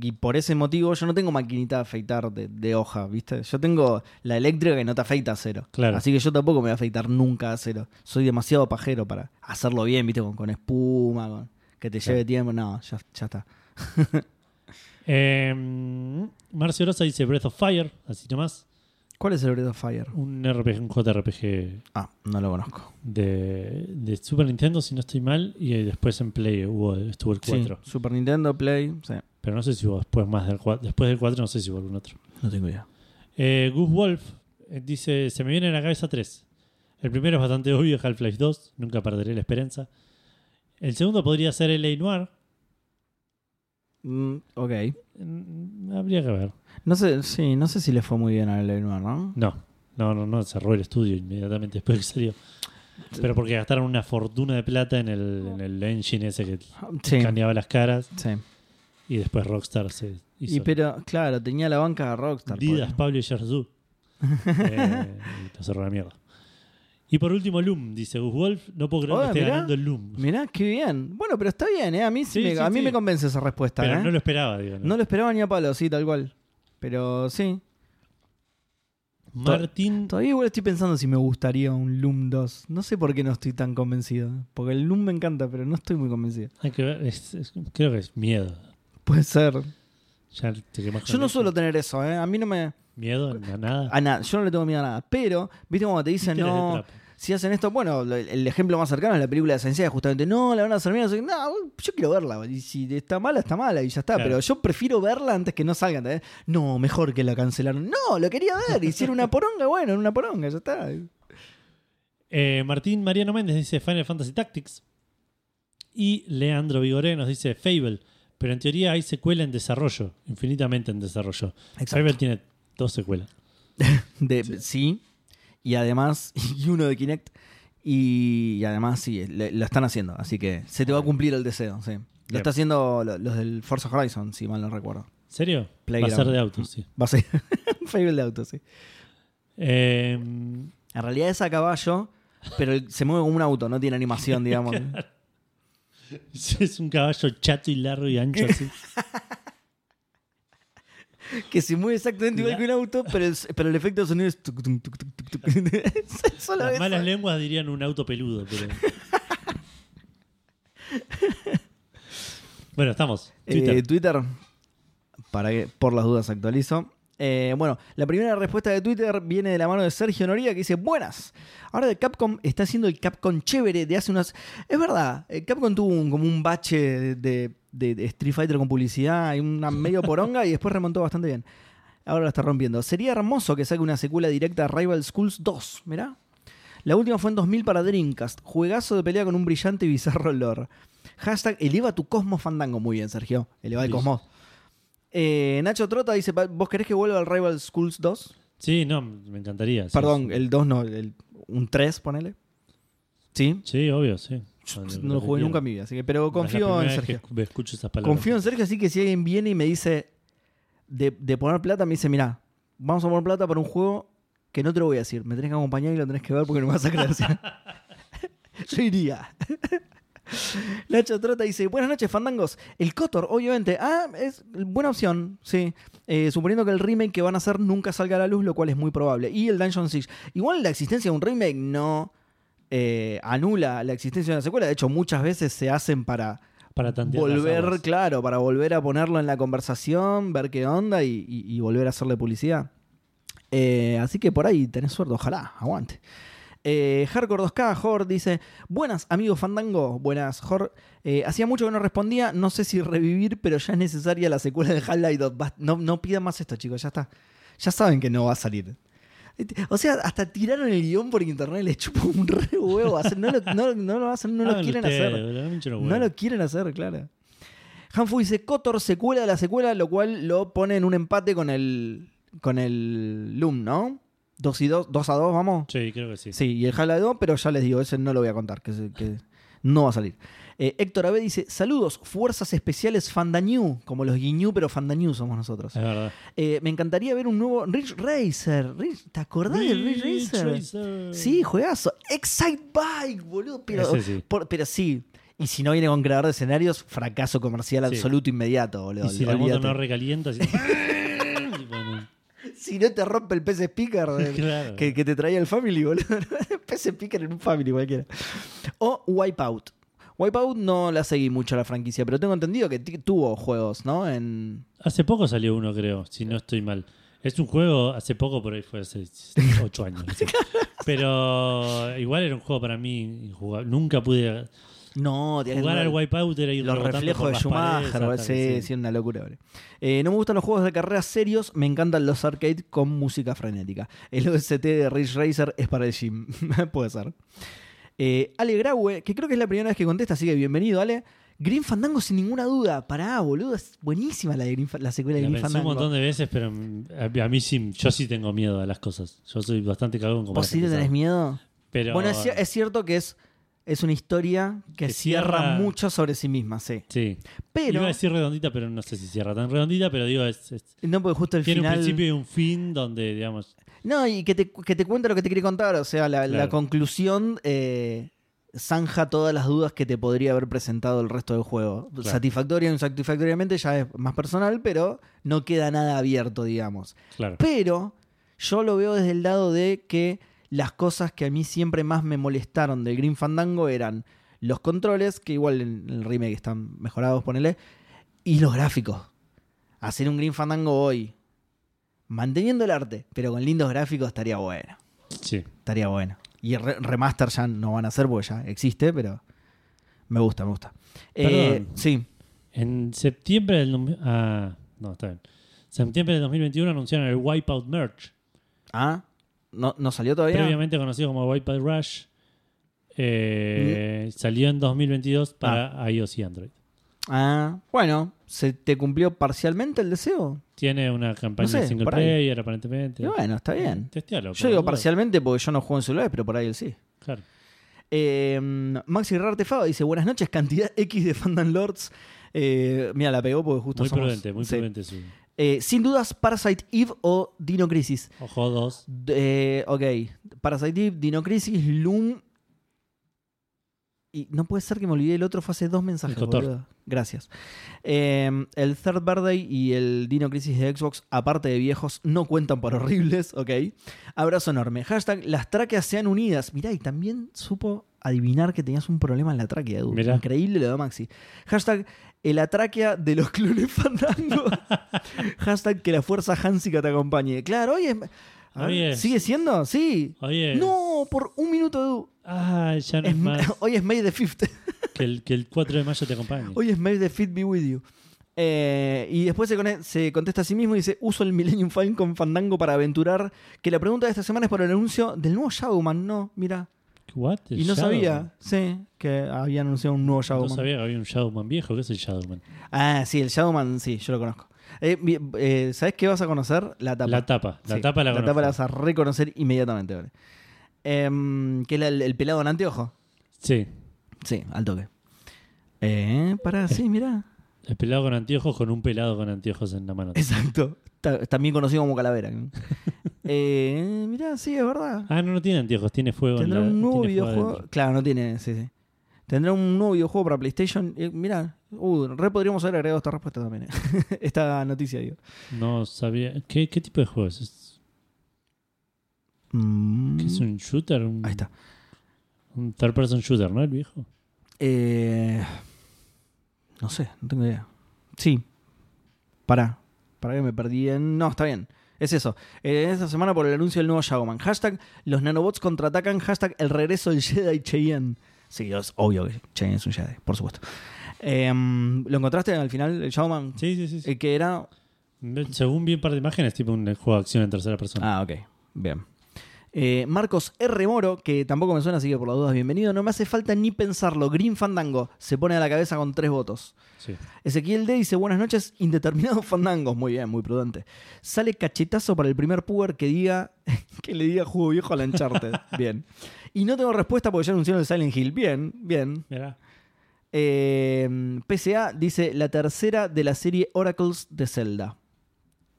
S2: y por ese motivo yo no tengo maquinita de afeitar de, de hoja, ¿viste? Yo tengo la eléctrica que no te afeita a cero.
S1: Claro.
S2: Así que yo tampoco me voy a afeitar nunca a cero. Soy demasiado pajero para hacerlo bien, ¿viste? Con, con espuma, con- que te lleve tiempo. No, ya, ya está.
S1: Eh, Marcio Rosa dice Breath of Fire, así nomás.
S2: ¿Cuál es el Breath of Fire?
S1: Un RPG, un JRPG
S2: Ah, no lo conozco.
S1: de, de Super Nintendo, si no estoy mal, y después en Play hubo, estuvo el 4.
S2: Sí, Super Nintendo, Play, sí.
S1: Pero no sé si hubo después más del 4. Después del 4 no sé si hubo algún otro.
S2: No tengo idea.
S1: Eh, Gus Wolf eh, dice, se me viene a la cabeza tres. El primero es bastante obvio, Half-Life 2, nunca perderé la esperanza. El segundo podría ser el Noir,
S2: Mm, ok.
S1: Mm, habría que ver.
S2: No sé, sí, no sé si le fue muy bien al Lenoir, ¿no?
S1: No, no, no, no, cerró el estudio inmediatamente después que salió. Pero porque gastaron una fortuna de plata en el, en el engine ese que
S2: Sí.
S1: escaneaba las caras
S2: sí.
S1: y después Rockstar se hizo.
S2: Y pero, claro, tenía la banca de Rockstar.
S1: Didas
S2: pobre.
S1: Publishers Do. Eh, y lo cerró la mierda. Y por último, Loom, dice Gus Wolf. No puedo creer
S2: Oye,
S1: que esté
S2: Ah, mirá.
S1: ganando el Loom.
S2: Mirá, qué bien. Bueno, pero está bien, ¿eh? A mí, sí
S1: Sí,
S2: me,
S1: sí,
S2: a mí
S1: sí.
S2: me convence esa respuesta,
S1: Pero
S2: ¿eh?
S1: no lo esperaba, digo. ¿no?
S2: No lo esperaba ni a palo, sí, tal cual. Pero sí.
S1: Martín.
S2: Todavía igual estoy pensando si me gustaría un Loom 2. No sé por qué no estoy tan convencido. Porque el Loom me encanta, pero no estoy muy convencido.
S1: hay que ver, es- es- creo que es miedo.
S2: Puede ser.
S1: Ya te quemás con
S2: Yo no
S1: eso.
S2: suelo tener eso, ¿eh? A mí no me...
S1: Miedo, a nada.
S2: a nada. Yo no le tengo miedo a nada. Pero, ¿viste cómo te dicen,
S1: Títeres de
S2: no,
S1: trapo.
S2: si hacen esto? Bueno, lo- el ejemplo más cercano es la película de Sencilla, justamente, no, la van a hacer mierda. No, yo quiero verla. Y si está mala, está mala y ya está.
S1: Claro.
S2: Pero yo prefiero verla antes que no salga. ¿entendés? No, mejor que la cancelaron. No, lo quería ver. Hicieron una poronga, bueno, era una poronga, ya está.
S1: Eh, Martín Mariano Méndez dice Final Fantasy Tactics. Y Leandro Vigoré nos dice Fable. Pero en teoría hay secuela en desarrollo, infinitamente en desarrollo.
S2: Exacto.
S1: Marvel tiene dos secuelas.
S2: De- sí. Y además, y uno de Kinect. Y, y además, sí, le- lo están haciendo. Así que se te va a cumplir el deseo, sí. Lo
S1: Bien.
S2: está haciendo lo- los del Forza Horizon, si mal no recuerdo.
S1: ¿En serio?
S2: Playground.
S1: Va a ser de autos, sí.
S2: Va a ser un Fable de auto, sí.
S1: Eh,
S2: En realidad es a caballo, pero el- se mueve como un auto, no tiene animación, digamos.
S1: es un caballo chato y largo y ancho así.
S2: que se mueve exactamente igual
S1: La-
S2: que un auto, pero el, pero el efecto de sonido es... tuc, tuc, tuc, tuc, tuc, tuc. Es Solo
S1: Las
S2: eso.
S1: malas lenguas dirían un auto peludo, pero. bueno, estamos.
S2: Eh,
S1: Twitter.
S2: Twitter, para que por las dudas actualizo. Eh, bueno, la primera respuesta de Twitter viene de la mano de Sergio Noría que dice, buenas, ahora el Capcom está haciendo el Capcom chévere de hace unas... Es verdad, el Capcom tuvo un- como un bache de, de- de Street Fighter con publicidad y una medio poronga y después remontó bastante bien. Ahora lo está rompiendo. Sería hermoso que saque una secuela directa a Rival Schools 2, mirá. La última fue en 2000 para Dreamcast. Juegazo de pelea con un brillante y bizarro lore. Hashtag eleva tu cosmos fandango. Muy bien, Sergio. Eleva el
S1: Sí.
S2: cosmos. Eh, Nacho Trota dice, pa- ¿vos querés que vuelva al Rival Schools 2?
S1: Sí, no, me encantaría. sí.
S2: Perdón, eh, el 2 no, el- un 3, ponele. Sí.
S1: Sí, obvio, sí.
S2: No lo jugué nunca en mi vida, así que, pero confío en Sergio.
S1: Que escucho esas palabras.
S2: Confío en Sergio, así que si alguien viene y me dice de, de poner plata, me dice, mirá, vamos a poner plata para un juego que no te lo voy a decir. Me tenés que acompañar y lo tenés que ver porque no me vas a creer. ¿sí? Yo iría. Nacho Trota dice, buenas noches, fandangos. El Cotor, obviamente. Ah, es buena opción, sí. Eh, suponiendo que el remake que van a hacer nunca salga a la luz, lo cual es muy probable. Y el Dungeon Siege. Igual la existencia de un remake no eh, anula la existencia de una secuela. De hecho, muchas veces se hacen para
S1: Para tantear las
S2: volver,
S1: aguas.
S2: claro, para volver a ponerlo en la conversación, ver qué onda y, y- y volver a hacerle publicidad. Eh, así que por ahí tenés suerte, ojalá, aguante. Eh, Hardcore 2K, Jor dice: Buenas, amigos Fandango. Buenas, Jor. Eh, hacía mucho que no respondía, no sé si revivir, pero ya es necesaria la secuela de Half-Life 2. Bast- No, no pidan más esto, chicos, ya está. Ya saben que no va a salir. Este, O sea, hasta tiraron el guión por internet, les chupó un re huevo. hacer- No lo, no, no lo hacen, no lo
S1: Háganlo
S2: quieren
S1: ustedes,
S2: hacer.
S1: Ah, boludo, dame un chino
S2: No
S1: huevo.
S2: lo quieren hacer, claro. Hanfu dice Cotor secuela de la secuela, lo cual lo pone en un empate con el con el Loom, ¿no? 2 y 2, 2 a 2, vamos.
S1: Sí, creo que sí.
S2: Sí, y el Half-Life 2, pero ya les digo, ese no lo voy a contar, que, se- que no va a salir. Eh, Héctor Abe dice, saludos, fuerzas especiales Fandañú, como los Guiñú, pero Fandañú somos nosotros.
S1: Es verdad.
S2: Eh, me encantaría ver un nuevo Ridge Racer. Ridge- ¿Te acordás del Ridge Racer?
S1: Racer.
S2: Sí, juegazo. Excite Bike, boludo. Pero
S1: Ese sí.
S2: por- pero sí. Y si no viene con creador de escenarios, fracaso comercial
S1: Sí.
S2: absoluto inmediato, boludo.
S1: Y si la moto
S2: Olvídate.
S1: no recalienta. así- Tipo, no.
S2: Si no te rompe el PC Speaker eh,
S1: Claro.
S2: que, que te traía el Family, boludo. PC Speaker en un Family cualquiera. O Wipeout. Wipeout no la seguí mucho la franquicia, pero tengo entendido que t- tuvo juegos, ¿no? En...
S1: Hace poco salió uno, creo, si no estoy mal. Es un juego, hace poco, por ahí fue hace 8 años. no sé. Pero igual era un juego para mí injugable. Nunca pude
S2: No, tenés que
S1: jugar al
S2: tener-
S1: Wipeout. Era ir
S2: Los
S1: rebotando
S2: reflejos
S1: por
S2: de
S1: las paredes
S2: Schumacher,
S1: hasta que
S2: sí,
S1: se-
S2: sí, una locura. boludo. Eh, no me gustan los juegos de carrera serios, me encantan los arcade con música frenética. El OST de Ridge Racer es para el gym, puede ser. Eh, Ale Graue, que creo que es la primera vez que contesta, así que bienvenido, Ale. Green Fandango sin ninguna duda. Pará, boludo, es buenísima la, de Green Fa- la secuela de
S1: La
S2: Green
S1: pensé un
S2: Fandango.
S1: montón de veces, pero mm, a, a mí sí, yo sí tengo miedo a las cosas. Yo soy bastante cagón como
S2: ¿Vos sí le tenés miedo?
S1: Pero,
S2: Bueno, es, cier- es cierto que es, es una historia que,
S1: Que
S2: cierra,
S1: cierra-
S2: mucho sobre sí misma, sí.
S1: Sí.
S2: Pero,
S1: Iba a decir redondita, pero no sé si cierra tan redondita, pero digo, es- es-
S2: no, porque justo el
S1: tiene
S2: final...
S1: un principio y un fin donde, digamos,
S2: No, y que te, que te cuente lo que te quiere contar. O sea, la, la
S1: Claro.
S2: conclusión eh, zanja todas las dudas que te podría haber presentado el resto del juego.
S1: Claro.
S2: Satisfactoria o insatisfactoriamente ya es más personal, pero no queda nada abierto, digamos.
S1: claro.
S2: Pero yo lo veo desde el lado de que las cosas que a mí siempre más me molestaron del Green Fandango eran los controles, que igual en el remake están mejorados, ponele, y los gráficos. Hacer un Green Fandango hoy, manteniendo el arte, pero con lindos gráficos estaría bueno.
S1: Sí.
S2: Estaría bueno. Y re- remaster ya no van a hacer porque ya existe, pero me gusta, me gusta. Eh,
S1: Perdón.
S2: sí,
S1: En septiembre del. nom- Ah, no, está bien. Septiembre del 2021 anunciaron el Wipeout Merge,
S2: ah, no, no salió todavía.
S1: previamente conocido como Wipeout
S2: Mm.
S1: Rush. Eh, Salió en 2022 para iOS y Android.
S2: Ah, bueno, ¿se te cumplió parcialmente el deseo?
S1: Tiene una campaña
S2: No sé,
S1: single
S2: por ahí.
S1: player, aparentemente.
S2: Y bueno, está bien.
S1: Testealo, por
S2: Yo digo
S1: las dudas.
S2: parcialmente porque yo no juego en celulares, pero por ahí él sí.
S1: Claro.
S2: Eh, Maxi Rartefaba dice: Buenas noches, cantidad X de Fandom Lords. Eh, mira, la pegó porque justo
S1: Muy
S2: somos-
S1: prudente, muy
S2: sí.
S1: prudente su.
S2: Eh, sin dudas, Parasite Eve o Dino Crisis.
S1: Ojo dos.
S2: D- eh, ok, Parasite Eve, Dino Crisis, Loom. Y no puede ser que me olvidé el otro, fue hace dos mensajes.
S1: El Cotor.
S2: boludo. Gracias. Eh, el Third Birthday y el Dino Crisis de Xbox, aparte de viejos, no cuentan por horribles, ok. Abrazo enorme. Hashtag, las tráqueas sean unidas. Mirá, y también supo adivinar que tenías un problema en la tráquea, Edu.
S1: Mirá.
S2: Increíble lo de Maxi. Hashtag, el atráquea de los clones fandango. Hashtag, que la fuerza Hansica te acompañe. Claro, oye... a ver,
S1: Hoy es-
S2: ¿Sigue siendo? Sí.
S1: Oye.
S2: No, por un minuto, Edu.
S1: Ah, ya no es
S2: Es-
S1: más.
S2: hoy es May the 5th.
S1: Que el, que el 4 de mayo te acompañe.
S2: Hoy es May the 5th be with you. Eh, y después se, cone- se contesta a sí mismo y dice: Uso el Millennium Falcon con Fandango para aventurar. Que la pregunta de esta semana es por el anuncio del nuevo Shadowman. No, mira.
S1: What? ¿El
S2: Y no
S1: Shadowman?
S2: sabía, sí, que había anunciado un nuevo
S1: No
S2: Shadowman.
S1: sabía que había un Shadowman viejo. ¿Qué es el Shadowman?
S2: Ah, sí, el Shadowman, sí, yo lo conozco. Eh, mi- eh, ¿Sabes qué vas a conocer? La tapa.
S1: La tapa. La
S2: Sí,
S1: tapa la,
S2: tapa la vas
S1: conozco.
S2: a reconocer inmediatamente, vale. Em, que era el, el pelado en anteojo.
S1: Sí.
S2: Sí, al toque. Eh, pará, sí, mirá.
S1: El pelado con anteojos con un pelado con anteojos en la mano.
S2: Exacto. Ta- También conocido como calavera. eh, mirá, sí, es verdad.
S1: Ah, no, no tiene anteojos, tiene fuego. en
S2: Tendrá
S1: la-
S2: un nuevo
S1: tiene fuego
S2: videojuego.
S1: adentro.
S2: Claro, no tiene, sí, sí. Tendrá un nuevo videojuego para PlayStation. Eh, mirá, uh, re podríamos haber agregado esta respuesta también. eh. esta noticia, digo.
S1: No sabía. ¿Qué, qué tipo de juego es? ¿Es,
S2: Mm,
S1: qué es un shooter? Un,
S2: Ahí está.
S1: Un third person shooter, ¿no? El viejo.
S2: Eh, no sé, no tengo idea. Sí. Pará. Pará que me perdí en... No, está bien. Es eso. Eh, esta semana por el anuncio del nuevo Shadowman. Hashtag los nanobots contraatacan. Hashtag el regreso del Jedi Cheyenne. Sí, es obvio que Cheyenne es un Jedi, por supuesto. Eh, ¿Lo encontraste al final, el Shadowman?
S1: Sí, sí, sí. sí.
S2: El que era...
S1: Eh, Según vi un par de imágenes, tipo un juego de acción en tercera persona.
S2: Ah, ok. Bien. Eh, Marcos R. Moro, que tampoco me suena, así que por las dudas, bienvenido. No me hace falta ni pensarlo. Green Fandango se pone a la cabeza con tres votos.
S1: Sí.
S2: Ezequiel D dice buenas noches, indeterminados fandangos. Muy bien, muy prudente. Sale cachetazo para el primer puber que diga que le diga jugo viejo a la Uncharted. Bien. Y no tengo respuesta porque ya anunciaron el Silent Hill. Bien, bien.
S1: Mirá.
S2: Eh, PCA dice la tercera de la serie Oracles de Zelda.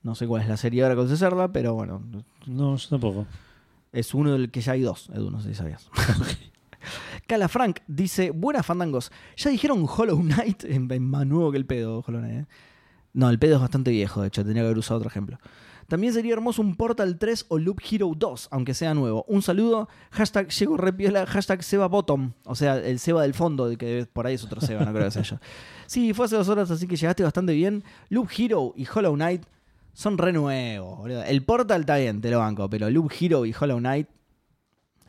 S2: No sé cuál es la serie Oracles de Zelda, pero bueno,
S1: No, yo tampoco.
S2: es uno del que ya hay dos, Edu, no sé si sabías. Cala Frank dice, buenas fandangos, ya dijeron Hollow Knight, en, en más nuevo que el pedo, Hollow Knight. ¿eh? No, el pedo es bastante viejo, de hecho, tendría que haber usado otro ejemplo. También sería hermoso un Portal 3 o Loop Hero 2, aunque sea nuevo. Un saludo, hashtag llego repiola, hashtag Seba Bottom, o sea, el Seba del fondo, el que por ahí es otro Seba, no creo que sea yo. Sí, fue hace dos horas, así que llegaste bastante bien. Loop Hero y Hollow Knight son re nuevos, boludo. El Portal está bien, te lo banco, pero Loop Hero y Hollow Knight.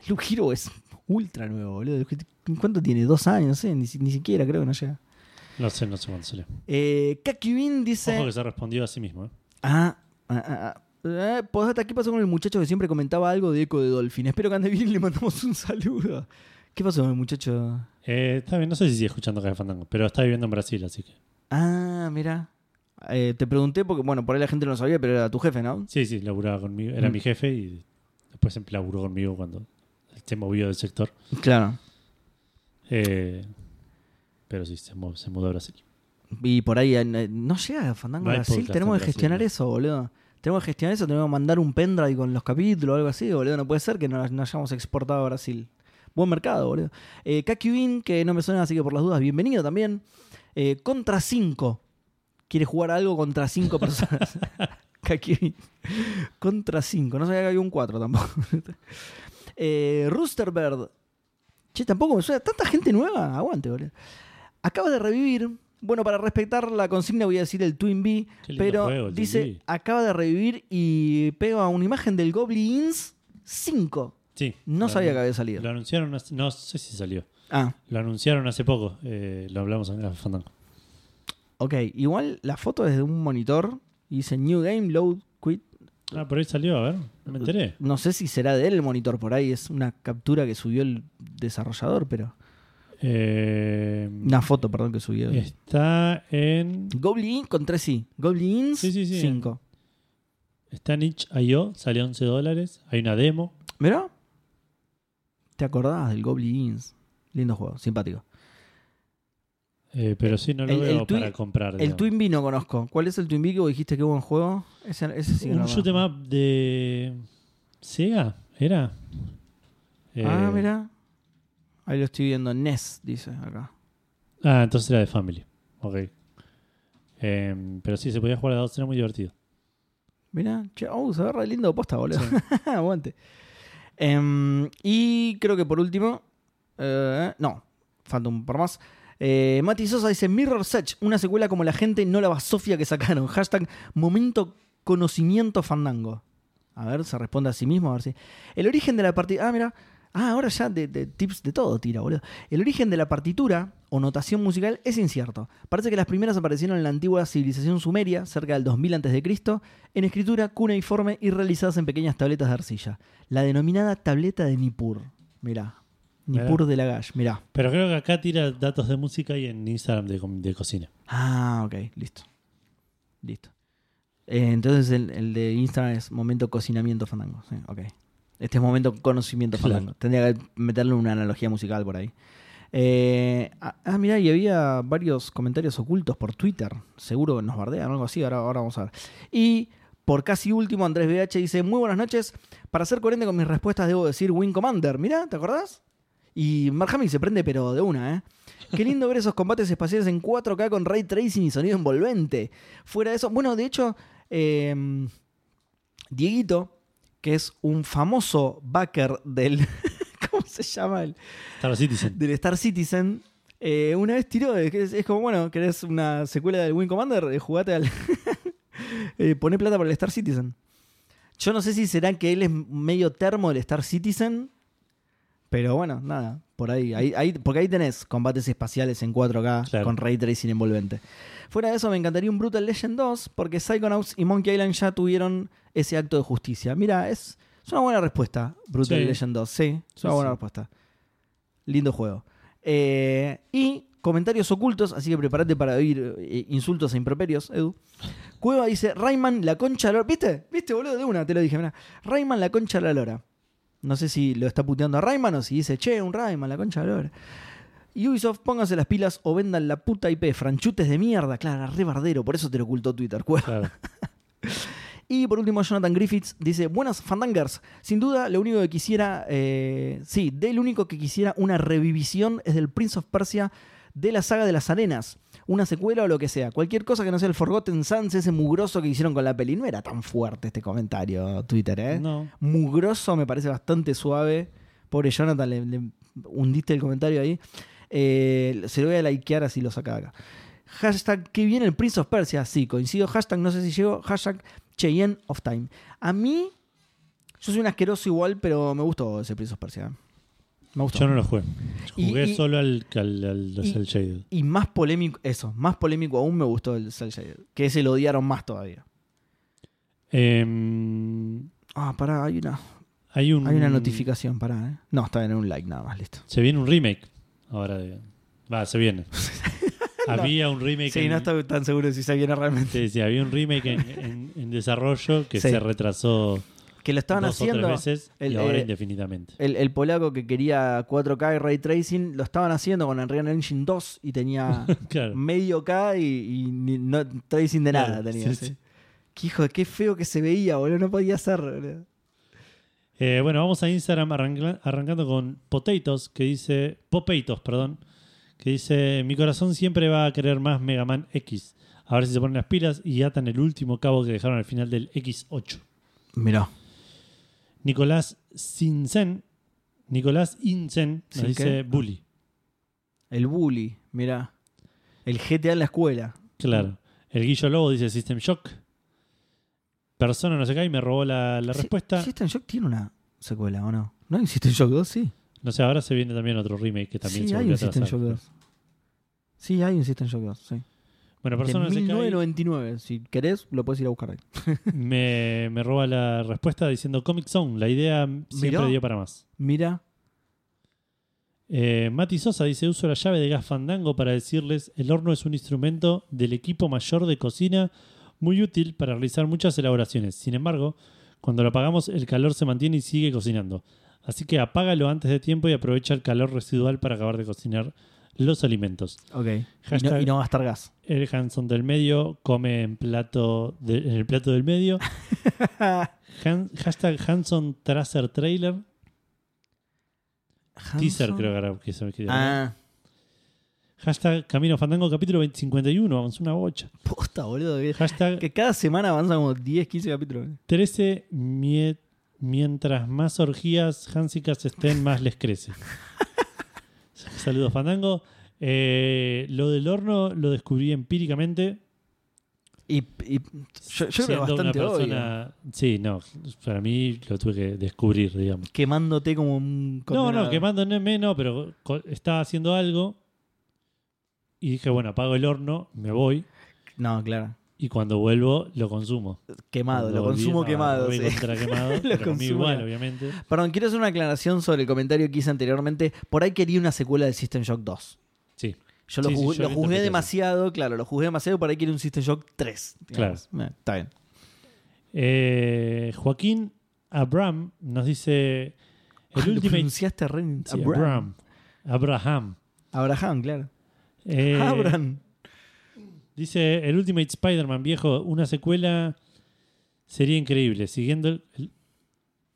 S2: Loop Hero es ultra nuevo, boludo. ¿Cuánto tiene? ¿Dos años? No sé, ni, si- ni siquiera creo que no llega.
S1: No sé, no sé cuándo salió.
S2: Eh, Kakibin dice.
S1: Ojo que se respondió a sí mismo. ¿eh?
S2: Ah, ah, ah, ah. Eh, Postdata, ¿qué pasó con el muchacho que siempre comentaba algo de Eco de Dolphin? Espero que ande bien y le mandamos un saludo. ¿Qué pasó con el muchacho?
S1: Eh, está bien, no sé si sigue escuchando Café Fandango, pero está viviendo en Brasil, así que.
S2: Ah, mira. Eh, te pregunté porque, bueno, por ahí la gente no lo sabía, pero era tu jefe, ¿no?
S1: Sí, sí, laburaba conmigo. Era
S2: Mm.
S1: mi jefe y después laburó conmigo cuando se movió del sector.
S2: Claro.
S1: Eh, pero sí, se, mu- se mudó a Brasil.
S2: Y por ahí eh, no llega Fandango
S1: No hay
S2: Brasil.
S1: podcast
S2: Tenemos
S1: en
S2: que
S1: Brasil,
S2: gestionar
S1: ¿no?
S2: eso, boludo. Tenemos que gestionar eso. Tenemos que mandar un pendrive con los capítulos o algo así, boludo. No puede ser que no, no hayamos exportado a Brasil. Buen mercado, boludo. Eh, Kakibin, que no me suena, así que por las dudas, bienvenido también. Eh, contra 5. Quiere jugar algo contra 5 personas. Kakibin. Contra 5. No sabía que había un 4 tampoco. eh, Roosterbird. Che, tampoco me suena. Tanta gente nueva. Aguante, boludo. Acaba de revivir. Bueno, para respetar la consigna voy a decir el Twin Bee,
S1: Qué lindo
S2: pero
S1: juego, el Twin
S2: dice
S1: Bee.
S2: acaba de revivir y pega una imagen del Goblins 5.
S1: Sí.
S2: No
S1: Lo
S2: sabía
S1: anun-
S2: que había salido.
S1: Lo anunciaron hace- No sé si salió.
S2: Ah,
S1: Lo anunciaron hace poco. eh, lo hablamos en Café Fandango.
S2: ok. Igual la foto es de un monitor y dice New Game, Load, Quit.
S1: Ah, por ahí salió, a ver. No me enteré.
S2: No sé si será de él el monitor por ahí, es una captura que subió el desarrollador, pero.
S1: Eh,
S2: Una foto, perdón, que subió.
S1: Este. Está en.
S2: Goblin con 3 sí. Goblins
S1: Sí, sí, sí.
S2: 5.
S1: Está en itch.io, sale 11 dólares. Hay una demo.
S2: ¿Verdad? ¿Te acordás del Goblins? Lindo juego, simpático.
S1: eh, pero sí, no lo
S2: El- el
S1: veo
S2: Twin-
S1: para comprar.
S2: El
S1: digamos.
S2: Twin B no conozco. ¿Cuál es el Twin B que vos dijiste que hubo en juego? Ese, ese sí que no
S1: Un
S2: lo
S1: shoot em
S2: conozco.
S1: up de. Sega, ¿era? Eh,
S2: Ah, mira. Ahí lo estoy viendo. NES, dice acá.
S1: Ah, entonces era de Family. Ok. Eh, pero sí, se podía jugar a dos, era muy divertido.
S2: Mira, che, oh, se ve re lindo posta, boludo. Aguante. Em, y creo que por último. eh, no, falta un par más. Eh, Mati Sosa dice: Mirror Edge, una secuela como la gente no la basofia que sacaron. Hashtag momento conocimiento fandango. A ver, se responde a sí mismo. A ver si. El origen de la partida. Ah, mira. Ah, ahora ya de, de tips de todo tira, boludo. El origen de la partitura o notación musical es incierto. Parece que las primeras aparecieron en la antigua civilización sumeria, cerca del 2000 a.C., en escritura cuneiforme y realizadas en pequeñas tabletas de arcilla. La denominada tableta de Nippur. Mirá.
S1: Mirá.
S2: Nippur de Lagash, mirá.
S1: Pero creo que acá tira datos de música y en Instagram de, com- de cocina.
S2: Ah, ok, listo. Listo. Eh, entonces el, el de Instagram es momento cocinamiento fandango. Sí, ok. Este es momento conocimiento
S1: Claro.
S2: fandango. Tendría que meterle una analogía musical por ahí. Eh, ah, ah, mirá, y había varios comentarios ocultos por Twitter. Seguro nos bardean o algo así. Ahora, ahora vamos a ver. Y por casi último, Andrés BH dice: Muy buenas noches. Para ser coherente con mis respuestas, debo decir Win Commander. Mirá, ¿te acordás? Y Mark Hamill se prende, pero de una, ¿eh? Qué lindo ver esos combates espaciales en 4K con ray tracing y sonido envolvente. Fuera de eso, bueno, de hecho, eh, Dieguito, que es un famoso backer del. ¿Cómo se llama? El,
S1: Star Citizen.
S2: del Star Citizen. eh, una vez tiró, es, que es- es como, bueno, querés una secuela del Wing Commander, Eh, jugate al. eh, poné plata para el Star Citizen. Yo no sé si será que él es medio termo del Star Citizen. Pero bueno, nada, por ahí. ahí, ahí- porque ahí tenés combates espaciales en 4K
S1: Claro.
S2: con ray tracing envolvente. Fuera de eso, me encantaría un Brutal Legend 2 porque Psychonauts y Monkey Island ya tuvieron ese acto de justicia. Mira, es, es una buena respuesta, Brutal
S1: Sí.
S2: Legend 2. Sí, es una
S1: Sí,
S2: buena
S1: sí.
S2: respuesta. Lindo juego. Eh, y comentarios ocultos, así que prepárate para oír eh, insultos e improperios, Edu. Cueva dice, Rayman la concha de la lora. ¿Viste? ¿Viste, boludo? De una, te lo dije, mirá. Rayman la concha de la lora. No sé si lo está puteando a Rayman o si dice, che, un Rayman, la concha de la lora. Ubisoft, pónganse las pilas o vendan la puta IP. Franchutes de mierda, claro, re bardero, por eso te lo ocultó Twitter, cueva.
S1: Claro.
S2: Y por último, Jonathan Griffiths dice: Buenas fandangers. Sin duda, lo único que quisiera. eh, sí, del único que quisiera una revivisión es del Prince of Persia de la saga de las arenas. Una secuela o lo que sea. Cualquier cosa que no sea el Forgotten Sans, ese mugroso que hicieron con la peli. No era tan fuerte este comentario, Twitter, ¿eh?
S1: No.
S2: Mugroso me parece bastante suave. Pobre Jonathan, le, le hundiste el comentario ahí. Eh, se lo voy a likear así lo saca de acá. Hashtag, que viene el Prince of Persia. Sí, coincido. Hashtag, no sé si llego. Hashtag, Cheyenne of Time. A mí, yo soy un asqueroso igual, pero me gustó ese Prince of Persia. ¿eh? Me gustó.
S1: Yo no lo jugué.
S2: Y-
S1: Jugué
S2: y-
S1: solo al, al, al-
S2: y-
S1: al Shaded.
S2: Y más polémico, eso, más polémico aún me gustó el Cell Shaded, Que ese lo odiaron más todavía.
S1: Em,
S2: Ah, pará, hay una,
S1: hay, un,
S2: hay una notificación, pará, eh. No, está en un like nada más, listo.
S1: Se viene un remake ahora. de- Va, se viene. Había un remake.
S2: Sí,
S1: en-
S2: no estoy tan seguro de si se viene realmente.
S1: Sí, sí, había un remake en, en- en desarrollo que
S2: Sí.
S1: se retrasó
S2: Que lo estaban
S1: dos o
S2: haciendo.
S1: tres veces
S2: el-
S1: y ahora
S2: eh,
S1: indefinidamente.
S2: El, el polaco que quería 4K y ray tracing lo estaban haciendo con Unreal Engine 2 y tenía
S1: Claro.
S2: medio K y, y ni- no tracing de nada
S1: Claro,
S2: tenía.
S1: sí,
S2: sí.
S1: sí.
S2: Qué hijo, de- qué feo que se veía, boludo. No podía ser. boludo.
S1: Eh, bueno, vamos a Instagram arrancla- arrancando con Potatoes, que dice. Popeitos, perdón. Que dice: Mi corazón siempre va a querer más Mega Man X. A ver si se ponen las pilas y atan el último cabo que dejaron al final del X8.
S2: Mirá.
S1: Nicolás Sinsen. Nicolás Insen nos
S2: ¿Sin
S1: dice
S2: qué?
S1: Bully.
S2: El bully, mirá. El GTA en la escuela.
S1: Claro. El Guillo Lobo dice System Shock. Persona no se cae y me robó la, la
S2: Sí,
S1: respuesta.
S2: ¿System Shock tiene una secuela o no? ¿No hay System Shock 2? Sí.
S1: No sé, ahora se viene también otro remake que también
S2: sí,
S1: se
S2: hay
S1: volvió
S2: un
S1: a
S2: System Shock
S1: atrasar.
S2: 2. Sí, hay un System Shock 2, sí.
S1: Bueno,
S2: De
S1: Persona no se cae
S2: 1999. Si querés, lo puedes ir a buscar ahí.
S1: me, me roba la respuesta diciendo Comic Zone. La idea siempre
S2: Mirá.
S1: dio para más.
S2: Mira.
S1: Eh, Mati Sosa dice: Uso la llave de gas fandango para decirles: el horno es un instrumento del equipo mayor de cocina muy útil para realizar muchas elaboraciones. Sin embargo, cuando lo apagamos, el calor se mantiene y sigue cocinando. Así que apágalo antes de tiempo y aprovecha el calor residual para acabar de cocinar los alimentos.
S2: Ok. Y no,
S1: Hashtag-
S2: y no gastar gas.
S1: El Hanson del medio come en, plato de- en el plato del medio. Han- hashtag Hanson Tracer Trailer. Teaser, creo que ahora que se me quedó.
S2: Ah,
S1: Hashtag Camino Fandango, capítulo 20 51. Avanzó una bocha.
S2: posta, boludo. Que,
S1: Hashtag
S2: que cada semana avanzan como 10, 15 capítulos.
S1: 13. mie- mientras más orgías Hansicas estén, más les crece. Saludos, Fandango. Eh, lo del horno lo descubrí empíricamente.
S2: Y, y yo, yo creo
S1: siendo
S2: bastante
S1: una
S2: obvio.
S1: persona. Sí, no. Para mí lo tuve que descubrir, digamos.
S2: Quemándote como un
S1: No, no,
S2: condenado.
S1: quemando no es menos, pero co- estaba haciendo algo. Y dije, bueno, apago el horno, me voy.
S2: No, claro.
S1: Y cuando vuelvo, lo consumo.
S2: Quemado,
S1: Cuando
S2: lo
S1: volví,
S2: consumo
S1: estaba
S2: quemado.
S1: re
S2: sí.
S1: contra quemado, pero comí
S2: consumo
S1: igual,
S2: quemado.
S1: obviamente.
S2: Perdón, quiero hacer una aclaración sobre el comentario que hice anteriormente. Por ahí quería una secuela del System Shock 2.
S1: Sí,
S2: Yo lo,
S1: Sí, sí,
S2: juzgué-
S1: yo lo
S2: lo
S1: interpreté
S2: juzgué
S1: así.
S2: demasiado, claro, lo juzgué demasiado, por ahí quiere un System Shock 3. digamos. Eh, está bien.
S1: Eh, Joaquín Abram nos dice el
S2: Ah, Lo
S1: Ultimate
S2: pronunciaste re...
S1: sí,
S2: Abraham.
S1: Abram. Abraham.
S2: Abraham, claro.
S1: Eh,
S2: Abraham.
S1: Dice el Ultimate Spider-Man viejo, una secuela sería increíble. Siguiendo el, el-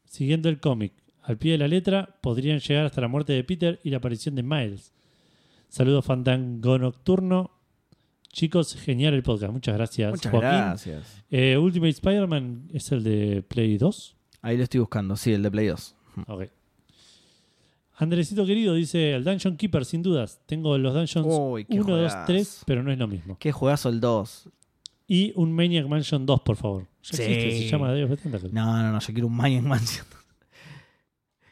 S1: siguiendo el cómic al pie de la letra, podrían llegar hasta la muerte de Peter y la aparición de Miles. Saludos Fandango Nocturno. Chicos, genial el podcast. Muchas gracias,
S2: Muchas
S1: Joaquín.
S2: gracias.
S1: Eh, Ultimate Spider-Man es el de Play 2.
S2: Ahí lo estoy buscando, sí, el de Play 2.
S1: Ok. Andresito querido dice el Dungeon Keeper, sin dudas. Tengo los Dungeons
S2: Uy, Oh, qué
S1: 1, 2,
S2: juegazo.
S1: 3, pero no es lo mismo.
S2: Qué juegazo el 2.
S1: Y un Maniac Mansion 2, por favor. Ya
S2: Sí.
S1: existe, se llama Day of the Tentacle.
S2: No, no, no, yo quiero un Mayan Mansion.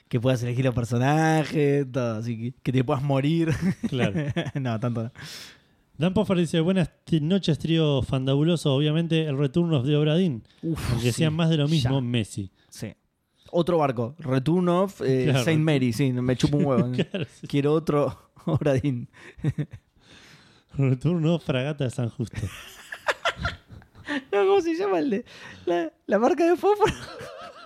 S2: que puedas elegir los personajes, todo, así que, que te puedas morir.
S1: Claro.
S2: no, tanto no.
S1: Dan Poffer dice: Buenas t- noches, trío fandabuloso. Obviamente, el returno de Obradín.
S2: Uf,
S1: Aunque
S2: sí,
S1: sean más de lo mismo,
S2: ya,
S1: Messi.
S2: sí. Otro barco, Return of eh,
S1: Claro.
S2: Saint Mary, sí, me chupo un huevo.
S1: Claro, sí.
S2: Quiero otro Obradín.
S1: Returno Fragata de San Justo.
S2: No, ¿cómo se llama el de la, la marca de fósforo?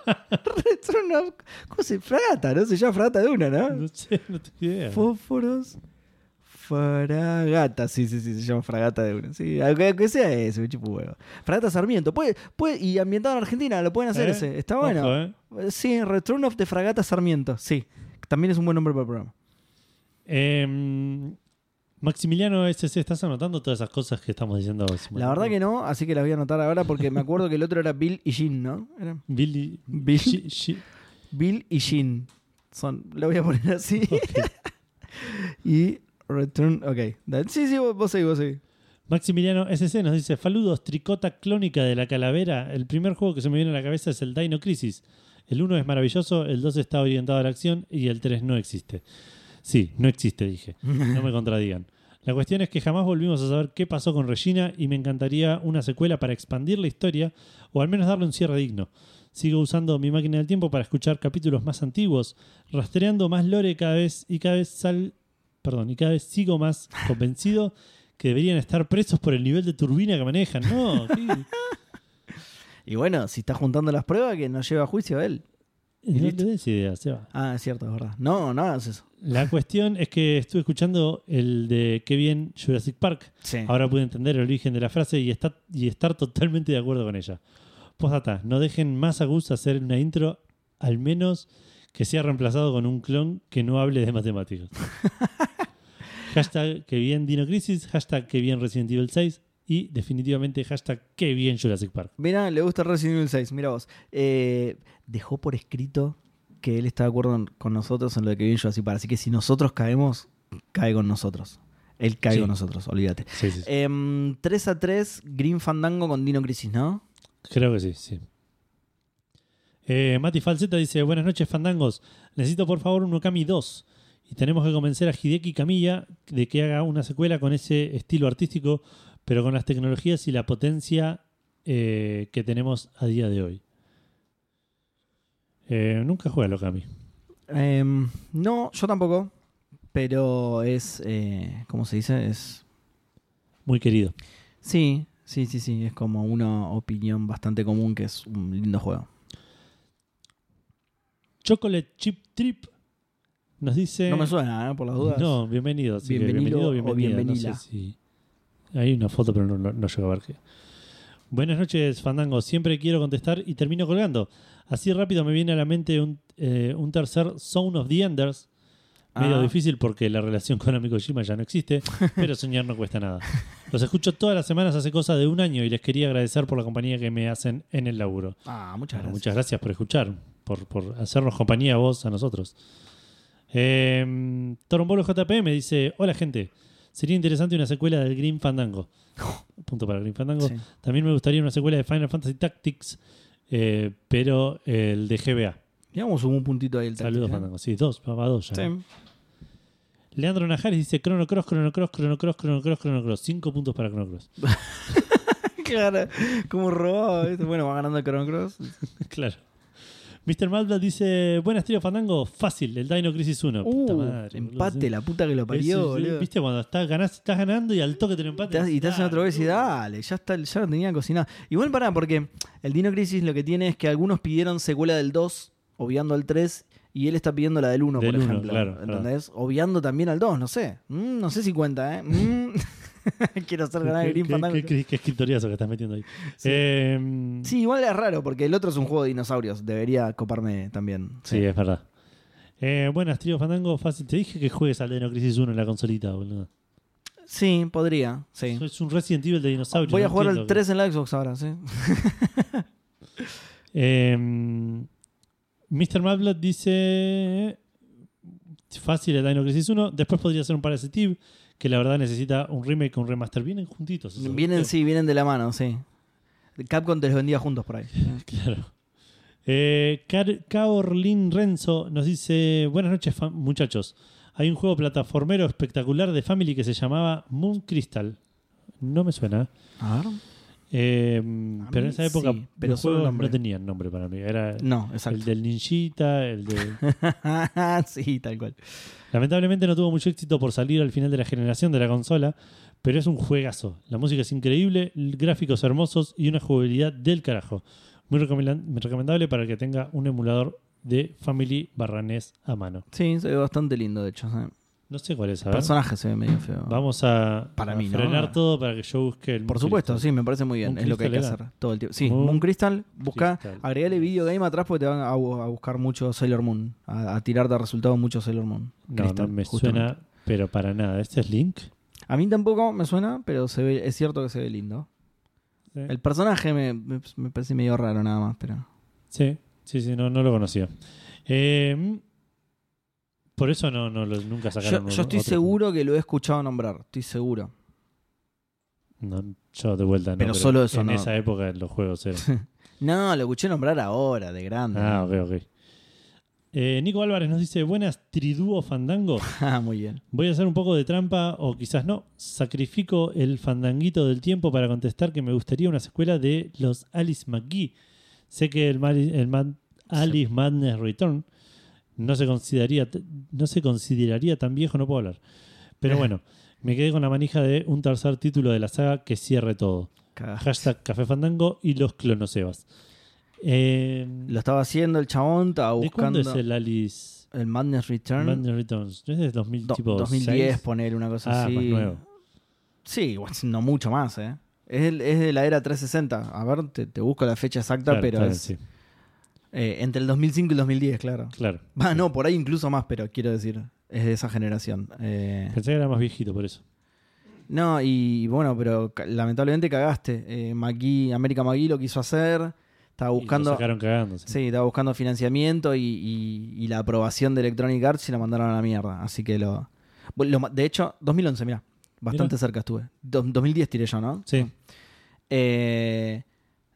S2: Return of. ¿Cómo se Fragata, ¿no? Se llama Fragata de una, ¿no?
S1: No sé, no tengo idea.
S2: Fósforos. Fragata, sí, sí, sí, se llama Fragata de una. Sí, aunque que sea eso, me chupa un huevo. Fragata Sarmiento, puede, puede, y ambientado en Argentina, lo pueden hacer
S1: ¿Eh?
S2: ese, está
S1: Ojo,
S2: bueno.
S1: eh.
S2: Eh, Sí, Return of the Fragata Sarmiento, sí, también es un buen nombre para el programa.
S1: Em, Maximiliano SC, ¿estás anotando todas esas cosas que estamos diciendo?
S2: La verdad que no, así que las voy a anotar ahora porque me acuerdo que el otro era Bill y Jean, ¿no? Era
S1: Billy.
S2: Bill.
S1: Shi- Shi-
S2: Bill y Jean. Son, lo voy a poner así. y Return, ok. Da- Sí, sí, vos, vos seguís, vos seguís.
S1: Maximiliano SC nos dice: Faludos, tricota clónica de la calavera. El primer juego que se me viene a la cabeza es el Dino Crisis. El 1 es maravilloso, el 2 está orientado a la acción y el 3 no existe. Sí, no existe, dije. No me contradigan. La cuestión es que jamás volvimos a saber qué pasó con Regina y me encantaría una secuela para expandir la historia o al menos darle un cierre digno. Sigo usando mi máquina del tiempo para escuchar capítulos más antiguos, rastreando más lore cada vez y cada vez sal, perdón, y cada vez sigo más convencido que deberían estar presos por el nivel de turbina que manejan. No, ¿qué?
S2: Y bueno, si está juntando las pruebas, que nos lleva a juicio a él.
S1: no le des idea, Seba.
S2: Ah, es cierto, es verdad. No, no hagas eso.
S1: La cuestión es que estuve escuchando el de qué bien Jurassic Park.
S2: Sí.
S1: Ahora pude entender el origen de la frase y, está- y estar totalmente de acuerdo con ella. Postdata, no dejen más a Gus hacer una intro, al menos que sea reemplazado con un clon que no hable de matemáticas. hashtag que bien Dino Crisis, hashtag que bien Resident Evil 6 y definitivamente hashtag que bien Jurassic Park.
S2: Mira, le gusta Resident Evil 6, mira vos. Eh, dejó por escrito que él está de acuerdo en- con nosotros en lo de que bien yo así para. Así que si nosotros caemos, cae con nosotros. Él cae
S1: Sí.
S2: con nosotros, olvídate.
S1: Sí, sí, sí.
S2: Em, 3 a 3, Green Fandango con Dino Crisis, ¿no?
S1: Creo que sí, sí. Eh, Mati Falseta dice: Buenas noches, fandangos. Necesito por favor un Okami 2. Y tenemos que convencer a Hideki Kamiya de que haga una secuela con ese estilo artístico, pero con las tecnologías y la potencia eh, que tenemos a día de hoy. Eh, nunca juega al Okami.
S2: Em, no, yo tampoco. Pero es. eh, ¿Cómo se dice? Es.
S1: Muy querido.
S2: Sí, sí, sí, sí. Es como una opinión bastante común que es un lindo juego.
S1: Chocolate Chip Trip nos dice.
S2: No me suena, ¿eh? Por las dudas.
S1: No, bienvenido. así que bienvenido,
S2: Bienvenido o
S1: bienvenida,
S2: bienvenida.
S1: no sé si- Hay una foto, pero no, no, no llego a ver qué. Buenas noches, Fandango. Siempre quiero contestar y termino colgando. Así rápido me viene a la mente un, eh, un tercer Zone of the Enders. Medio
S2: Ah.
S1: difícil porque la relación con Amigo Jima ya no existe, pero soñar no cuesta nada. Los escucho todas las semanas hace cosa de un año y les quería agradecer por la compañía que me hacen en el laburo.
S2: Ah, muchas
S1: Bueno,
S2: gracias.
S1: Muchas gracias por escuchar, por, por hacernos compañía a vos, a nosotros. Eh, Torombolo JP me dice: Hola, gente. Sería interesante una secuela del Green Fandango. Punto para Green Fandango.
S2: Sí.
S1: También me gustaría una secuela de Final Fantasy Tactics, eh, pero el de GBA.
S2: Digamos un puntito ahí el
S1: Saludos,
S2: táctil, ¿eh?
S1: Fandango. Sí, dos, va va dos ya.
S2: Sí.
S1: Leandro Najares dice: Chrono Cross, Chrono Cross, Chrono Cross, Chrono Cross, Chrono Cross. Cinco puntos para Chrono Cross.
S2: Claro, como robado. ¿viste? Bueno, va ganando el Chrono Cross.
S1: claro. Mr. Madblad dice: Buenas, tío Fandango. Fácil, el Dino Crisis 1. Puta
S2: Uh,
S1: madre, boludo.
S2: empate,
S1: Sí.
S2: la puta que lo
S1: Eso es,
S2: parió, boludo.
S1: Viste cuando estás, ganás- estás ganando y "Ah, uh, al toque te lo
S2: Te
S1: empatan.
S2: hace- y te hacen otra vez y "Ah, dale, ya, está, ya lo tenían cocinado. Igual pará, porque el Dino Crisis lo que tiene es que algunos pidieron secuela del 2, obviando al 3, y él está pidiendo la del 1,
S1: Del
S2: por
S1: uno,
S2: ejemplo.
S1: claro,
S2: ¿Entendés? Obviando también al 2, no sé. Mm, no sé si cuenta, ¿eh? Mm. Quiero hacer ganar a
S1: ¿Qué,
S2: Green Fandango.
S1: qué, qué- qué escritoriazo que estás metiendo ahí. Eh, sí,
S2: Sí, igual es raro, porque el otro es un juego de dinosaurios. Debería coparme también.
S1: es verdad. Eh, buenas, trío Fandango. Fácil. Te dije que juegues al Dino Crisis 1 en la consolita, boludo.
S2: Sí, podría. Sí.
S1: Es un Resident Evil de dinosaurios.
S2: Voy a
S1: no
S2: jugar al
S1: entiendo que-
S2: 3 en la Xbox ahora, sí.
S1: Eh, Mr. Mablet dice. Fácil el Dino Crisis 1. Después podría ser un Parasitive, que la verdad necesita un remake con un remaster. Vienen juntitos. esos,
S2: Vienen,
S1: ¿viste?
S2: sí, vienen de la mano, sí. Capcom te los vendía juntos por ahí.
S1: Claro. Eh, Car- Caorlin Renzo nos dice: Buenas noches, fa- muchachos. Hay un juego plataformero espectacular de Family que se llamaba Moon Crystal. No me suena.
S2: A ver.
S1: Eh,
S2: A
S1: pero en
S2: mí
S1: esa época
S2: sí, pero
S1: los
S2: solo
S1: juegos
S2: nombre.
S1: no tenían nombre para mí. Era
S2: No,
S1: el
S2: exacto.
S1: del ninjita, el de...
S2: sí, tal cual.
S1: Lamentablemente no tuvo mucho éxito por salir al final de la generación de la consola, pero es un juegazo. La música es increíble, l- gráficos hermosos y una jugabilidad del carajo. Muy recomendan- muy recomendable para el que tenga un emulador de Family Barranés a mano.
S2: Sí, se ve bastante lindo, de hecho. sí.
S1: No sé cuál es, a
S2: El
S1: ver.
S2: personaje se ve medio feo.
S1: Vamos a,
S2: Para
S1: a
S2: mí, ¿no?
S1: frenar todo para que yo busque el
S2: Por supuesto, sí, me parece muy bien.
S1: Moon
S2: Es lo que hay que
S1: Crystal
S2: hacer todo el tiempo. Sí,
S1: Moon
S2: Moon Crystal, busca,
S1: Crystal.
S2: agregale video game atrás porque te van a, bu- a buscar mucho Sailor Moon. A, a tirar de resultado mucho Sailor Moon.
S1: No,
S2: Crystal,
S1: no me
S2: justamente.
S1: suena, pero para nada. ¿Este es Link?
S2: A mí tampoco me suena, pero se ve, es cierto que se ve lindo.
S1: Sí.
S2: El personaje me, me- me parece medio raro nada más, pero.
S1: Sí, sí, sí, no, no lo conocía. Eh, por eso no, no lo- nunca sacaron
S2: Yo, yo estoy
S1: otro.
S2: seguro que lo he escuchado nombrar, estoy seguro.
S1: No, yo de vuelta no.
S2: Pero solo eso
S1: En
S2: no.
S1: esa época los juegos eran.
S2: No, lo escuché nombrar ahora, de grande.
S1: ah, ok, ok. Eh, Nico Álvarez nos dice: Buenas, tridúo fandango.
S2: Ah, muy bien.
S1: Voy a hacer un poco de trampa, o quizás no. Sacrifico el fandanguito del tiempo para contestar que me gustaría una secuela de los Alice McGee. Sé que el, Mali- el Mad- Alice Madness Return no se, consideraría, t- no se consideraría tan viejo, no puedo hablar.
S2: Eh.
S1: Pero bueno, me quedé con la manija de un tercer título de la saga que cierre todo.
S2: Cagá.
S1: Hashtag Café Fandango y los clonosebas. Eh,
S2: Lo estaba haciendo el chabón, estaba
S1: ¿De cuándo
S2: buscando.
S1: es el Alice
S2: el Madness Return?
S1: Madness Returns? ¿No es de 2000,
S2: Do-
S1: tipo
S2: 2010,
S1: seis?
S2: poner una cosa
S1: Ah,
S2: así.
S1: más nuevo.
S2: Sí, igual no mucho más, ¿eh? Es, el- es de la era 360. A ver, te, te busco la fecha exacta,
S1: Claro,
S2: pero
S1: claro,
S2: es
S1: sí,
S2: eh, entre el 2005 y el 2010, claro.
S1: claro.
S2: Va, no, por ahí incluso más, pero quiero decir, es de esa generación. Eh,
S1: Pensé que era más viejito por eso.
S2: No, y bueno, pero ca- lamentablemente cagaste. Eh, Magui, América Magui lo quiso hacer. Estaba
S1: Y lo
S2: buscando.
S1: sacaron cagando. sí.
S2: Sí, estaba buscando financiamiento y, y- y la aprobación de Electronic Arts y la mandaron a la mierda. Así que lo. bueno, lo ma- de hecho, 2011, mira. Bastante
S1: Mirá.
S2: cerca estuve. Do- 2010 tiré yo, ¿no?
S1: Sí.
S2: Eh,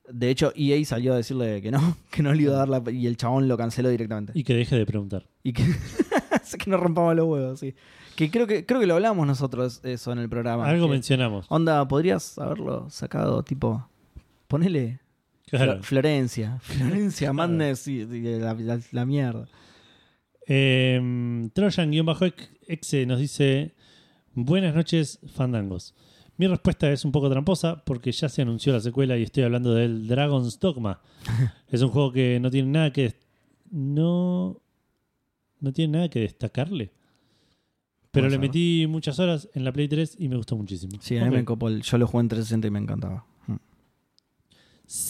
S2: de hecho, EA salió a decirle que no, que no le iba a dar la. Y el chabón lo canceló directamente.
S1: Y que deje de preguntar.
S2: Y que, así que nos rompamos los huevos, sí. Que creo que, creo que lo hablamos nosotros eso en el programa.
S1: Algo
S2: que-
S1: mencionamos.
S2: Onda, podrías haberlo sacado, tipo. Ponele
S1: Claro.
S2: Flo- Florencia. Florencia, Madness y, y la, la- la mierda.
S1: Eh, Trojan-exe nos dice: Buenas noches, fandangos. Mi respuesta es un poco tramposa porque ya se anunció la secuela y estoy hablando del Dragon's Dogma. es un juego que no tiene nada que. des- No. No tiene nada que destacarle. Pero
S2: Puede
S1: le
S2: ser.
S1: metí muchas horas en la Play 3 y me gustó muchísimo.
S2: Sí, a mí
S1: Ok.
S2: me copó el- Yo lo jugué en 360 y me encantaba. Mm.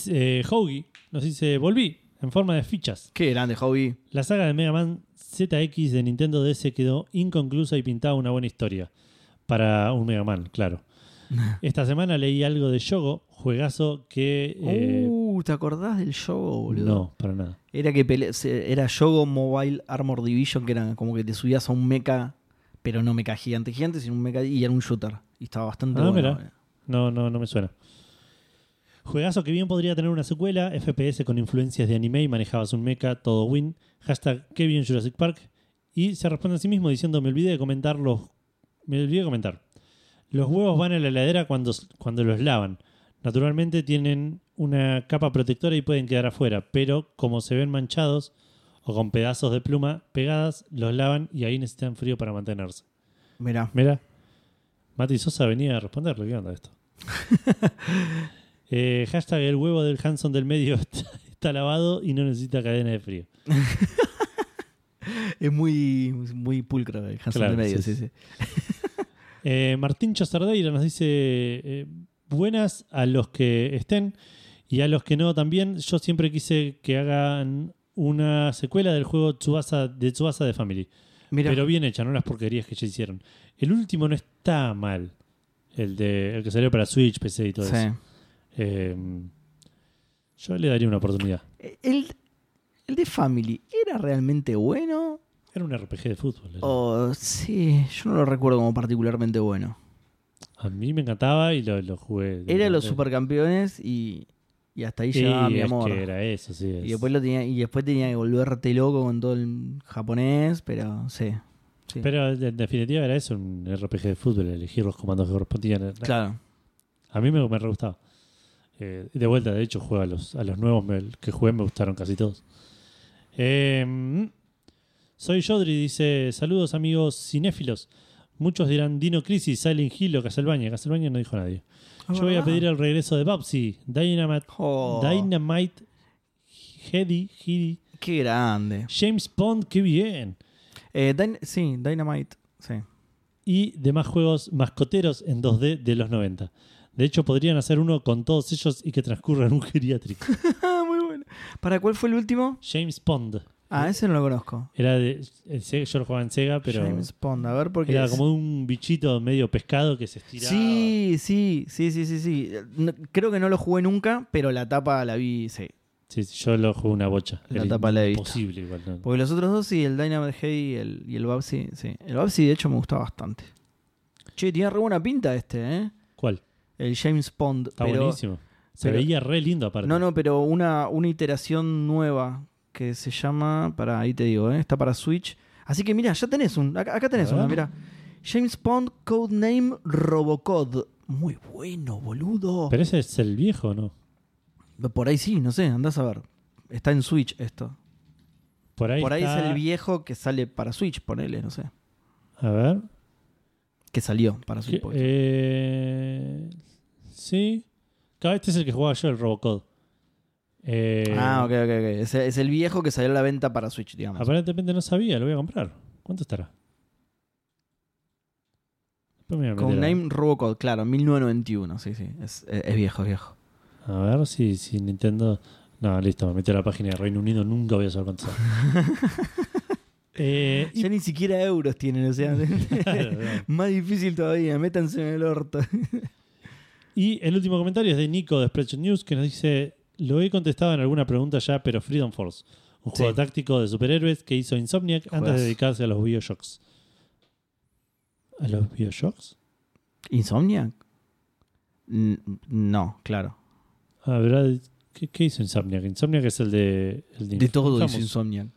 S1: Eh, Hoagie nos dice: Volví en forma de fichas.
S2: Qué grande, hobby.
S1: La saga de Mega Man ZX de Nintendo DS quedó inconclusa y pintaba una buena historia. Para un Mega Man, claro. Esta semana leí algo de Yogo, juegazo que. eh,
S2: uh, ¿te acordás del Yogo, boludo?
S1: no, para nada.
S2: Era que pele- se- era Yogo Mobile Armor Division, que era como que te subías a un mecha, pero no mecha gigante, gigante, sino un mecha y era un shooter. Y estaba bastante
S1: Ah,
S2: bueno. eh.
S1: mirá. No, no, no me suena. Juegazo que bien podría tener una secuela, FPS con influencias de anime y manejabas un mecha, todo win. Hashtag que bien Jurassic Park. Y se responde a sí mismo diciendo, me olvidé de comentar los... Me olvidé de comentar. Los huevos van a la heladera cuando, cuando los lavan. Naturalmente tienen una capa protectora y pueden quedar afuera, pero como se ven manchados o con pedazos de pluma pegadas, los lavan y ahí necesitan frío para mantenerse.
S2: Mirá.
S1: Mira, Mati Sosa venía a responderle. ¿Qué onda esto? Eh, hashtag el huevo del Hanson del medio está, está lavado y no necesita cadena de frío.
S2: Es muy, muy pulcro el Hanson
S1: Claro,
S2: de medio,
S1: sí,
S2: sí,
S1: sí.
S2: sí.
S1: Eh, Martín Chocerdeira nos dice: eh, Buenas a los que estén y a los que no también. Yo siempre quise que hagan una secuela del juego Tsubasa, de Tsubasa de Family.
S2: Mirá.
S1: Pero bien hecha, no las porquerías que ya hicieron. El último no está mal. El, de, el que salió para Switch, PC y todo
S2: Sí.
S1: eso. Eh, yo le daría una oportunidad.
S2: E-, El, el de Family, ¿era realmente bueno?
S1: Era un RPG de fútbol. ¿eh? era.
S2: O sí, yo no lo recuerdo como particularmente bueno.
S1: A mí me encantaba y lo, lo jugué.
S2: Era los supercampeones y, y hasta ahí
S1: Sí,
S2: llegaba mi
S1: es
S2: amor.
S1: que era eso, sí. es.
S2: Y después, lo tenía, y después tenía que volverte loco con todo el japonés, pero sí. sí.
S1: Pero en definitiva era eso, un RPG de fútbol, elegir los comandos que correspondían.
S2: claro.
S1: A mí me, me re gustaba. Eh, de vuelta, de hecho, juego a los, a los nuevos me- que jugué, me gustaron casi todos. Eh, soy Jodri, dice: Saludos, amigos cinéfilos. Muchos dirán Dino Crisis, Silent Hill o Castlevania. Castlevania no dijo nadie. Yo voy a pedir el regreso de Babsy, Dynamite,
S2: Oh,
S1: Dynamite, Hedy, Hedy,
S2: Qué grande.
S1: James Bond, qué bien.
S2: Eh, Dyn- sí, Dynamite. Sí.
S1: Y demás juegos mascoteros en 2D de los 90. De hecho, podrían hacer uno con todos ellos y que transcurra en un geriátrico.
S2: Ah, muy bueno. ¿Para cuál fue el último?
S1: James Bond.
S2: Ah, ese no lo conozco.
S1: Era de. el Se- yo lo jugaba en Sega, pero.
S2: James Bond, a ver, porque.
S1: Era
S2: es-
S1: como un bichito medio pescado que se estiraba.
S2: Sí, sí, sí, sí, sí, sí. No- creo que no lo jugué nunca, pero la tapa la vi, sí.
S1: Sí, sí, yo lo jugué una bocha.
S2: La
S1: Era
S2: tapa la he visto.
S1: imposible igual. ¿no?
S2: Porque los otros dos, sí, el Dynamite Head y el, y el Babsy, sí. El Babsy, de hecho, me gusta bastante. Che, tiene re buena pinta este, ¿eh?
S1: ¿Cuál?
S2: El James Bond.
S1: Está
S2: pero,
S1: buenísimo. Se
S2: pero-
S1: veía re lindo aparte.
S2: No, no, pero una, una iteración nueva que se llama. Para ahí te digo, ¿eh? está para Switch. Así que mira, ya tenés un. Acá, acá tenés
S1: A ver.
S2: uno, mira. James Bond Codename Robocod. Muy bueno, boludo.
S1: Pero ese es el viejo, ¿no?
S2: Por ahí sí, no sé, andás a ver. Está en Switch esto.
S1: Por ahí,
S2: Por ahí
S1: está-
S2: es el viejo que sale para Switch, ponele, no sé.
S1: A ver.
S2: Que salió para Switch.
S1: Que-
S2: porque-
S1: eh, sí. Claro, este es el que jugaba yo, el Robocod. Eh,
S2: ah, ok, ok, ok. Es, es el viejo que salió a la venta para Switch, digamos.
S1: Aparentemente no sabía, lo voy a comprar. ¿Cuánto estará? Después me voy a meter
S2: Con
S1: a-
S2: Name Robocod, claro, 1991, sí, sí. Es, es- es viejo, es viejo.
S1: A ver si, si Nintendo. No, listo, me metí a la página de Reino Unido, nunca voy a saber cuánto sale. Eh, y-
S2: Ya ni siquiera euros tienen, o sea.
S1: claro, no.
S2: más difícil todavía, métanse en el orto.
S1: Y el último comentario es de Nico de Spreadshot News que nos dice: Lo he contestado en alguna pregunta ya, pero Freedom Force, un juego
S2: Sí.
S1: táctico de superhéroes que hizo Insomniac antes
S2: Juegazo.
S1: de dedicarse a los Bioshocks. ¿A los Bioshocks?
S2: ¿Insomniac? N- No, claro.
S1: Ah, ¿verdad? ¿Qué, qué hizo Insomniac? Insomniac es el de. El de,
S2: De todo
S1: Infamous.
S2: hizo Insomniac.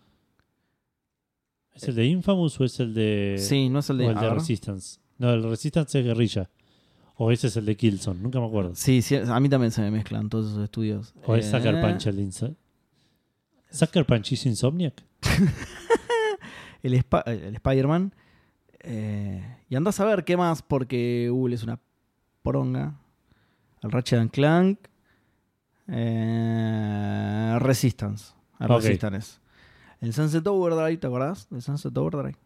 S1: ¿Es el de Infamous o es el de.
S2: Sí, no es Eh, el de,
S1: o el
S2: a
S1: de
S2: ver.
S1: Resistance. No, el Resistance es guerrilla. O ese es el de Killzone, nunca me acuerdo.
S2: Sí, sí, a mí también se me mezclan todos esos estudios.
S1: O es
S2: Eh,
S1: Sucker Punch el de Insomniac. ¿Sucker Punch hizo Insomniac?
S2: el, Spa- el Spider-Man. eh, y andás a ver qué más, porque Google es una poronga. El Ratchet and Clank. eh, Resistance. El
S1: Ok.
S2: Resistance. El Sunset Overdrive, ¿te acordás? El Sunset Overdrive.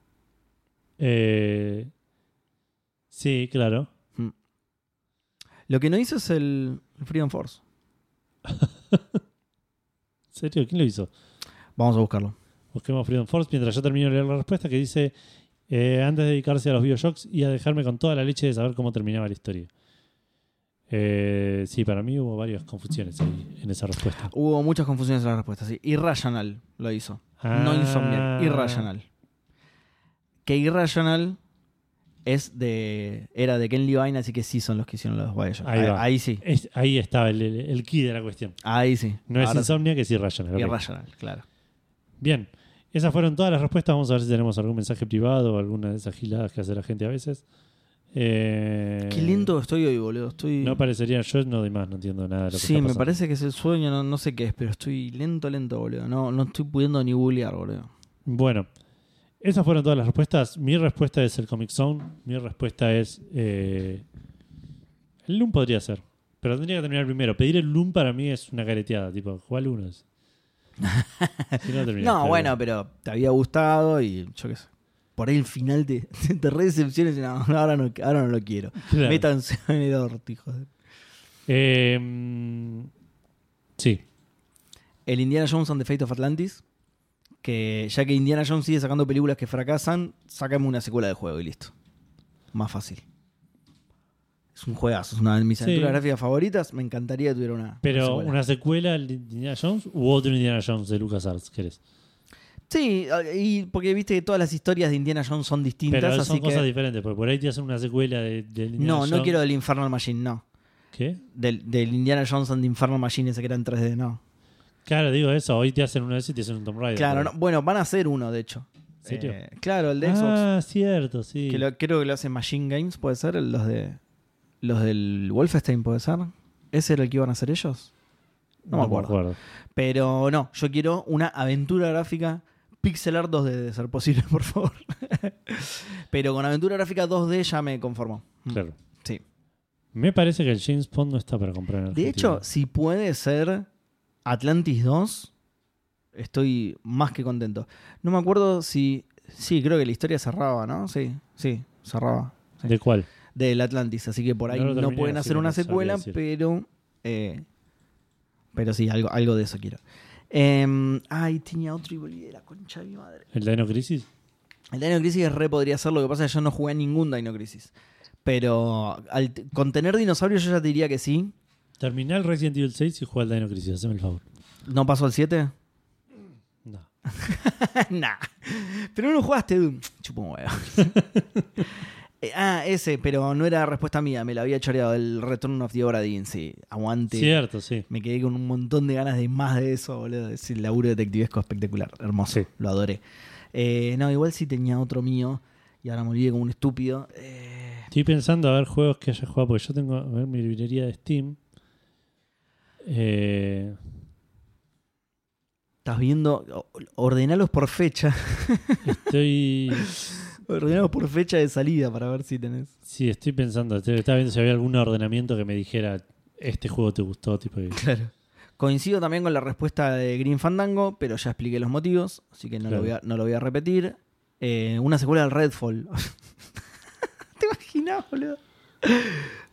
S1: Eh, sí, claro.
S2: Lo que no hizo es el el Freedom Force.
S1: ¿En serio? ¿Quién lo hizo?
S2: Vamos a buscarlo.
S1: Busquemos Freedom Force mientras yo termino de leer la respuesta que dice: eh, Antes de dedicarse a los Bioshocks y a dejarme con toda la leche de saber cómo terminaba la historia. Eh, sí, para mí hubo varias confusiones ahí en esa respuesta.
S2: Hubo muchas confusiones en las respuestas. Sí. Irrational lo hizo. No
S1: Ah.
S2: Insomniac, Irrational. Que Irrational es de. era de Ken Levine, así que sí son los que hicieron los Bioshock.
S1: Ahí
S2: Ahí,
S1: va.
S2: ahí sí.
S1: Es- ahí estaba el, el, el key de la cuestión.
S2: Ahí sí.
S1: No es
S2: Ahora sí.
S1: Insomniac, es Irrational. ok.
S2: Irrational, claro.
S1: Bien, esas fueron todas las respuestas. Vamos a ver si tenemos algún mensaje privado o alguna de esas giladas que hace la gente a veces. Eh,
S2: Qué lento estoy hoy, boludo. Estoy.
S1: No parecería yo, no doy más, no entiendo nada de lo que está
S2: sí, me
S1: pasando.
S2: parece que es el sueño, no, no sé qué es, pero estoy lento, lento, boludo. No, no estoy pudiendo ni googlear, boludo.
S1: Bueno, esas fueron todas las respuestas. Mi respuesta es el Comic Zone. Mi respuesta es. eh, el Loom podría ser. Pero tendría que terminar primero. Pedir el Loom para mí es una careteada. Tipo, ¿cuál uno es? Si no, terminás,
S2: no,
S1: pero
S2: bueno, pero te había gustado y yo qué sé. Por ahí el final te, te re decepciones y no, ahora no, ahora no lo quiero.
S1: Claro.
S2: Métanse en el orto, hijos de-
S1: Eh, mm, sí,
S2: el Indiana Jones and the Fate of Atlantis. Que ya que Indiana Jones sigue sacando películas que fracasan, sácame una secuela de juego y listo. Más fácil. Es un juegazo, es una de mis
S1: Sí.
S2: aventuras gráficas favoritas. Me encantaría que tuviera una.
S1: Pero
S2: secuela.
S1: una secuela de Indiana Jones u otro Indiana Jones de LucasArts, ¿querés?
S2: Sí, y porque viste que todas las historias de Indiana Jones son distintas,
S1: Pero
S2: así
S1: son
S2: que.
S1: cosas diferentes, porque por ahí te hacen una secuela de, del Indiana
S2: no,
S1: Jones.
S2: no quiero del Infernal Machine, no.
S1: ¿Qué?
S2: Del, del Indiana Jones and the Infernal Machine, ese que era en 3D, no.
S1: Claro, digo eso. Hoy te hacen uno de esos y te hacen un Tomb Raider.
S2: Claro,
S1: Pero-
S2: no- bueno, van a hacer uno, de hecho.
S1: ¿En serio?
S2: Eh, claro, el de Xbox.
S1: Ah, cierto, sí.
S2: Que lo- creo que lo hace Machine Games, puede ser, el- los de. Los del Wolfenstein, puede ser. ¿Ese era el que iban a hacer ellos? no me acuerdo. Pero no, yo quiero una aventura gráfica pixel art 2D, de ser posible, por favor. Pero con aventura gráfica 2D ya me conformo.
S1: Claro.
S2: Sí.
S1: Me parece que el James Bond no está para comprar en
S2: De
S1: Argentina.
S2: hecho, si puede ser Atlantis 2, estoy más que contento. No me acuerdo si. Sí, creo que la historia cerraba, ¿no? Sí, sí, cerraba. sí.
S1: ¿de cuál?
S2: del Atlantis, así que por ahí
S1: No lo
S2: no,
S1: terminé,
S2: pueden
S1: así
S2: hacer
S1: que
S2: una
S1: no sabría
S2: secuela,
S1: decir.
S2: pero eh, pero sí, algo, algo de eso quiero. Em, ay, tenía otro y volví de la concha de mi madre.
S1: ¿El Dino Crisis?
S2: El Dino Crisis re podría ser, lo que pasa es que yo no jugué a ningún Dino Crisis. Pero al t- con tener dinosaurios yo ya te diría que sí.
S1: Terminá el Resident Evil 6 y juega al Dino Crisis. Haceme el favor.
S2: ¿No pasó al 7?
S1: No.
S2: nah. Pero no lo jugaste, Doom. Chupa un huevo. Eh, ah, ese, pero no era respuesta mía, me la había choreado. El Return of the Obra Dinn, sí. Aguante.
S1: Cierto, sí.
S2: Me quedé con un montón de ganas de más de eso, boludo. Es el laburo detectivesco espectacular, hermoso.
S1: Sí.
S2: Lo adoré. Eh, no, igual sí tenía otro mío y ahora me olvidé como un estúpido. Eh,
S1: Estoy pensando a ver juegos que haya jugado, porque yo tengo, a ver, mi librería de Steam. Eh,
S2: Estás viendo, o- ordenalos por fecha.
S1: estoy.
S2: ordenalos por fecha de salida para ver si tenés.
S1: sí, estoy pensando. te- Estaba viendo si había algún ordenamiento que me dijera este juego te gustó, tipo. y-
S2: Claro. Coincido también con la respuesta de Green Fandango, pero ya expliqué los motivos, así que no,
S1: Claro.
S2: lo, voy a, no lo voy a repetir. Eh, una secuela del Redfall. ¿Te imaginas, boludo?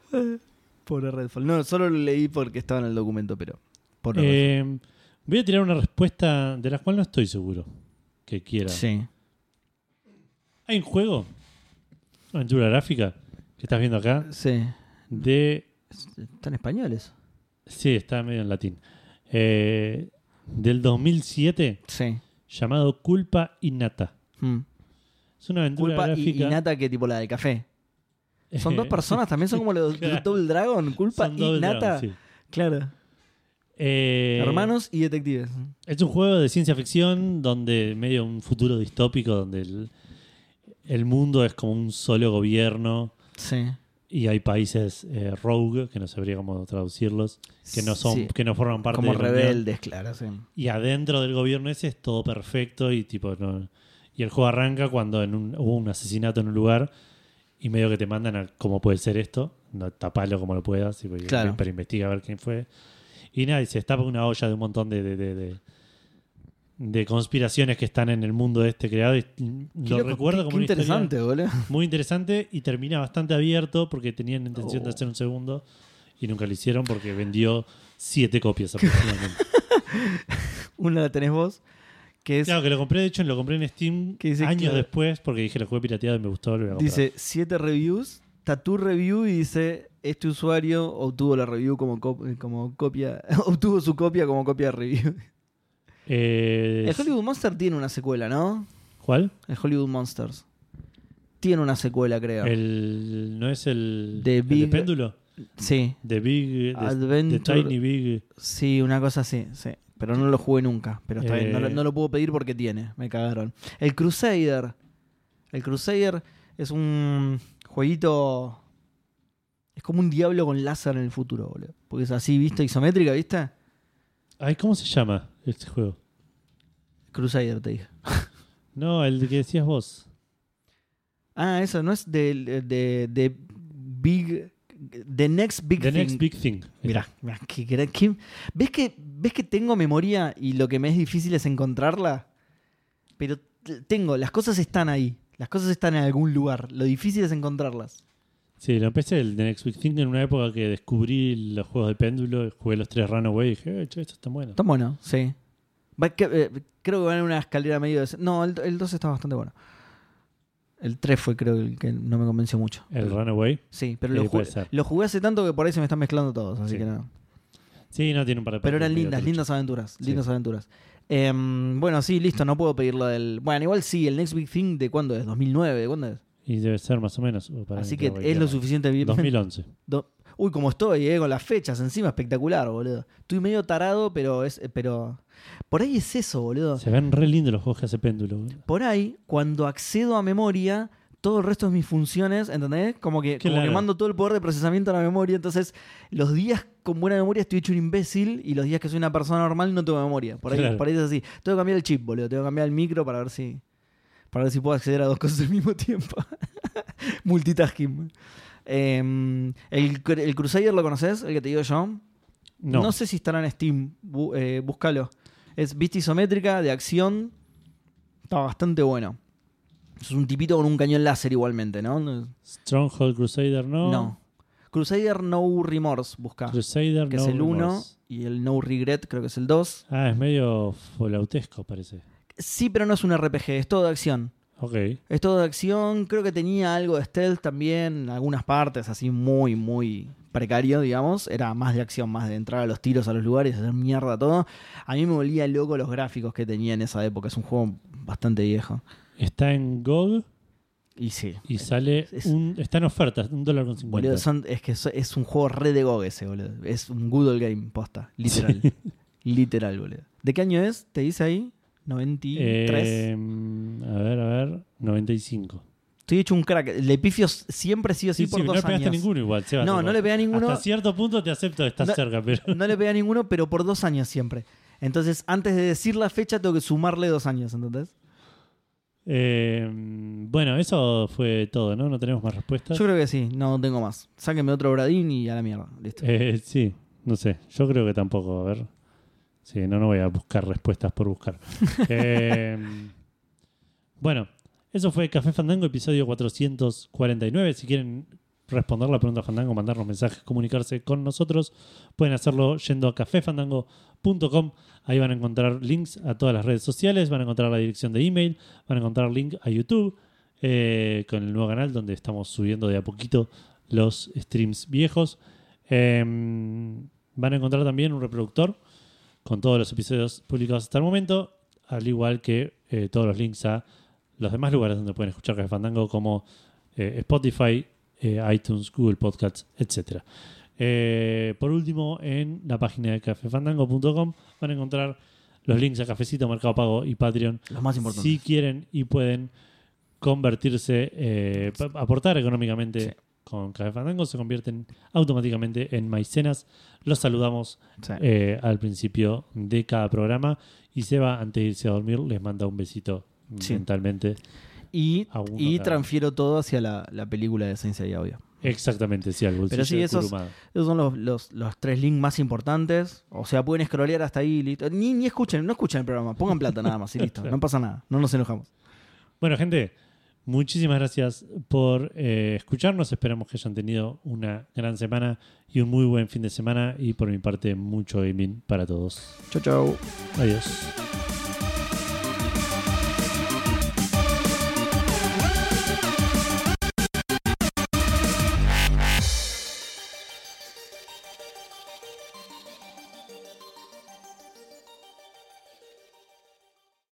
S2: Pobre Redfall. No, solo lo leí porque estaba en el documento, pero. Pobre
S1: Eh, voy a tirar una respuesta de la cual no estoy seguro que quiera.
S2: Redfall. Sí.
S1: Hay un juego, aventura gráfica, que estás viendo acá,
S2: Sí.
S1: de.
S2: Está en español eso.
S1: Sí, está medio en latín. Eh, del 2007,
S2: Sí.
S1: llamado Culpa Innata.
S2: Mm.
S1: Es una aventura
S2: Culpa y,
S1: gráfica.
S2: y Nata, que tipo la del café. Son dos
S1: Eh,
S2: personas también, son como los
S1: Claro.
S2: Double Dragon. Culpa
S1: son
S2: y
S1: Double Dragon,
S2: Nata.
S1: sí.
S2: Claro.
S1: Eh,
S2: Hermanos y detectives.
S1: Es un juego de ciencia ficción donde medio un futuro distópico donde el, el mundo es como un solo gobierno
S2: Sí.
S1: y hay países eh, rogue, que no sabría cómo traducirlos, que no son
S2: Sí.
S1: que no forman parte
S2: como
S1: de la Unión.
S2: rebeldes, claro, sí.
S1: Y adentro del gobierno ese es todo perfecto y tipo no Y el juego arranca cuando en un- hubo un asesinato en un lugar y medio que te mandan a cómo puede ser esto. No, tapalo como lo puedas, y-
S2: Claro.
S1: pero investiga a ver quién fue. Y nada, y se destapa una olla de un montón de, de, de- de- de conspiraciones que están en el mundo de este creado. Y
S2: Qué
S1: lo
S2: loco,
S1: recuerdo
S2: qué-
S1: como
S2: qué
S1: una historia
S2: interesante, boludo.
S1: muy interesante y termina bastante abierto porque tenían intención de
S2: Oh.
S1: hacer un segundo y nunca lo hicieron porque vendió siete copias aproximadamente.
S2: Una la tenés vos, que es,
S1: claro, que lo compré, de hecho, lo compré en Steam
S2: Que dice,
S1: años
S2: claro.
S1: después porque dije, lo jugué pirateado y me gustó, lo voy a comprar.
S2: dice, 7 reviews, tatu review y dice, este usuario obtuvo la review como, cop- como copia, obtuvo su copia como copia de review.
S1: Eh,
S2: El Hollywood Monster tiene una secuela, ¿no?
S1: ¿Cuál?
S2: El Hollywood Monsters. Tiene una secuela, creo.
S1: El, ¿No es el,
S2: The
S1: el de
S2: Big-
S1: péndulo?
S2: Sí,
S1: The Big... The,
S2: Adventure-
S1: the Tiny Big...
S2: sí, una cosa así, sí. Pero no lo jugué nunca. Pero está bien, no, lo-
S1: Eh.
S2: no lo puedo pedir porque tiene. Me cagaron. El Crusader. El Crusader es un jueguito. Es como un diablo con láser en el futuro, boludo. Porque es así, vista isométrica, ¿viste?
S1: Ay, ¿cómo se llama este juego?
S2: Crusader, te dije.
S1: No, el que decías vos.
S2: Ah, eso no es del- de, de, Big. The Next Big
S1: The
S2: Thing.
S1: Next Big Thing.
S2: Mirá, mirá, qué gra- qué- ¿ves, que, ¿ves que tengo memoria y lo que me es difícil es encontrarla? Pero t- tengo, las cosas están ahí. Las cosas están en algún lugar. Lo difícil es encontrarlas.
S1: Sí, lo empecé el The Next Big Thing en una época que descubrí los juegos de péndulo, jugué los tres Runaway y dije, eh, che, esto está bueno.
S2: Está bueno, sí. Va- que- eh, creo que van en una escalera medio... des- No, el, el 2 está bastante bueno. El 3 fue creo el que no me convenció mucho.
S1: El Runaway.
S2: Sí, pero
S1: Sí,
S2: lo, ju-
S1: puede ser.
S2: lo jugué hace tanto que por ahí se me están mezclando todos, así
S1: Sí.
S2: que no.
S1: Sí, no tiene un par de
S2: Pero eran
S1: partes
S2: lindas,
S1: medio
S2: lindas aventuras,
S1: Sí.
S2: lindas aventuras. Em, bueno, sí, listo, no puedo pedirlo del... Bueno, igual sí, el Next Big Thing de cuándo es, 2009, ¿de cuándo es?
S1: truchas. Y debe ser más o menos. o para
S2: Así
S1: mí,
S2: que
S1: creo
S2: es lo
S1: cualquiera.
S2: suficiente bien.
S1: 2011.
S2: Do- Uy, como estoy, eh, con las fechas encima, espectacular, boludo. Estoy medio tarado, pero es eh, pero por ahí es eso, boludo.
S1: Se ven re lindos los juegos que hace péndulo. eh. boludo.
S2: Por ahí cuando accedo a memoria, todo el resto de mis funciones, ¿entendés? Como que, como que
S1: Claro.
S2: mando todo el poder de procesamiento a la memoria, entonces los días con buena memoria estoy hecho un imbécil y los días que soy una persona normal no tengo memoria. Por ahí,
S1: Claro.
S2: por ahí es así. Tengo que cambiar el chip, boludo, tengo que cambiar el micro para ver si para ver si puedo acceder a dos cosas al mismo tiempo. Multitasking. Em, el, cr- el Crusader lo conoces, el que te digo yo.
S1: No.
S2: sé si estará en Steam. Bu- eh, búscalo. Es vista isométrica, de acción. Está bastante bueno. Es un tipito con un cañón láser igualmente, ¿no? No.
S1: Stronghold Crusader no.
S2: Crusader No Remorse, busca.
S1: Crusader
S2: que
S1: no.
S2: es el 1
S1: Remorse.
S2: y el No Regret creo que es el 2.
S1: Ah, es medio folautesco, parece.
S2: Sí, pero no es un RPG, es todo de acción.
S1: Ok.
S2: Es todo de acción, creo que tenía algo de stealth también, en algunas partes así muy, muy precario, digamos. Era más de acción, más de entrar a los tiros a los lugares, hacer mierda todo. A mí me volvía loco los gráficos que tenía en esa época, es un juego bastante viejo.
S1: Está en GOG
S2: Y sí.
S1: y sale.
S2: Es-
S1: un- está en ofertas, un dólar con cincuenta.
S2: Boludo, son- es que so- es un juego re de GOG ese, boludo. Es un good old game, posta. Literal. Literal, boludo. ¿De qué año es? ¿Te dice ahí? ¿93?
S1: Eh, a ver, a ver. 95.
S2: Estoy hecho un crack. Le pifio siempre sí o sí,
S1: Sí,
S2: por
S1: sí, no
S2: dos
S1: le pegaste
S2: años.
S1: ninguno igual, Sebas,
S2: No,
S1: igual.
S2: no le pegué a ninguno.
S1: Hasta cierto punto te acepto que estás
S2: No-
S1: cerca, pero.
S2: No le pegué a ninguno, pero por dos años siempre. Entonces, antes de decir la fecha, tengo que sumarle dos años, ¿entendés?
S1: Eh, bueno, eso fue todo, ¿no? No tenemos más respuestas.
S2: Yo creo que sí, no tengo más. Sáquenme otro Bradín y a la mierda. Listo.
S1: Eh, sí, no sé. Yo creo que tampoco. A ver. Sí, no, no voy a buscar respuestas por buscar. Eh, bueno, eso fue Café Fandango, episodio 449. Si quieren responder la pregunta Fandango, mandarnos mensajes, comunicarse con nosotros, pueden hacerlo yendo a cafefandango.com. Ahí van a encontrar links a todas las redes sociales, van a encontrar la dirección de email, van a encontrar link a YouTube eh, con el nuevo canal donde estamos subiendo de a poquito los streams viejos. Eh, van a encontrar también un reproductor con todos los episodios publicados hasta el momento, al igual que eh, todos los links a los demás lugares donde pueden escuchar Café Fandango, como eh, Spotify, eh, iTunes, Google Podcasts, etc. Eh, por último, en la página de cafefandango.com van a encontrar los links a Cafecito, Mercado Pago y Patreon
S2: Los más importantes.
S1: si quieren y pueden convertirse, eh, pa- aportar económicamente
S2: Sí.
S1: con Café Fandango, se convierten automáticamente en maicenas. Los saludamos
S2: Sí.
S1: eh, al principio de cada programa. Y Seba, antes de irse a dormir, les manda un besito
S2: Sí.
S1: mentalmente.
S2: Y,
S1: A uno
S2: y
S1: cada-
S2: transfiero todo hacia la, la película de Saint Seiya, obvio.
S1: Exactamente, sí, al bolsillo
S2: sí,
S1: de
S2: esos-
S1: Kurumada.
S2: Esos son los, los- los tres links más importantes. O sea, pueden scrollear hasta ahí. listo. Ni, ni escuchen, no escuchen el programa. Pongan plata nada más y listo. No pasa nada. No nos enojamos.
S1: Bueno, gente, muchísimas gracias por eh, escucharnos. Esperamos que hayan tenido una gran semana y un muy buen fin de semana. Y por mi parte, mucho gaming para todos.
S2: Chau, chau.
S1: Adiós.